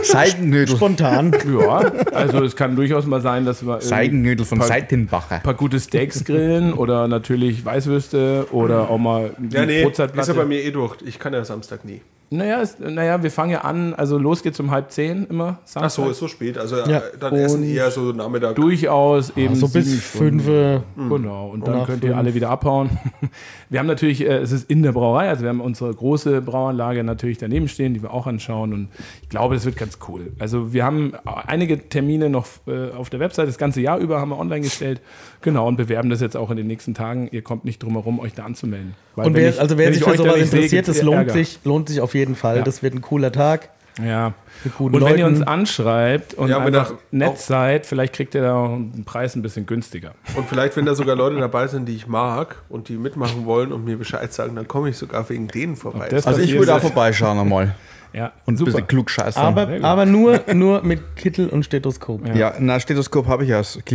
Speaker 2: Seidennödel.
Speaker 4: Spontan.
Speaker 1: Ja, also es kann durchaus mal sein, dass wir ein
Speaker 2: Seidennödel von Seitenbacher.
Speaker 1: paar gute Steaks grillen oder natürlich Weißwürste oder auch mal
Speaker 3: Ja, nee, ist ja bei
Speaker 1: Brotzeitplatte.
Speaker 3: mir eh durch. Ich kann ja Samstag nie.
Speaker 1: Naja, ist, naja, wir fangen ja an, also los geht's um halb zehn immer.
Speaker 3: Ach
Speaker 1: Samstag.
Speaker 3: so, ist so spät. Also
Speaker 4: Ja.
Speaker 3: äh, dann essen
Speaker 1: Und
Speaker 3: eher so Nachmittag.
Speaker 1: Durchaus eben
Speaker 4: Ah, so Also bis
Speaker 1: sieben Stunden.
Speaker 4: fünf. äh,
Speaker 3: Hm.
Speaker 1: Genau, und dann
Speaker 4: nach
Speaker 1: könnt ihr
Speaker 4: fünf.
Speaker 1: alle wieder abhauen. Wir haben natürlich, äh, es ist in der Brauerei, also wir haben unsere große Brauanlage natürlich daneben stehen, die wir auch anschauen und ich glaube, das wird ganz cool. Also wir haben einige Termine noch äh, auf der Website, das ganze Jahr über haben wir online gestellt, genau, und bewerben das jetzt auch in den nächsten Tagen. Ihr kommt nicht drum herum, euch da anzumelden. Weil
Speaker 4: Und
Speaker 1: wenn
Speaker 4: wer,
Speaker 1: ich-
Speaker 4: also
Speaker 1: wenn
Speaker 4: wer
Speaker 1: ich
Speaker 4: sich für
Speaker 1: euch da
Speaker 4: sowas
Speaker 1: nicht sehe,
Speaker 4: interessiert,
Speaker 1: gibt's
Speaker 4: das lohnt
Speaker 1: Ärger.
Speaker 4: sich, lohnt sich auf jeden Fall.
Speaker 1: Ja.
Speaker 4: Das wird ein cooler Tag.
Speaker 1: Ja.
Speaker 4: Mit
Speaker 1: Und
Speaker 4: guten
Speaker 1: wenn ihr
Speaker 4: Leuten.
Speaker 1: uns anschreibt und
Speaker 3: Ja, wenn
Speaker 1: einfach
Speaker 3: ihr auch-
Speaker 1: nett seid, vielleicht kriegt ihr da auch einen Preis ein bisschen günstiger.
Speaker 3: Und vielleicht, wenn da sogar Leute dabei sind, die ich mag und die mitmachen wollen und mir Bescheid sagen, dann komme ich sogar wegen denen vorbei.
Speaker 1: das-
Speaker 2: Also ich
Speaker 1: passiert
Speaker 2: würde auch
Speaker 1: ist.
Speaker 2: vorbeischauen einmal.
Speaker 1: Ja,
Speaker 2: Und ein
Speaker 1: super.
Speaker 2: bisschen klug scheißen.
Speaker 1: sehr
Speaker 4: Aber,
Speaker 1: gut.
Speaker 4: aber nur, nur mit Kittel und Stethoskop. Ja.
Speaker 2: ja, na, Stethoskop habe ich als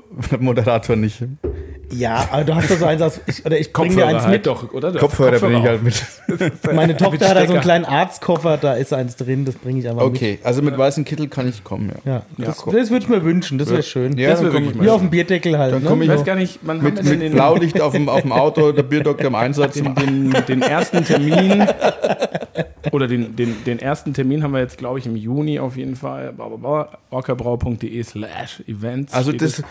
Speaker 2: Klinikradio-Moderator nicht.
Speaker 4: aber du hast doch so eins aus. Ich, oder ich bring dir
Speaker 1: Kopfhörer
Speaker 4: eins
Speaker 1: halt
Speaker 4: mit.
Speaker 1: doch, oder? Du hast
Speaker 2: Kopfhörer bringe ich
Speaker 1: auch.
Speaker 2: halt mit.
Speaker 4: Meine Tochter hat da so
Speaker 1: Stecker.
Speaker 4: einen kleinen Arztkoffer, da ist eins drin, das bringe ich einfach
Speaker 2: Okay, also mit weißem Kittel kann ich kommen, ja.
Speaker 4: mit. Ja, das,
Speaker 2: cool.
Speaker 4: das würde ich mir wünschen, das wäre schön.
Speaker 2: Ja,
Speaker 1: Das
Speaker 2: dann
Speaker 1: wäre
Speaker 2: komm
Speaker 1: wirklich
Speaker 2: ich
Speaker 1: mal
Speaker 4: Wie auf dem Bierdeckel halt.
Speaker 2: Dann
Speaker 4: ne?
Speaker 2: komm ich
Speaker 1: Ich weiß
Speaker 2: noch
Speaker 1: gar nicht, wann haben wir
Speaker 2: mit,
Speaker 1: denn
Speaker 2: mit
Speaker 1: den,
Speaker 2: Blaulicht auf dem, auf dem Auto, der Bierdoktor im Einsatz.
Speaker 1: den, den, den ersten Termin oder den, den, den ersten Termin haben wir jetzt, glaube ich, im Juni auf jeden Fall. orcabrau.de slash events.
Speaker 2: Also
Speaker 1: steht
Speaker 2: das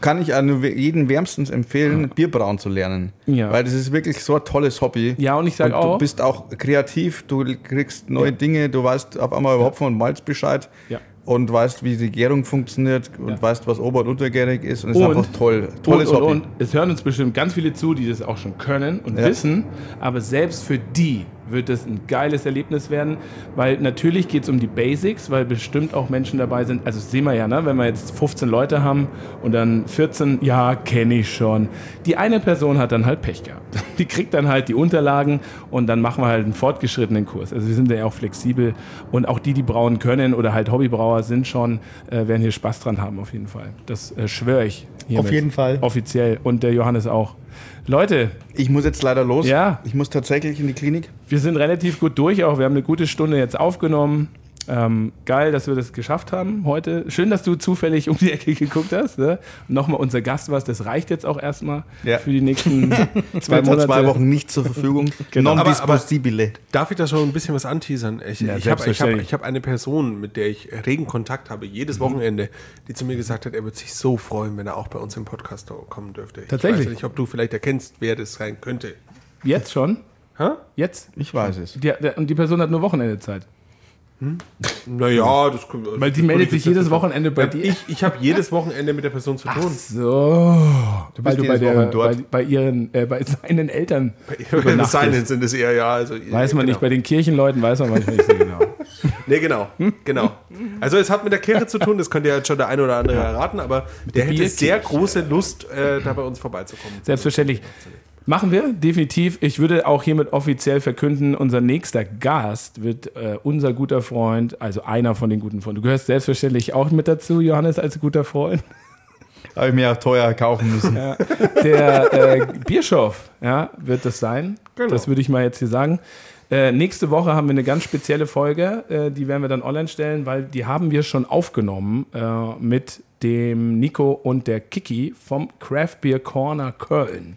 Speaker 2: kann ich auch nur we- jedem wärmstens empfehlen, Bierbrauen zu lernen.
Speaker 1: Ja.
Speaker 2: Weil das ist wirklich so ein tolles Hobby.
Speaker 1: Ja, und ich sag
Speaker 2: Du
Speaker 1: auch-
Speaker 2: bist auch kreativ, du kriegst neue Dinge, du weißt auf einmal überhaupt von Malz Bescheid.
Speaker 1: Ja.
Speaker 2: Und weißt, wie die Gärung funktioniert und
Speaker 1: Ja.
Speaker 2: weißt, was ober- und untergärig ist. Und es ist
Speaker 1: Und-
Speaker 2: einfach toll.
Speaker 1: und,
Speaker 2: Tolles
Speaker 1: und,
Speaker 2: Hobby.
Speaker 1: und es hören uns bestimmt ganz viele zu, die das auch schon können und
Speaker 2: Ja.
Speaker 1: wissen, aber selbst für die wird es ein geiles Erlebnis werden, weil natürlich geht es um die Basics, weil bestimmt auch Menschen dabei sind, also das sehen wir ja, ne? wenn wir jetzt 15 Leute haben und dann 14, ja, kenne ich schon. Die eine Person hat dann halt Pech gehabt. Die kriegt dann halt die Unterlagen und dann machen wir halt einen fortgeschrittenen Kurs. Also wir sind da ja auch flexibel und auch die, die brauen können oder halt Hobbybrauer sind schon, äh, werden hier Spaß dran haben auf jeden Fall. Das äh, schwöre ich. Hiermit.
Speaker 4: Auf jeden Fall.
Speaker 1: Offiziell. Und der Johannes auch. Leute,
Speaker 2: Ich muss jetzt leider los.
Speaker 1: Ja.
Speaker 2: Ich muss tatsächlich in die Klinik.
Speaker 1: wir sind relativ gut durch auch. Wir haben eine gute Stunde jetzt aufgenommen. Ähm, geil, dass wir das geschafft haben heute. Schön, dass du zufällig um die Ecke geguckt hast. Ne? Nochmal unser Gast warst, das reicht jetzt auch erstmal
Speaker 2: Ja.
Speaker 1: für die nächsten zwei
Speaker 2: Zwei,
Speaker 1: Monate.
Speaker 2: zwei Wochen nicht zur Verfügung.
Speaker 1: Genau.
Speaker 3: Aber- aber-
Speaker 2: Non-disposibile.
Speaker 3: Darf ich da schon ein bisschen was anteasern? Ich,
Speaker 1: Ja,
Speaker 3: ich habe ich hab,
Speaker 1: selbstverständlich. Mhm.
Speaker 3: ich hab eine Person, mit der ich regen Kontakt habe, jedes Wochenende, die zu mir gesagt hat, er würde sich so freuen, wenn er auch bei uns im Podcast kommen dürfte. Ich
Speaker 1: Tatsächlich?
Speaker 3: weiß nicht, ob du vielleicht erkennst, wer das sein könnte.
Speaker 1: Jetzt schon?
Speaker 3: Hä?
Speaker 1: Jetzt?
Speaker 2: Ich weiß es.
Speaker 1: Die, der, und die Person hat nur Wochenende Zeit.
Speaker 3: Naja, das können wir.
Speaker 1: Weil die meldet sich jedes Wochenende bei dir.
Speaker 3: Ich, ich habe jedes Wochenende mit der Person zu tun.
Speaker 1: So. weil du bei,
Speaker 2: jedes
Speaker 1: der,
Speaker 2: Wochenende dort.
Speaker 1: bei, bei, ihren, äh, bei seinen Eltern übernachtest.
Speaker 3: Seinen sind es eher, ja. Also,
Speaker 1: Weiß man
Speaker 3: genau.
Speaker 1: nicht, bei den Kirchenleuten weiß man manchmal nicht so genau.
Speaker 3: Nee, genau, genau. Also es hat mit der Kirche zu tun, das könnte ja jetzt schon der eine oder andere erraten, aber der hätte
Speaker 1: Bierkirche.
Speaker 3: sehr große Lust, äh, da bei uns vorbeizukommen.
Speaker 1: Selbstverständlich. Machen wir, definitiv. Ich würde auch hiermit offiziell verkünden, unser nächster Gast wird äh, unser guter Freund, also einer von den guten Freunden. Du gehörst selbstverständlich auch mit dazu, Johannes, als guter Freund.
Speaker 2: Habe ich mir auch teuer kaufen müssen.
Speaker 1: Der äh, Bischof ja, wird das sein.
Speaker 3: Genau.
Speaker 1: Das würde ich mal jetzt hier sagen. Äh, nächste Woche haben wir eine ganz spezielle Folge, äh, die werden wir dann online stellen, weil die haben wir schon aufgenommen äh, mit dem Nico und der Kiki vom Craft Beer Corner Köln.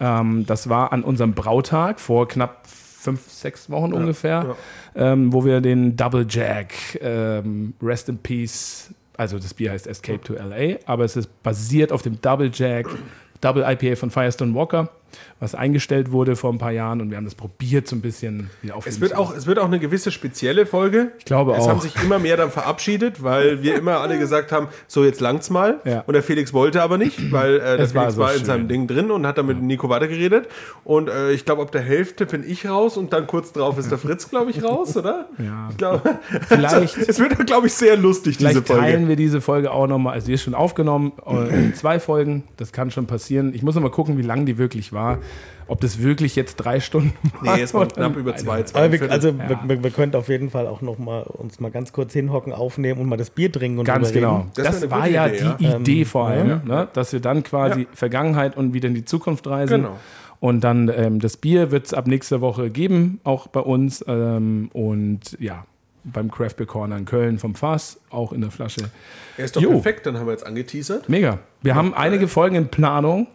Speaker 1: Ähm, das war an unserem Brautag vor knapp fünf, sechs Wochen ungefähr, Ähm, wo wir den Double Jack ähm, Rest in Peace, also das Bier heißt Escape to LA, aber es ist basiert auf dem Double Jack Double IPA von Firestone Walker, was eingestellt wurde vor ein paar Jahren und wir haben das probiert so ein bisschen wieder auf.
Speaker 3: Es wird, auch, es wird auch eine gewisse spezielle Folge.
Speaker 1: Ich glaube
Speaker 3: es
Speaker 1: auch.
Speaker 3: haben sich immer mehr dann verabschiedet, weil wir immer alle gesagt haben, so jetzt langt's mal.
Speaker 1: Ja.
Speaker 3: Und der Felix wollte aber nicht, weil äh, der
Speaker 1: Es war
Speaker 3: Felix
Speaker 1: so
Speaker 3: war, in
Speaker 1: schön.
Speaker 3: seinem Ding drin und hat dann mit Nico weitergeredet. Und äh, ich glaube, ab der Hälfte bin ich raus und dann kurz drauf ist der Fritz, glaube ich, raus, oder?
Speaker 1: Ja.
Speaker 3: Ich glaube,
Speaker 1: Vielleicht-
Speaker 3: es wird, glaube ich, sehr lustig, diese
Speaker 1: Vielleicht
Speaker 3: Folge.
Speaker 1: teilen wir diese Folge auch nochmal. Also die ist schon aufgenommen äh, in zwei Folgen. Das kann schon passieren. Ich muss nochmal gucken, wie lang die wirklich war. Ob das wirklich jetzt drei Stunden war. ähm,
Speaker 3: Nee, es war
Speaker 1: oder-
Speaker 3: knapp über zwei, zwei
Speaker 4: Aber wir, also
Speaker 1: Ja.
Speaker 4: wir, wir, wir könnten auf jeden Fall auch noch mal uns mal ganz kurz hinhocken, aufnehmen und mal das Bier trinken und
Speaker 1: Ganz
Speaker 4: drüber
Speaker 1: genau.
Speaker 4: reden. Ähm,
Speaker 3: Das
Speaker 1: Das,
Speaker 3: wäre eine
Speaker 1: war
Speaker 3: gute
Speaker 1: ja
Speaker 3: Idee,
Speaker 1: die Idee vor allem, ne? dass wir dann quasi Vergangenheit und wieder in die Zukunft reisen.
Speaker 3: Genau.
Speaker 1: Und dann ähm, das Bier wird es ab nächster Woche geben, auch bei uns. Ähm, und ja, beim Craft Beer Corner in Köln vom Fass, auch in der Flasche.
Speaker 3: Er ist doch
Speaker 1: Jo.
Speaker 3: perfekt, dann haben wir jetzt angeteasert.
Speaker 1: Mega. Wir haben einige Folgen in Planung.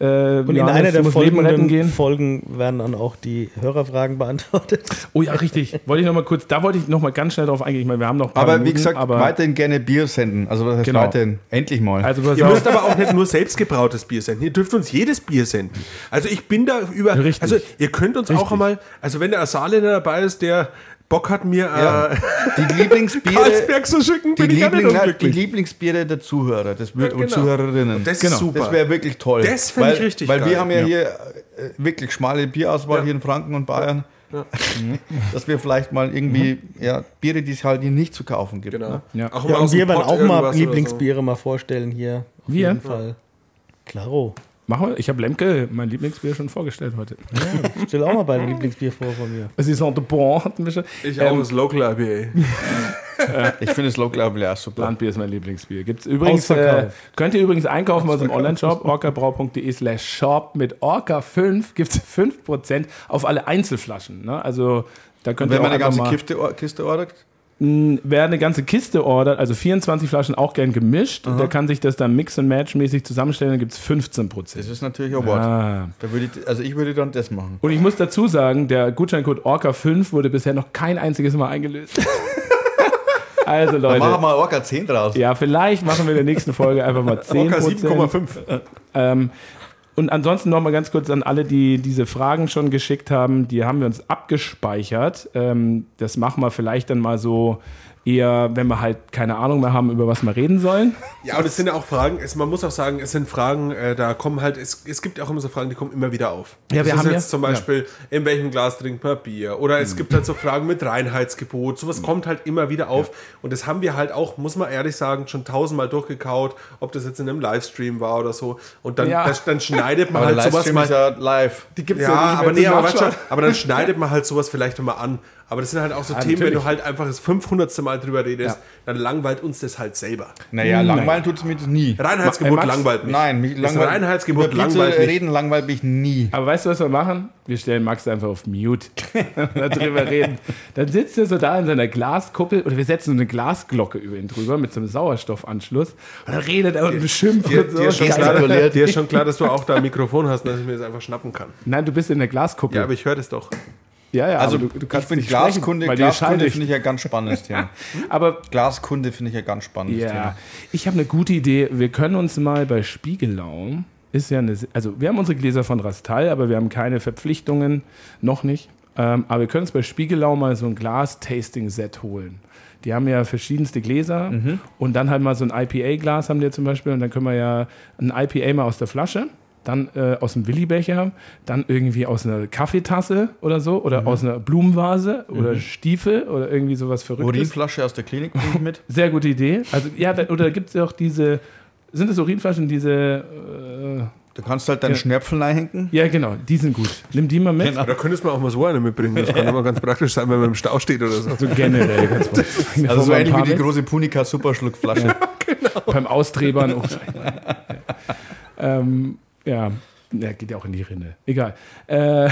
Speaker 1: Äh,
Speaker 4: Und in einer der
Speaker 1: muss Leben retten
Speaker 4: folgenden
Speaker 1: gehen.
Speaker 4: Folgen werden dann auch die Hörerfragen beantwortet.
Speaker 1: Oh ja, richtig. Wollte ich noch mal kurz, da wollte ich noch mal ganz schnell drauf eingehen. Ich meine, wir haben noch ein paar
Speaker 2: Aber wie
Speaker 1: Minuten,
Speaker 2: gesagt,
Speaker 1: aber
Speaker 2: weiterhin gerne Bier senden. Also was heißt
Speaker 1: Genau.
Speaker 2: weiterhin? Endlich mal.
Speaker 1: also pass
Speaker 3: Ihr müsst
Speaker 1: auf,
Speaker 3: aber auch nicht nur selbstgebrautes Bier senden. Ihr dürft uns jedes Bier senden. Also ich bin da über.
Speaker 1: Richtig.
Speaker 3: Also ihr könnt uns auch einmal. Also wenn der Asaliner dabei ist, der Bock hat mir
Speaker 2: Ja.
Speaker 3: äh,
Speaker 2: die Lieblingsbiere,
Speaker 3: Karlsberg zu schicken,
Speaker 2: die,
Speaker 3: bin ich ja nicht
Speaker 2: Liebling, nein, die
Speaker 3: unglücklich.
Speaker 2: Lieblingsbiere der Zuhörer das wird,
Speaker 3: Ja,
Speaker 2: und
Speaker 3: genau.
Speaker 2: Zuhörerinnen.
Speaker 3: Das ist
Speaker 1: Genau.
Speaker 3: super.
Speaker 2: Das wäre wirklich toll.
Speaker 3: Das find ich
Speaker 2: Weil-
Speaker 3: richtig
Speaker 2: Weil
Speaker 3: geil.
Speaker 2: wir haben ja,
Speaker 1: Ja.
Speaker 2: hier äh, wirklich schmale Bierauswahl
Speaker 3: Ja.
Speaker 2: hier in Franken und Bayern. Dass wir vielleicht mal irgendwie ja, Biere, die es halt hier nicht zu kaufen gibt.
Speaker 3: Mhm. genau.
Speaker 2: Ne?
Speaker 1: Ja.
Speaker 3: Auch
Speaker 4: Ja,
Speaker 3: aus
Speaker 4: und
Speaker 3: dem
Speaker 4: wir werden
Speaker 3: Pott
Speaker 4: auch
Speaker 3: irgendwas oder
Speaker 4: mal
Speaker 3: so.
Speaker 4: Lieblingsbiere mal vorstellen hier. Auf
Speaker 1: Wir?
Speaker 4: jeden Fall. Klaro.
Speaker 1: machen wir. Ich habe Lemke, mein Lieblingsbier, schon vorgestellt heute.
Speaker 4: Stell auch mal beide Lieblingsbier vor von mir.
Speaker 1: Saison de Bon hatten wir schon.
Speaker 3: Ich
Speaker 4: Ähm,
Speaker 3: auch das Local IPA.
Speaker 2: Ich finde es Local Level auch super.
Speaker 1: Landbier ist mein Lieblingsbier. Gibt's übrigens, äh,
Speaker 4: Ausverkauf.
Speaker 1: könnt ihr übrigens einkaufen aus dem Online-Shop orcabrau.de slash shop mit Orca5 gibt es 5% auf alle Einzelflaschen. Ne? Also da könnt ihr
Speaker 2: Wenn
Speaker 1: auch
Speaker 2: man eine
Speaker 1: einfach
Speaker 2: ganze
Speaker 1: mal,
Speaker 2: Kiste, Kiste ordert,
Speaker 1: Mh, wer eine ganze Kiste ordert, also 24 Flaschen auch gern gemischt, der kann sich das dann mix and match mäßig zusammenstellen, dann gibt es 15%.
Speaker 2: das ist natürlich auch Wort.
Speaker 1: ah.
Speaker 2: Da würde ich, also ich würde dann das machen.
Speaker 1: Und ich muss dazu sagen, der Gutscheincode Orca5 wurde bisher noch kein einziges Mal eingelöst. also
Speaker 2: Dann machen wir
Speaker 1: Leute.
Speaker 2: mal Orca 10 draus.
Speaker 1: Ja, vielleicht machen wir in der nächsten Folge einfach mal 10%.
Speaker 3: Orca 7,5.
Speaker 1: Ähm, und ansonsten nochmal ganz kurz an alle, die diese Fragen schon geschickt haben. Die haben wir uns abgespeichert. Ähm, das machen wir vielleicht dann mal so eher, wenn wir halt keine Ahnung mehr haben, über was wir reden sollen.
Speaker 3: Ja, aber das sind ja auch Fragen. Es, man muss auch sagen, es sind Fragen, äh, da kommen halt, es, es gibt auch immer so Fragen, die kommen immer wieder auf.
Speaker 1: Ja,
Speaker 3: das
Speaker 1: wir
Speaker 3: ist
Speaker 1: haben
Speaker 3: jetzt
Speaker 1: ja-
Speaker 3: zum Beispiel, in welchem Glas trinkt man Bier? Oder
Speaker 2: Mhm.
Speaker 3: es gibt halt so Fragen mit Reinheitsgebot. Sowas kommt halt immer wieder auf. Und das haben wir halt auch, muss man ehrlich sagen, schon tausendmal durchgekaut, ob das jetzt in einem Livestream war oder so. Und dann,
Speaker 1: Ja.
Speaker 3: das, dann schneidet man
Speaker 2: Aber
Speaker 3: halt sowas
Speaker 2: Livestream
Speaker 3: mal.
Speaker 2: ist ja live.
Speaker 1: Die gibt's
Speaker 3: Ja, aber,
Speaker 1: nicht
Speaker 3: nee,
Speaker 1: mehr zum
Speaker 3: aber, weißt du,
Speaker 1: Nachschauen.
Speaker 3: aber dann schneidet man halt sowas vielleicht nochmal an. Aber das sind halt auch so
Speaker 1: Ja,
Speaker 3: Themen, wenn
Speaker 1: Ah, natürlich.
Speaker 3: du halt einfach das 500. Mal drüber redest, dann langweilt uns das halt selber.
Speaker 2: Naja, langweilen tut es mir nie.
Speaker 3: Reinheitsgebot
Speaker 1: äh, Max,
Speaker 3: langweilt mich.
Speaker 2: Nein, mich
Speaker 3: Das
Speaker 2: langweilt.
Speaker 3: Reinheitsgebot
Speaker 2: über Blitze
Speaker 3: langweilt mich.
Speaker 2: Reden langweilt mich nie.
Speaker 1: Aber weißt du, was wir machen? Wir stellen Max einfach auf Mute. Darüber reden. Dann sitzt er so da in seiner Glaskuppel oder wir setzen so eine Glasglocke über ihn drüber mit so einem Sauerstoffanschluss. Und dann redet er und beschimpft
Speaker 3: Dir,
Speaker 1: und so.
Speaker 3: dir, ist schon
Speaker 1: Geil.
Speaker 3: klar,
Speaker 4: Gestikuliert.
Speaker 3: dir ist schon klar, dass du auch da ein Mikrofon hast, und dass ich mir das einfach schnappen kann.
Speaker 1: Nein, du bist in der Glaskuppel.
Speaker 3: Ja, aber ich höre das doch.
Speaker 1: ja, ja,
Speaker 2: Also,
Speaker 1: aber du, du
Speaker 2: ich
Speaker 1: kannst
Speaker 2: finde
Speaker 1: nicht Glaskunde,
Speaker 2: Glaskunde,
Speaker 1: sprechen, weil
Speaker 2: Glaskunde
Speaker 1: Glaskunde
Speaker 2: finde ich ja ganz spannendes Thema.
Speaker 1: Aber
Speaker 2: Glaskunde finde ich ja ganz spannendes
Speaker 1: ja,
Speaker 2: Thema.
Speaker 1: ich habe eine gute Idee. Wir können uns mal bei Spiegelau. Ist ja eine, also wir haben unsere Gläser von Rastal, aber wir haben keine Verpflichtungen, noch nicht. Ähm, aber wir können uns bei Spiegelau mal so ein Glas-Tasting-Set holen. Die haben ja verschiedenste Gläser und dann halt mal so ein IPA-Glas haben die ja zum Beispiel und dann können wir ja ein IPA mal aus der Flasche, dann äh, aus dem Willibecher, dann irgendwie aus einer Kaffeetasse oder so oder aus einer Blumenvase oder Stiefel oder irgendwie sowas Verrücktes.
Speaker 2: Urinflasche aus der Klinik bringe ich mit.
Speaker 1: Sehr gute Idee. Also ja, da, oder gibt es ja auch diese, sind es Urinflaschen, diese,
Speaker 2: Du kannst halt deinen Schnäpfel einhängen.
Speaker 1: äh, ja genau, die sind gut. Nimm die mal mit.
Speaker 2: Genau.
Speaker 3: Da könntest du mal auch mal so eine mitbringen. Das kann immer ganz praktisch sein, wenn man im Stau steht oder so.
Speaker 1: So generell. ganz gut.
Speaker 2: Also so
Speaker 1: Bevor man
Speaker 2: ähnlich wie die
Speaker 1: Panik-
Speaker 2: große Punika Superschluckflasche.
Speaker 1: Beim Austrebern. Oh, ähm, ja. Ja, geht ja auch in die Rinde. Egal. Äh,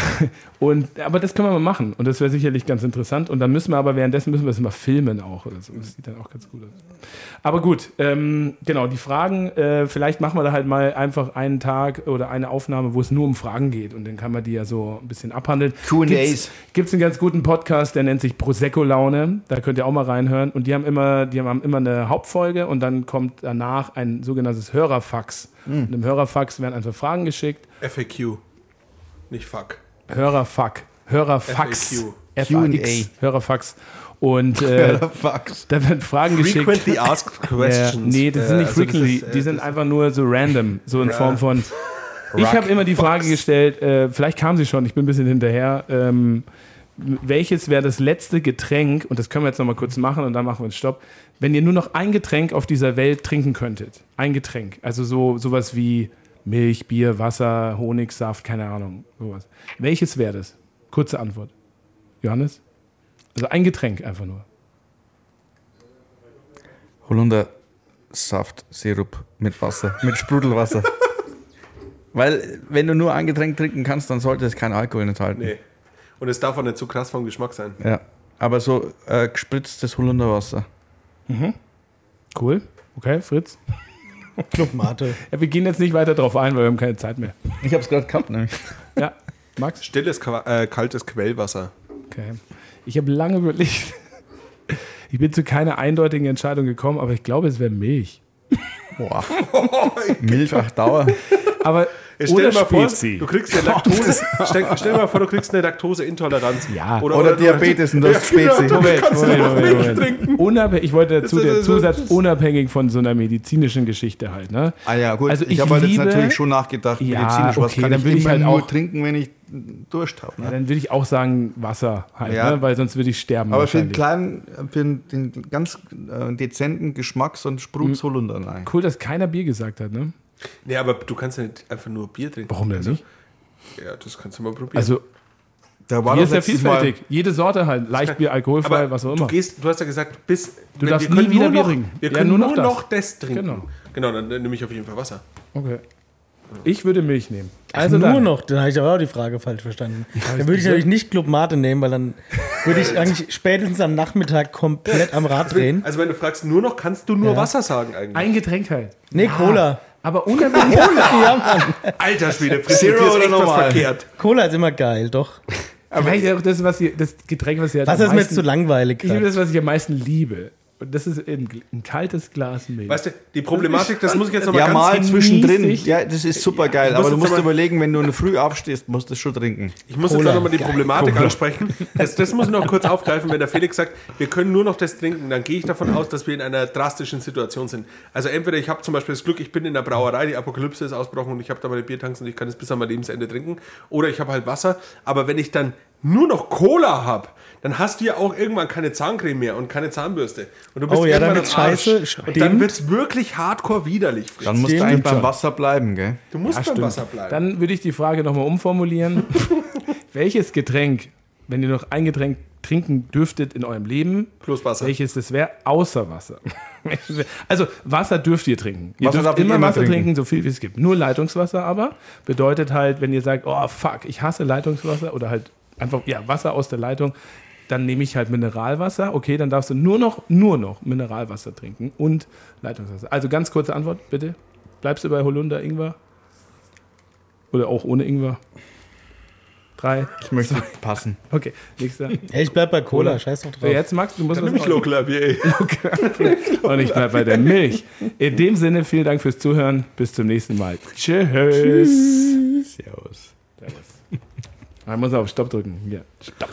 Speaker 1: und, aber das können wir mal machen. Und das wäre sicherlich ganz interessant. Und dann müssen wir aber währenddessen müssen wir es mal filmen auch oder so. Das sieht dann auch ganz gut aus. Aber gut, ähm, genau, die Fragen, äh, vielleicht machen wir da halt mal einfach einen Tag oder eine Aufnahme, wo es nur um Fragen geht. Und dann kann man die ja so ein bisschen abhandeln.
Speaker 2: Q&As.
Speaker 1: Gibt es einen ganz guten Podcast, der nennt sich Prosecco Laune. Da könnt ihr auch mal reinhören. Und die haben immer, die haben immer eine Hauptfolge und dann kommt danach ein sogenanntes Hörerfax. Und im Hörerfax werden einfach Fragen geschickt.
Speaker 3: FAQ. Nicht fuck.
Speaker 1: Hörerfuck. Hörerfax.
Speaker 2: FAQ.
Speaker 1: FAX. Hörerfax. Und äh,
Speaker 2: Fax.
Speaker 1: da werden Fragen geschickt.
Speaker 3: Frequently asked
Speaker 1: Äh,
Speaker 3: questions.
Speaker 1: nee, das
Speaker 3: Äh,
Speaker 1: sind nicht
Speaker 3: also das
Speaker 1: frequently,
Speaker 3: ist, äh,
Speaker 1: die sind
Speaker 3: das-
Speaker 1: einfach nur so random, so in
Speaker 3: Ja.
Speaker 1: Form von. Ich habe immer die Frage gestellt, äh, vielleicht kam sie schon, ich bin ein bisschen hinterher. Ähm, welches wäre das letzte Getränk, und das können wir jetzt nochmal kurz machen und dann machen wir einen Stopp, wenn ihr nur noch ein Getränk auf dieser Welt trinken könntet? Ein Getränk. Also so, sowas wie Milch, Bier, Wasser, Honigsaft, keine Ahnung, sowas. Welches wäre das? Kurze Antwort. Johannes? Also ein Getränk einfach nur.
Speaker 2: Holunder Saft, Sirup mit Wasser, mit Sprudelwasser. Weil, wenn du nur ein Getränk trinken kannst, dann sollte es keinen Alkohol enthalten.
Speaker 3: Nee. Und es darf auch nicht zu krass vom Geschmack sein.
Speaker 2: Ja. Aber so äh, gespritztes Holunderwasser.
Speaker 1: Cool. Okay, Fritz?
Speaker 4: Club Mate.
Speaker 1: Ja, wir gehen jetzt nicht weiter drauf ein, weil wir haben keine Zeit mehr.
Speaker 2: Ich hab's gerade gehabt, nämlich.
Speaker 1: Ja, Max?
Speaker 3: Stilles, Qua- äh, kaltes Quellwasser.
Speaker 1: Okay. Ich habe lange überlegt. Ich bin zu keiner eindeutigen Entscheidung gekommen, aber ich glaube, es wäre Milch.
Speaker 2: Boah. Milch auf Dauer.
Speaker 1: Aber
Speaker 3: Äh, Stell dir mal vor,
Speaker 1: Spezi.
Speaker 3: du kriegst eine Laktose. stell, stell dir mal vor, du kriegst eine Laktoseintoleranz.
Speaker 1: Ja.
Speaker 2: Oder Diabetes und das ist Spezi.
Speaker 3: Genau, damit kannst du noch Milch
Speaker 1: Moment.
Speaker 3: trinken.
Speaker 1: Unabhängig- ich wollte dazu
Speaker 3: Das ist-
Speaker 1: der
Speaker 3: das ist-
Speaker 1: Zusatz unabhängig von so einer medizinischen Geschichte halt. Ne?
Speaker 2: Ah ja, gut.
Speaker 1: Also
Speaker 2: ich
Speaker 1: ich
Speaker 2: habe halt jetzt
Speaker 1: liebe-
Speaker 2: natürlich schon nachgedacht,
Speaker 1: Ja,
Speaker 2: medizinisch, was
Speaker 1: okay,
Speaker 2: kann
Speaker 1: dann
Speaker 2: ich
Speaker 1: will ich
Speaker 2: immer
Speaker 1: halt auch-
Speaker 2: nur trinken, wenn ich Durst habe.
Speaker 1: Ja,
Speaker 2: Ne?
Speaker 1: dann würde ich auch sagen Wasser halt,
Speaker 2: Ja.
Speaker 1: ne? weil sonst würde ich sterben.
Speaker 2: Aber für den
Speaker 1: wahrscheinlich.
Speaker 2: kleinen, für den, den ganz äh, dezenten Geschmack so ein Sprutz Holunder rein.
Speaker 1: Cool, dass keiner Bier gesagt hat. Ne?
Speaker 3: Nee, aber du kannst ja nicht einfach nur Bier trinken. Also,
Speaker 1: Warum denn nicht?
Speaker 3: Ja, das kannst du mal probieren.
Speaker 1: Also
Speaker 2: Da war
Speaker 1: Bier
Speaker 2: doch
Speaker 1: ist ja
Speaker 2: letztes Mal-
Speaker 1: vielfältig. Jede Sorte halt. Leichtbier, alkoholfrei, was auch immer.
Speaker 3: Du, gehst, du hast ja gesagt, bis. wenn-
Speaker 1: darfst
Speaker 3: wir können
Speaker 1: nie wieder
Speaker 3: nur
Speaker 1: Bier
Speaker 3: noch,
Speaker 1: trinken.
Speaker 3: Wir
Speaker 1: Ja,
Speaker 3: können
Speaker 1: nur noch
Speaker 3: nur noch, das trinken.
Speaker 1: Genau.
Speaker 3: Genau, dann, dann nehme ich auf jeden Fall Wasser.
Speaker 1: Okay. Ich würde Milch nehmen. Also
Speaker 4: nur
Speaker 1: dann.
Speaker 4: noch, dann habe ich aber auch die Frage falsch verstanden. dann würde ich natürlich nicht Club Mate nehmen, weil dann würde ich eigentlich spätestens am Nachmittag komplett am Rad drehen.
Speaker 3: Also, wenn du fragst, nur noch, kannst du nur
Speaker 4: Ja.
Speaker 3: Wasser sagen eigentlich.
Speaker 1: Ein Getränk halt.
Speaker 4: Nee, Cola.
Speaker 1: Aber unabhängig.
Speaker 4: Oh Ja, Mann.
Speaker 3: Alter Schwede,
Speaker 2: Zero
Speaker 3: präsentierst
Speaker 2: oder
Speaker 3: echt was
Speaker 2: normal?
Speaker 3: verkehrt.
Speaker 4: Cola ist immer geil, doch.
Speaker 1: Vielleicht auch das, was ihr, das Getränk, was ihr halt
Speaker 4: Was
Speaker 1: am
Speaker 4: ist mir jetzt
Speaker 1: meisten-
Speaker 4: zu langweilig?
Speaker 1: Ich liebe
Speaker 4: Grad?
Speaker 1: das, was ich am meisten liebe. Und das ist ein, ein kaltes Glas Milch.
Speaker 3: Weißt du, die Problematik, das muss ich jetzt nochmal
Speaker 2: Ja,
Speaker 3: ganz
Speaker 2: mal
Speaker 1: genießig.
Speaker 2: zwischendrin. Ja, das ist super geil.
Speaker 3: musst
Speaker 2: Aber du
Speaker 3: jetzt
Speaker 2: musst
Speaker 3: aber-
Speaker 2: überlegen, wenn du in der Früh aufstehst, musst du es schon trinken.
Speaker 3: Ich muss
Speaker 4: Cola.
Speaker 3: jetzt nochmal die Problematik ansprechen. Das, das muss ich noch kurz aufgreifen, wenn der Felix sagt, wir können nur noch das trinken, dann gehe ich davon aus, dass wir in einer drastischen Situation sind. Also entweder ich habe zum Beispiel das Glück, ich bin in der Brauerei, die Apokalypse ist ausgebrochen und ich habe da meine Biertanks und ich kann es bis an mein Lebensende trinken. Oder ich habe halt Wasser. Aber wenn ich dann nur noch Cola habe, dann hast du ja auch irgendwann keine Zahncreme mehr und keine Zahnbürste. Und du bist
Speaker 4: Oh ja, dann
Speaker 3: irgendwann
Speaker 4: wird's
Speaker 3: am Arsch.
Speaker 4: scheiße,
Speaker 3: Und dann
Speaker 4: stimmt.
Speaker 3: wird es wirklich hardcore widerlich. Fritz.
Speaker 2: Dann musst du
Speaker 4: Stimmt
Speaker 2: eigentlich beim
Speaker 4: schon.
Speaker 2: Wasser bleiben, gell?
Speaker 3: Du musst beim
Speaker 1: Ah, Stimmt.
Speaker 3: Wasser bleiben.
Speaker 1: Dann würde ich die Frage nochmal umformulieren. Welches Getränk, wenn ihr noch ein Getränk trinken dürftet in eurem Leben,
Speaker 3: Plus Wasser.
Speaker 1: welches das wäre, außer Wasser. also Wasser dürft ihr trinken. Ihr
Speaker 2: Wasser
Speaker 1: dürft
Speaker 2: darf ich
Speaker 1: immer
Speaker 2: immer
Speaker 1: Wasser
Speaker 2: trinken.
Speaker 1: trinken. so viel wie es gibt. Nur Leitungswasser aber bedeutet halt, wenn ihr sagt, oh fuck, ich hasse Leitungswasser oder halt einfach ja, Wasser aus der Leitung, dann nehme ich halt Mineralwasser. Okay, dann darfst du nur noch, nur noch Mineralwasser trinken und Leitungswasser. Also ganz kurze Antwort, bitte. Bleibst du bei Holunder Ingwer? Oder auch ohne Ingwer? Drei.
Speaker 2: Ich möchte passen.
Speaker 1: Okay, nächster.
Speaker 4: Ey, ich bleib bei Cola,
Speaker 1: Cola.
Speaker 4: scheiß doch drauf.
Speaker 1: So, jetzt Max, du musst
Speaker 3: Dann nehme ich
Speaker 1: machen.
Speaker 3: Local IPA.
Speaker 1: Und ich bleibe bei der Milch. In dem Sinne, vielen Dank fürs Zuhören. Bis zum nächsten Mal. Tschüss.
Speaker 2: Servus.
Speaker 1: Man muss auf Stopp drücken. Ja. Stopp.